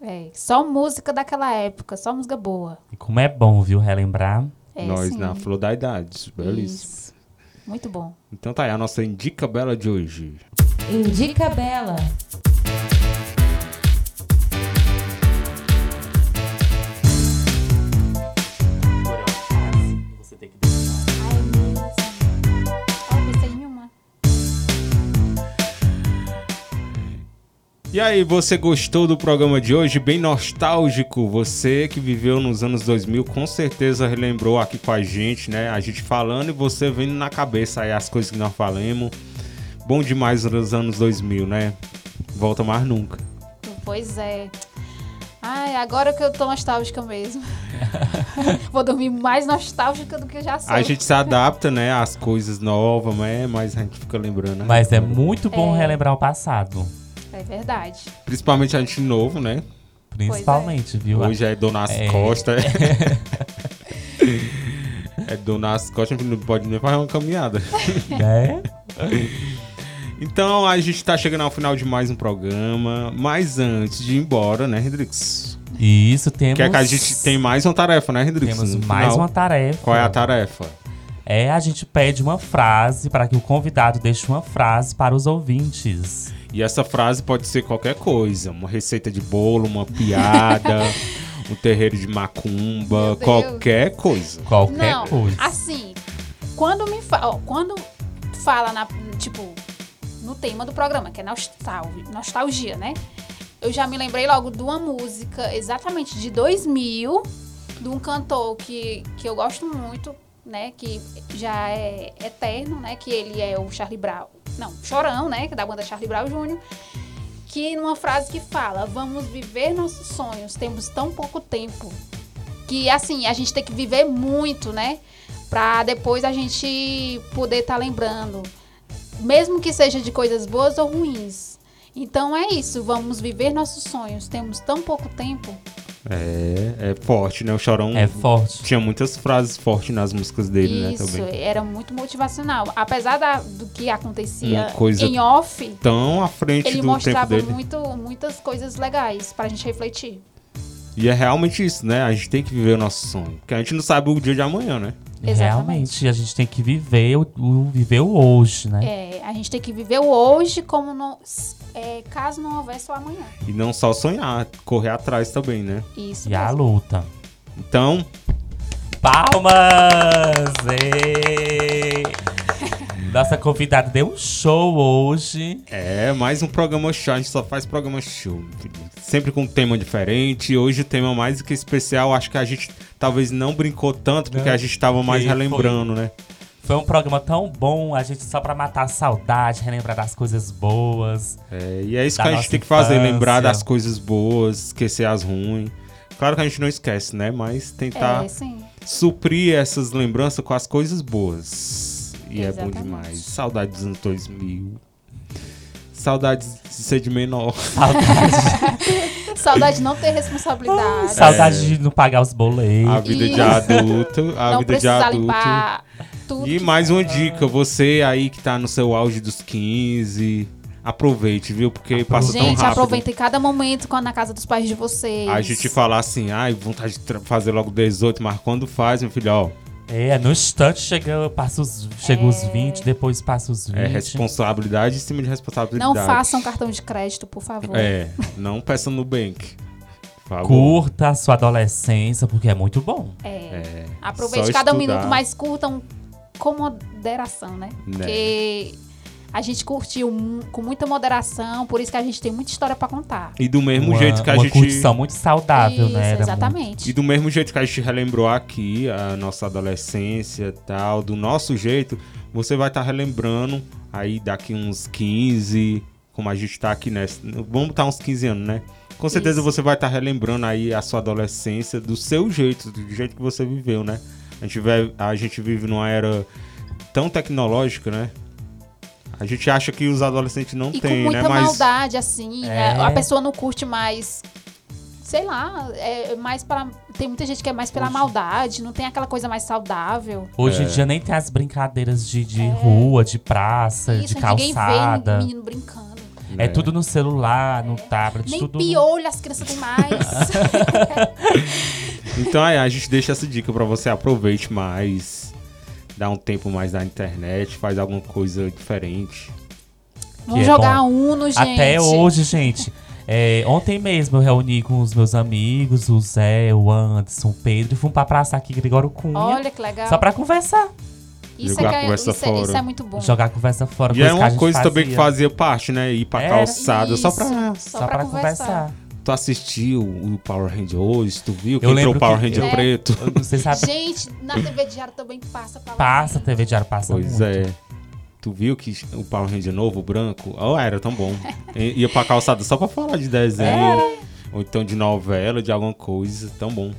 Speaker 4: É, só música daquela época, só música boa.
Speaker 3: E como é bom, viu, relembrar.
Speaker 4: É,
Speaker 2: Nós
Speaker 4: sim.
Speaker 2: na Flor da Idade. Belíssimo.
Speaker 4: Isso. Muito bom.
Speaker 2: Então tá aí a nossa Indica Bela de hoje.
Speaker 1: Indica Bela.
Speaker 3: Você tem é que deixar.
Speaker 4: Ó, não pensei em uma.
Speaker 2: E aí, você gostou do programa de hoje? Bem nostálgico. Você que viveu nos anos 2000, com certeza relembrou aqui com a gente, né? A gente falando e você vendo na cabeça aí as coisas que nós falamos. Bom demais nos anos 2000, né? Volta mais nunca.
Speaker 4: Pois é. Ai, agora que eu tô nostálgica mesmo. Vou dormir mais nostálgica do que eu já sou.
Speaker 2: A gente se adapta, né? Às coisas novas, né? Mas a gente fica lembrando. né?
Speaker 3: Mas é muito bom relembrar o passado.
Speaker 4: É verdade.
Speaker 2: Principalmente a gente novo, né?
Speaker 4: é.
Speaker 3: Principalmente, viu?
Speaker 2: Hoje é Dona
Speaker 3: É.
Speaker 2: Costa. é Dona Costa, não pode nem fazer uma caminhada. é.
Speaker 3: Né?
Speaker 2: Então a gente tá chegando ao final de mais um programa. Mas antes de ir embora, né, Hendrix?
Speaker 3: E isso temos.
Speaker 2: Que é que a gente tem mais uma tarefa, né, Hendrix?
Speaker 3: Temos
Speaker 2: No
Speaker 3: mais
Speaker 2: final.
Speaker 3: uma tarefa.
Speaker 2: Qual é a tarefa?
Speaker 3: É, a gente pede uma frase para que o convidado deixe uma frase para os ouvintes.
Speaker 2: E essa frase pode ser qualquer coisa: uma receita de bolo, uma piada, um terreiro de macumba,
Speaker 4: Meu Deus.
Speaker 2: qualquer coisa.
Speaker 3: Qualquer
Speaker 4: Não,
Speaker 3: coisa.
Speaker 4: assim, quando me fala. Quando fala na. Tipo, no tema do programa, que é nostal nostalgia, né? Eu já me lembrei logo de uma música exatamente de 2000, de um cantor que, que eu gosto muito, né? Que já é eterno, né? Que ele é o Charlie Brown. Não, Chorão, né? Que é da banda Charlie Brown Jr. Que numa frase que fala: Vamos viver nossos sonhos, temos tão pouco tempo. Que assim, a gente tem que viver muito, né? Pra depois a gente poder estar lembrando. Mesmo que seja de coisas boas ou ruins. Então é isso, vamos viver nossos sonhos. Temos tão pouco tempo.
Speaker 2: É, é forte, né? O Chorão
Speaker 3: É forte.
Speaker 2: tinha muitas frases fortes nas músicas dele, né?
Speaker 4: isso,
Speaker 2: Também.
Speaker 4: era muito motivacional. Apesar da- do que acontecia
Speaker 2: Uma coisa-
Speaker 4: em off,
Speaker 2: Tão à frente
Speaker 4: ele
Speaker 2: do tempo
Speaker 4: mostrava
Speaker 2: dele.
Speaker 4: muito, muitas coisas legais pra gente refletir.
Speaker 2: E é realmente isso, né? A gente tem que viver o nosso sonho. Porque a gente não sabe o dia de amanhã, né?
Speaker 4: Exatamente.
Speaker 3: Realmente, a gente tem que viver o, o- viver o hoje, né?
Speaker 4: É, a gente tem que viver o hoje como não, é, caso não houvesse o amanhã.
Speaker 2: E não só sonhar, correr atrás também, né?
Speaker 4: Isso
Speaker 3: E a
Speaker 4: mesmo.
Speaker 3: luta.
Speaker 2: Então,
Speaker 3: Palmas! Ê! Nossa convidada deu um show hoje.
Speaker 2: é mais um programa show. A gente só faz programa show. Sempre com um tema diferente. Hoje o tema mais que especial. Acho que a gente talvez não brincou tanto, porque
Speaker 3: Não,
Speaker 2: a gente tava mais
Speaker 3: porque Né? foi-
Speaker 2: relembrando, né?
Speaker 3: Foi um programa tão bom, a gente só pra matar a saudade, relembrar das coisas boas.
Speaker 2: É, e é isso
Speaker 3: Da
Speaker 2: que a gente
Speaker 3: nossa
Speaker 2: tem que fazer,
Speaker 3: infância.
Speaker 2: lembrar das coisas boas, esquecer as ruins. Claro que a gente não esquece, né? Mas tentar
Speaker 4: É, sim.
Speaker 2: suprir essas lembranças com as coisas boas. E é bom
Speaker 4: Exatamente.
Speaker 2: demais. Saudades dos anos 2000. Saudades de ser de menor.
Speaker 3: Saudade,
Speaker 4: Saudade de não ter responsabilidade.
Speaker 3: saudade
Speaker 2: É.
Speaker 3: de não pagar os boletos.
Speaker 2: A vida de
Speaker 4: Isso.
Speaker 2: adulto. A vida
Speaker 4: não
Speaker 2: de
Speaker 4: precisar
Speaker 2: adulto.
Speaker 4: limpar tudo.
Speaker 2: E
Speaker 4: que-
Speaker 2: mais uma dica, você aí que tá no seu auge dos 15, aproveite, viu? Porque passa tão
Speaker 4: Gente,
Speaker 2: rápido.
Speaker 4: aproveitem cada momento quando na casa dos pais de vocês.
Speaker 2: A gente fala assim, ai, vontade de tra- fazer logo 18, mas quando faz, meu filho, ó,
Speaker 3: É, no instante chega, passa os, chega os
Speaker 4: É.
Speaker 3: 20, depois passa os 20.
Speaker 2: é responsabilidade em cima de responsabilidade.
Speaker 4: Não façam cartão de crédito, por favor.
Speaker 2: É, não peça no bank. Por favor.
Speaker 3: Curta a sua adolescência, porque é muito bom.
Speaker 4: É.
Speaker 2: É,
Speaker 4: Aproveite
Speaker 2: só
Speaker 4: cada
Speaker 2: estudar. É.
Speaker 4: minuto, mas curtam com moderação, né? Porque a gente curtiu mu- com muita moderação, por isso que a gente tem muita história pra contar.
Speaker 2: E do mesmo
Speaker 3: uma,
Speaker 2: jeito que a
Speaker 3: uma
Speaker 2: gente
Speaker 3: curtição muito saudável,
Speaker 4: isso,
Speaker 3: né? Era
Speaker 2: E
Speaker 4: exatamente.
Speaker 2: do mesmo jeito que a gente relembrou aqui a nossa adolescência e tal, do nosso jeito, você vai estar relembrando aí daqui uns 15, como a gente tá aqui nessa. Vamos botar uns 15 anos, né? Com certeza
Speaker 4: Isso.
Speaker 2: você vai estar relembrando aí a sua adolescência do seu jeito, do jeito que você viveu, né? A gente, vai, a gente vive numa era tão tecnológica, né? A gente acha que os adolescentes não
Speaker 4: E, com
Speaker 2: têm,
Speaker 4: muita
Speaker 2: né? Mas
Speaker 4: maldade, assim.
Speaker 3: É.
Speaker 4: é, A pessoa não curte mais. Sei lá, é mais para tem muita gente que é mais pela maldade, não tem aquela coisa mais saudável.
Speaker 3: Hoje
Speaker 2: É.
Speaker 3: em dia nem tem as brincadeiras de, de rua, de praça,
Speaker 4: É. Isso,
Speaker 3: É, de
Speaker 4: ninguém vê
Speaker 3: calçada.
Speaker 4: menino brincando.
Speaker 3: É tudo no celular, no tablet,
Speaker 4: Nem
Speaker 3: tudo.
Speaker 4: piolho as crianças têm mais.
Speaker 2: Então é, a gente deixa essa dica pra você aproveite mais, dá um tempo mais na internet, faz alguma coisa diferente.
Speaker 4: Vamos
Speaker 3: é
Speaker 4: jogar
Speaker 3: bom.
Speaker 4: Uno, gente.
Speaker 3: Até hoje, gente. É, ontem mesmo eu reuni com os meus amigos, o Zé, o Anderson, o Pedro, e fomos pra praça aqui, Gregório Cunha.
Speaker 4: Olha que legal.
Speaker 3: Só pra conversar,
Speaker 4: Isso,
Speaker 2: Jogar
Speaker 4: é, que é-
Speaker 2: conversa
Speaker 4: isso, é, isso
Speaker 2: fora.
Speaker 4: é muito bom.
Speaker 3: jogar a conversa fora.
Speaker 2: e é uma
Speaker 3: que a gente
Speaker 2: coisa também que
Speaker 3: fazia.
Speaker 2: fazia parte, né? Ir pra
Speaker 3: Era.
Speaker 2: calçada, só pra.
Speaker 4: Isso,
Speaker 3: Só, pra conversar.
Speaker 2: Tu assistiu o Power Ranger hoje, tu viu que
Speaker 3: Eu
Speaker 2: entrou
Speaker 3: lembro
Speaker 2: o Power
Speaker 3: que-
Speaker 2: Ranger
Speaker 4: É.
Speaker 2: preto.
Speaker 3: Eu não sei se sabe.
Speaker 4: Gente, na TV Diário também passa pra lá.
Speaker 3: Passa, a TV Diário passa
Speaker 2: Pois
Speaker 3: muito.
Speaker 2: é. Tu viu que o Power Ranger novo, branco, oh, era tão bom. I- Ia pra calçada só pra falar de desenho.
Speaker 3: É.
Speaker 2: Ou então de novela, de alguma coisa, tão bom.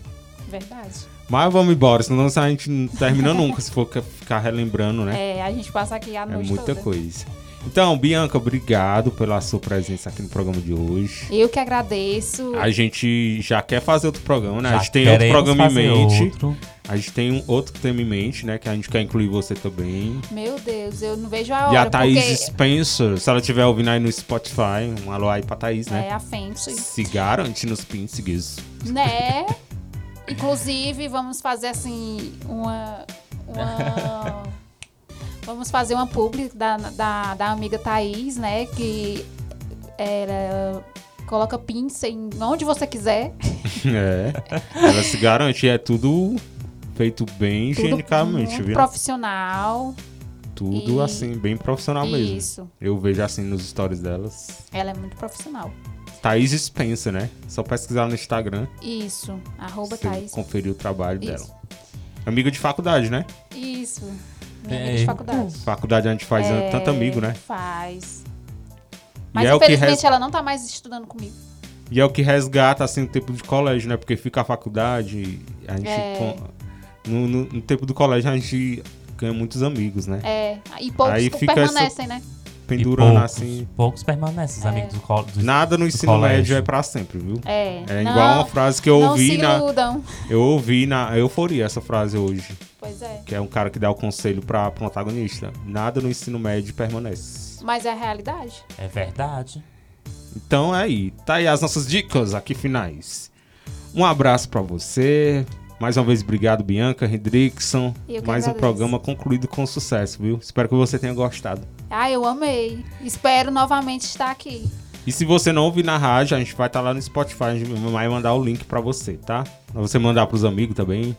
Speaker 4: Verdade.
Speaker 2: Mas vamos embora, senão a gente não termina nunca se for ca- ficar relembrando, né?
Speaker 4: É, a gente passa aqui a
Speaker 2: É
Speaker 4: noite
Speaker 2: muita
Speaker 4: toda.
Speaker 2: coisa. Então, Bianca, obrigado pela sua presença aqui no programa de hoje.
Speaker 4: Eu que agradeço.
Speaker 2: A gente já quer fazer outro programa, né?
Speaker 3: Já
Speaker 2: a gente tem outro
Speaker 3: queremos
Speaker 2: programa em
Speaker 3: fazer
Speaker 2: mente.
Speaker 3: outro.
Speaker 2: A gente tem um outro tema em mente, né? Que a gente quer incluir você também.
Speaker 4: Meu Deus, eu não vejo a hora.
Speaker 2: e a Thaís
Speaker 4: porque
Speaker 2: Spencer, se ela estiver ouvindo aí no Spotify, um alô aí pra Thaís, né?
Speaker 4: é a Fenty,
Speaker 2: Se garante nos píncegues.
Speaker 4: né? Inclusive, vamos fazer assim uma. uma- vamos fazer uma publi da, da, da amiga Thaís, né? Que era. Coloca pinça em onde você quiser.
Speaker 2: É. Ela se garante. E é tudo feito bem
Speaker 4: Tudo
Speaker 2: higienicamente,
Speaker 4: muito
Speaker 2: viu?
Speaker 4: profissional.
Speaker 2: Tudo
Speaker 4: e-
Speaker 2: assim, bem profissional mesmo.
Speaker 4: Isso.
Speaker 2: Eu vejo assim nos stories delas.
Speaker 4: Ela é muito profissional.
Speaker 2: Thaís Spencer, né? Só pesquisar no Instagram.
Speaker 4: Isso. Arroba
Speaker 2: você
Speaker 4: Thaís.
Speaker 2: Conferir o trabalho
Speaker 4: Isso.
Speaker 2: dela. Amiga de faculdade, né?
Speaker 4: Isso. Minha amiga
Speaker 3: É.
Speaker 4: de faculdade.
Speaker 2: Faculdade a gente faz
Speaker 4: É,
Speaker 2: tanto amigo, né?
Speaker 4: Faz. Mas
Speaker 2: é o que
Speaker 4: infelizmente
Speaker 2: res-
Speaker 4: ela não tá mais estudando comigo.
Speaker 2: E é o que resgata, assim, o tempo de colégio, né? Porque fica a faculdade, a gente...
Speaker 4: É.
Speaker 2: com- No, no- no tempo do colégio a gente ganha muitos amigos, né?
Speaker 4: É. E poucos
Speaker 2: Aí
Speaker 4: co-
Speaker 2: fica
Speaker 4: permanecem, né?
Speaker 3: E
Speaker 2: Pendurando,
Speaker 3: poucos,
Speaker 2: assim...
Speaker 3: Poucos permanecem, os amigos do, colo- do
Speaker 2: Nada no
Speaker 3: do
Speaker 2: ensino
Speaker 3: colégio.
Speaker 2: médio é pra sempre, viu?
Speaker 4: É.
Speaker 2: É
Speaker 4: não,
Speaker 2: igual uma frase que eu
Speaker 4: não
Speaker 2: ouvi
Speaker 4: se
Speaker 2: na...
Speaker 4: iludam.
Speaker 2: Eu ouvi na Euforia essa frase hoje.
Speaker 4: Pois é.
Speaker 2: Que é um cara que dá o conselho pra protagonista. Nada no ensino médio permanece.
Speaker 4: Mas é a realidade.
Speaker 3: É verdade.
Speaker 2: Então é aí, tá aí as nossas dicas aqui finais. Um abraço pra você, Mais uma vez, obrigado, Bianca, Hendrickson.
Speaker 4: Eu que
Speaker 2: Mais um
Speaker 4: agradeço.
Speaker 2: programa concluído com sucesso, viu? Espero que você tenha gostado.
Speaker 4: Ah, eu amei. Espero novamente estar aqui.
Speaker 2: E se você não ouvir na rádio, a gente vai estar lá no Spotify, a gente vai mandar o link pra você, tá? Pra você mandar pros amigos também.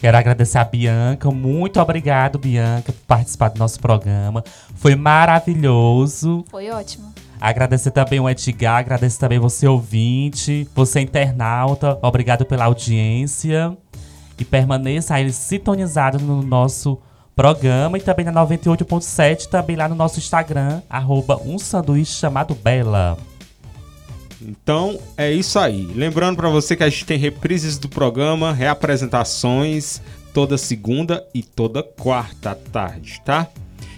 Speaker 3: Quero agradecer a Bianca. Muito obrigado, Bianca, por participar do nosso programa. Foi maravilhoso.
Speaker 4: Foi ótimo.
Speaker 3: Agradecer também o Edgar, agradecer também você ouvinte, você internauta, obrigado pela audiência e permaneça aí sintonizado no nosso programa e também na 98.7, também lá no nosso Instagram, arroba um sanduíche chamado Bela.
Speaker 2: Então, é isso aí. Lembrando pra você que a gente tem reprises do programa, reapresentações toda segunda e toda quarta à tarde, tá?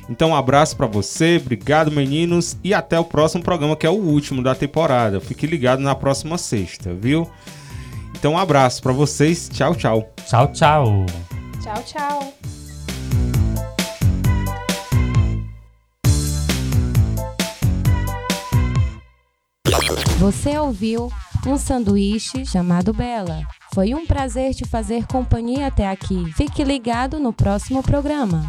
Speaker 2: Então, um abraço pra você, obrigado meninos e até o próximo programa que é o último da temporada. Fique ligado na próxima sexta, viu? Então, um abraço pra vocês. Tchau, tchau.
Speaker 3: Tchau, tchau.
Speaker 4: Tchau, tchau.
Speaker 1: Você ouviu um sanduíche chamado Bela. Foi um prazer te fazer companhia até aqui. Fique ligado no próximo programa.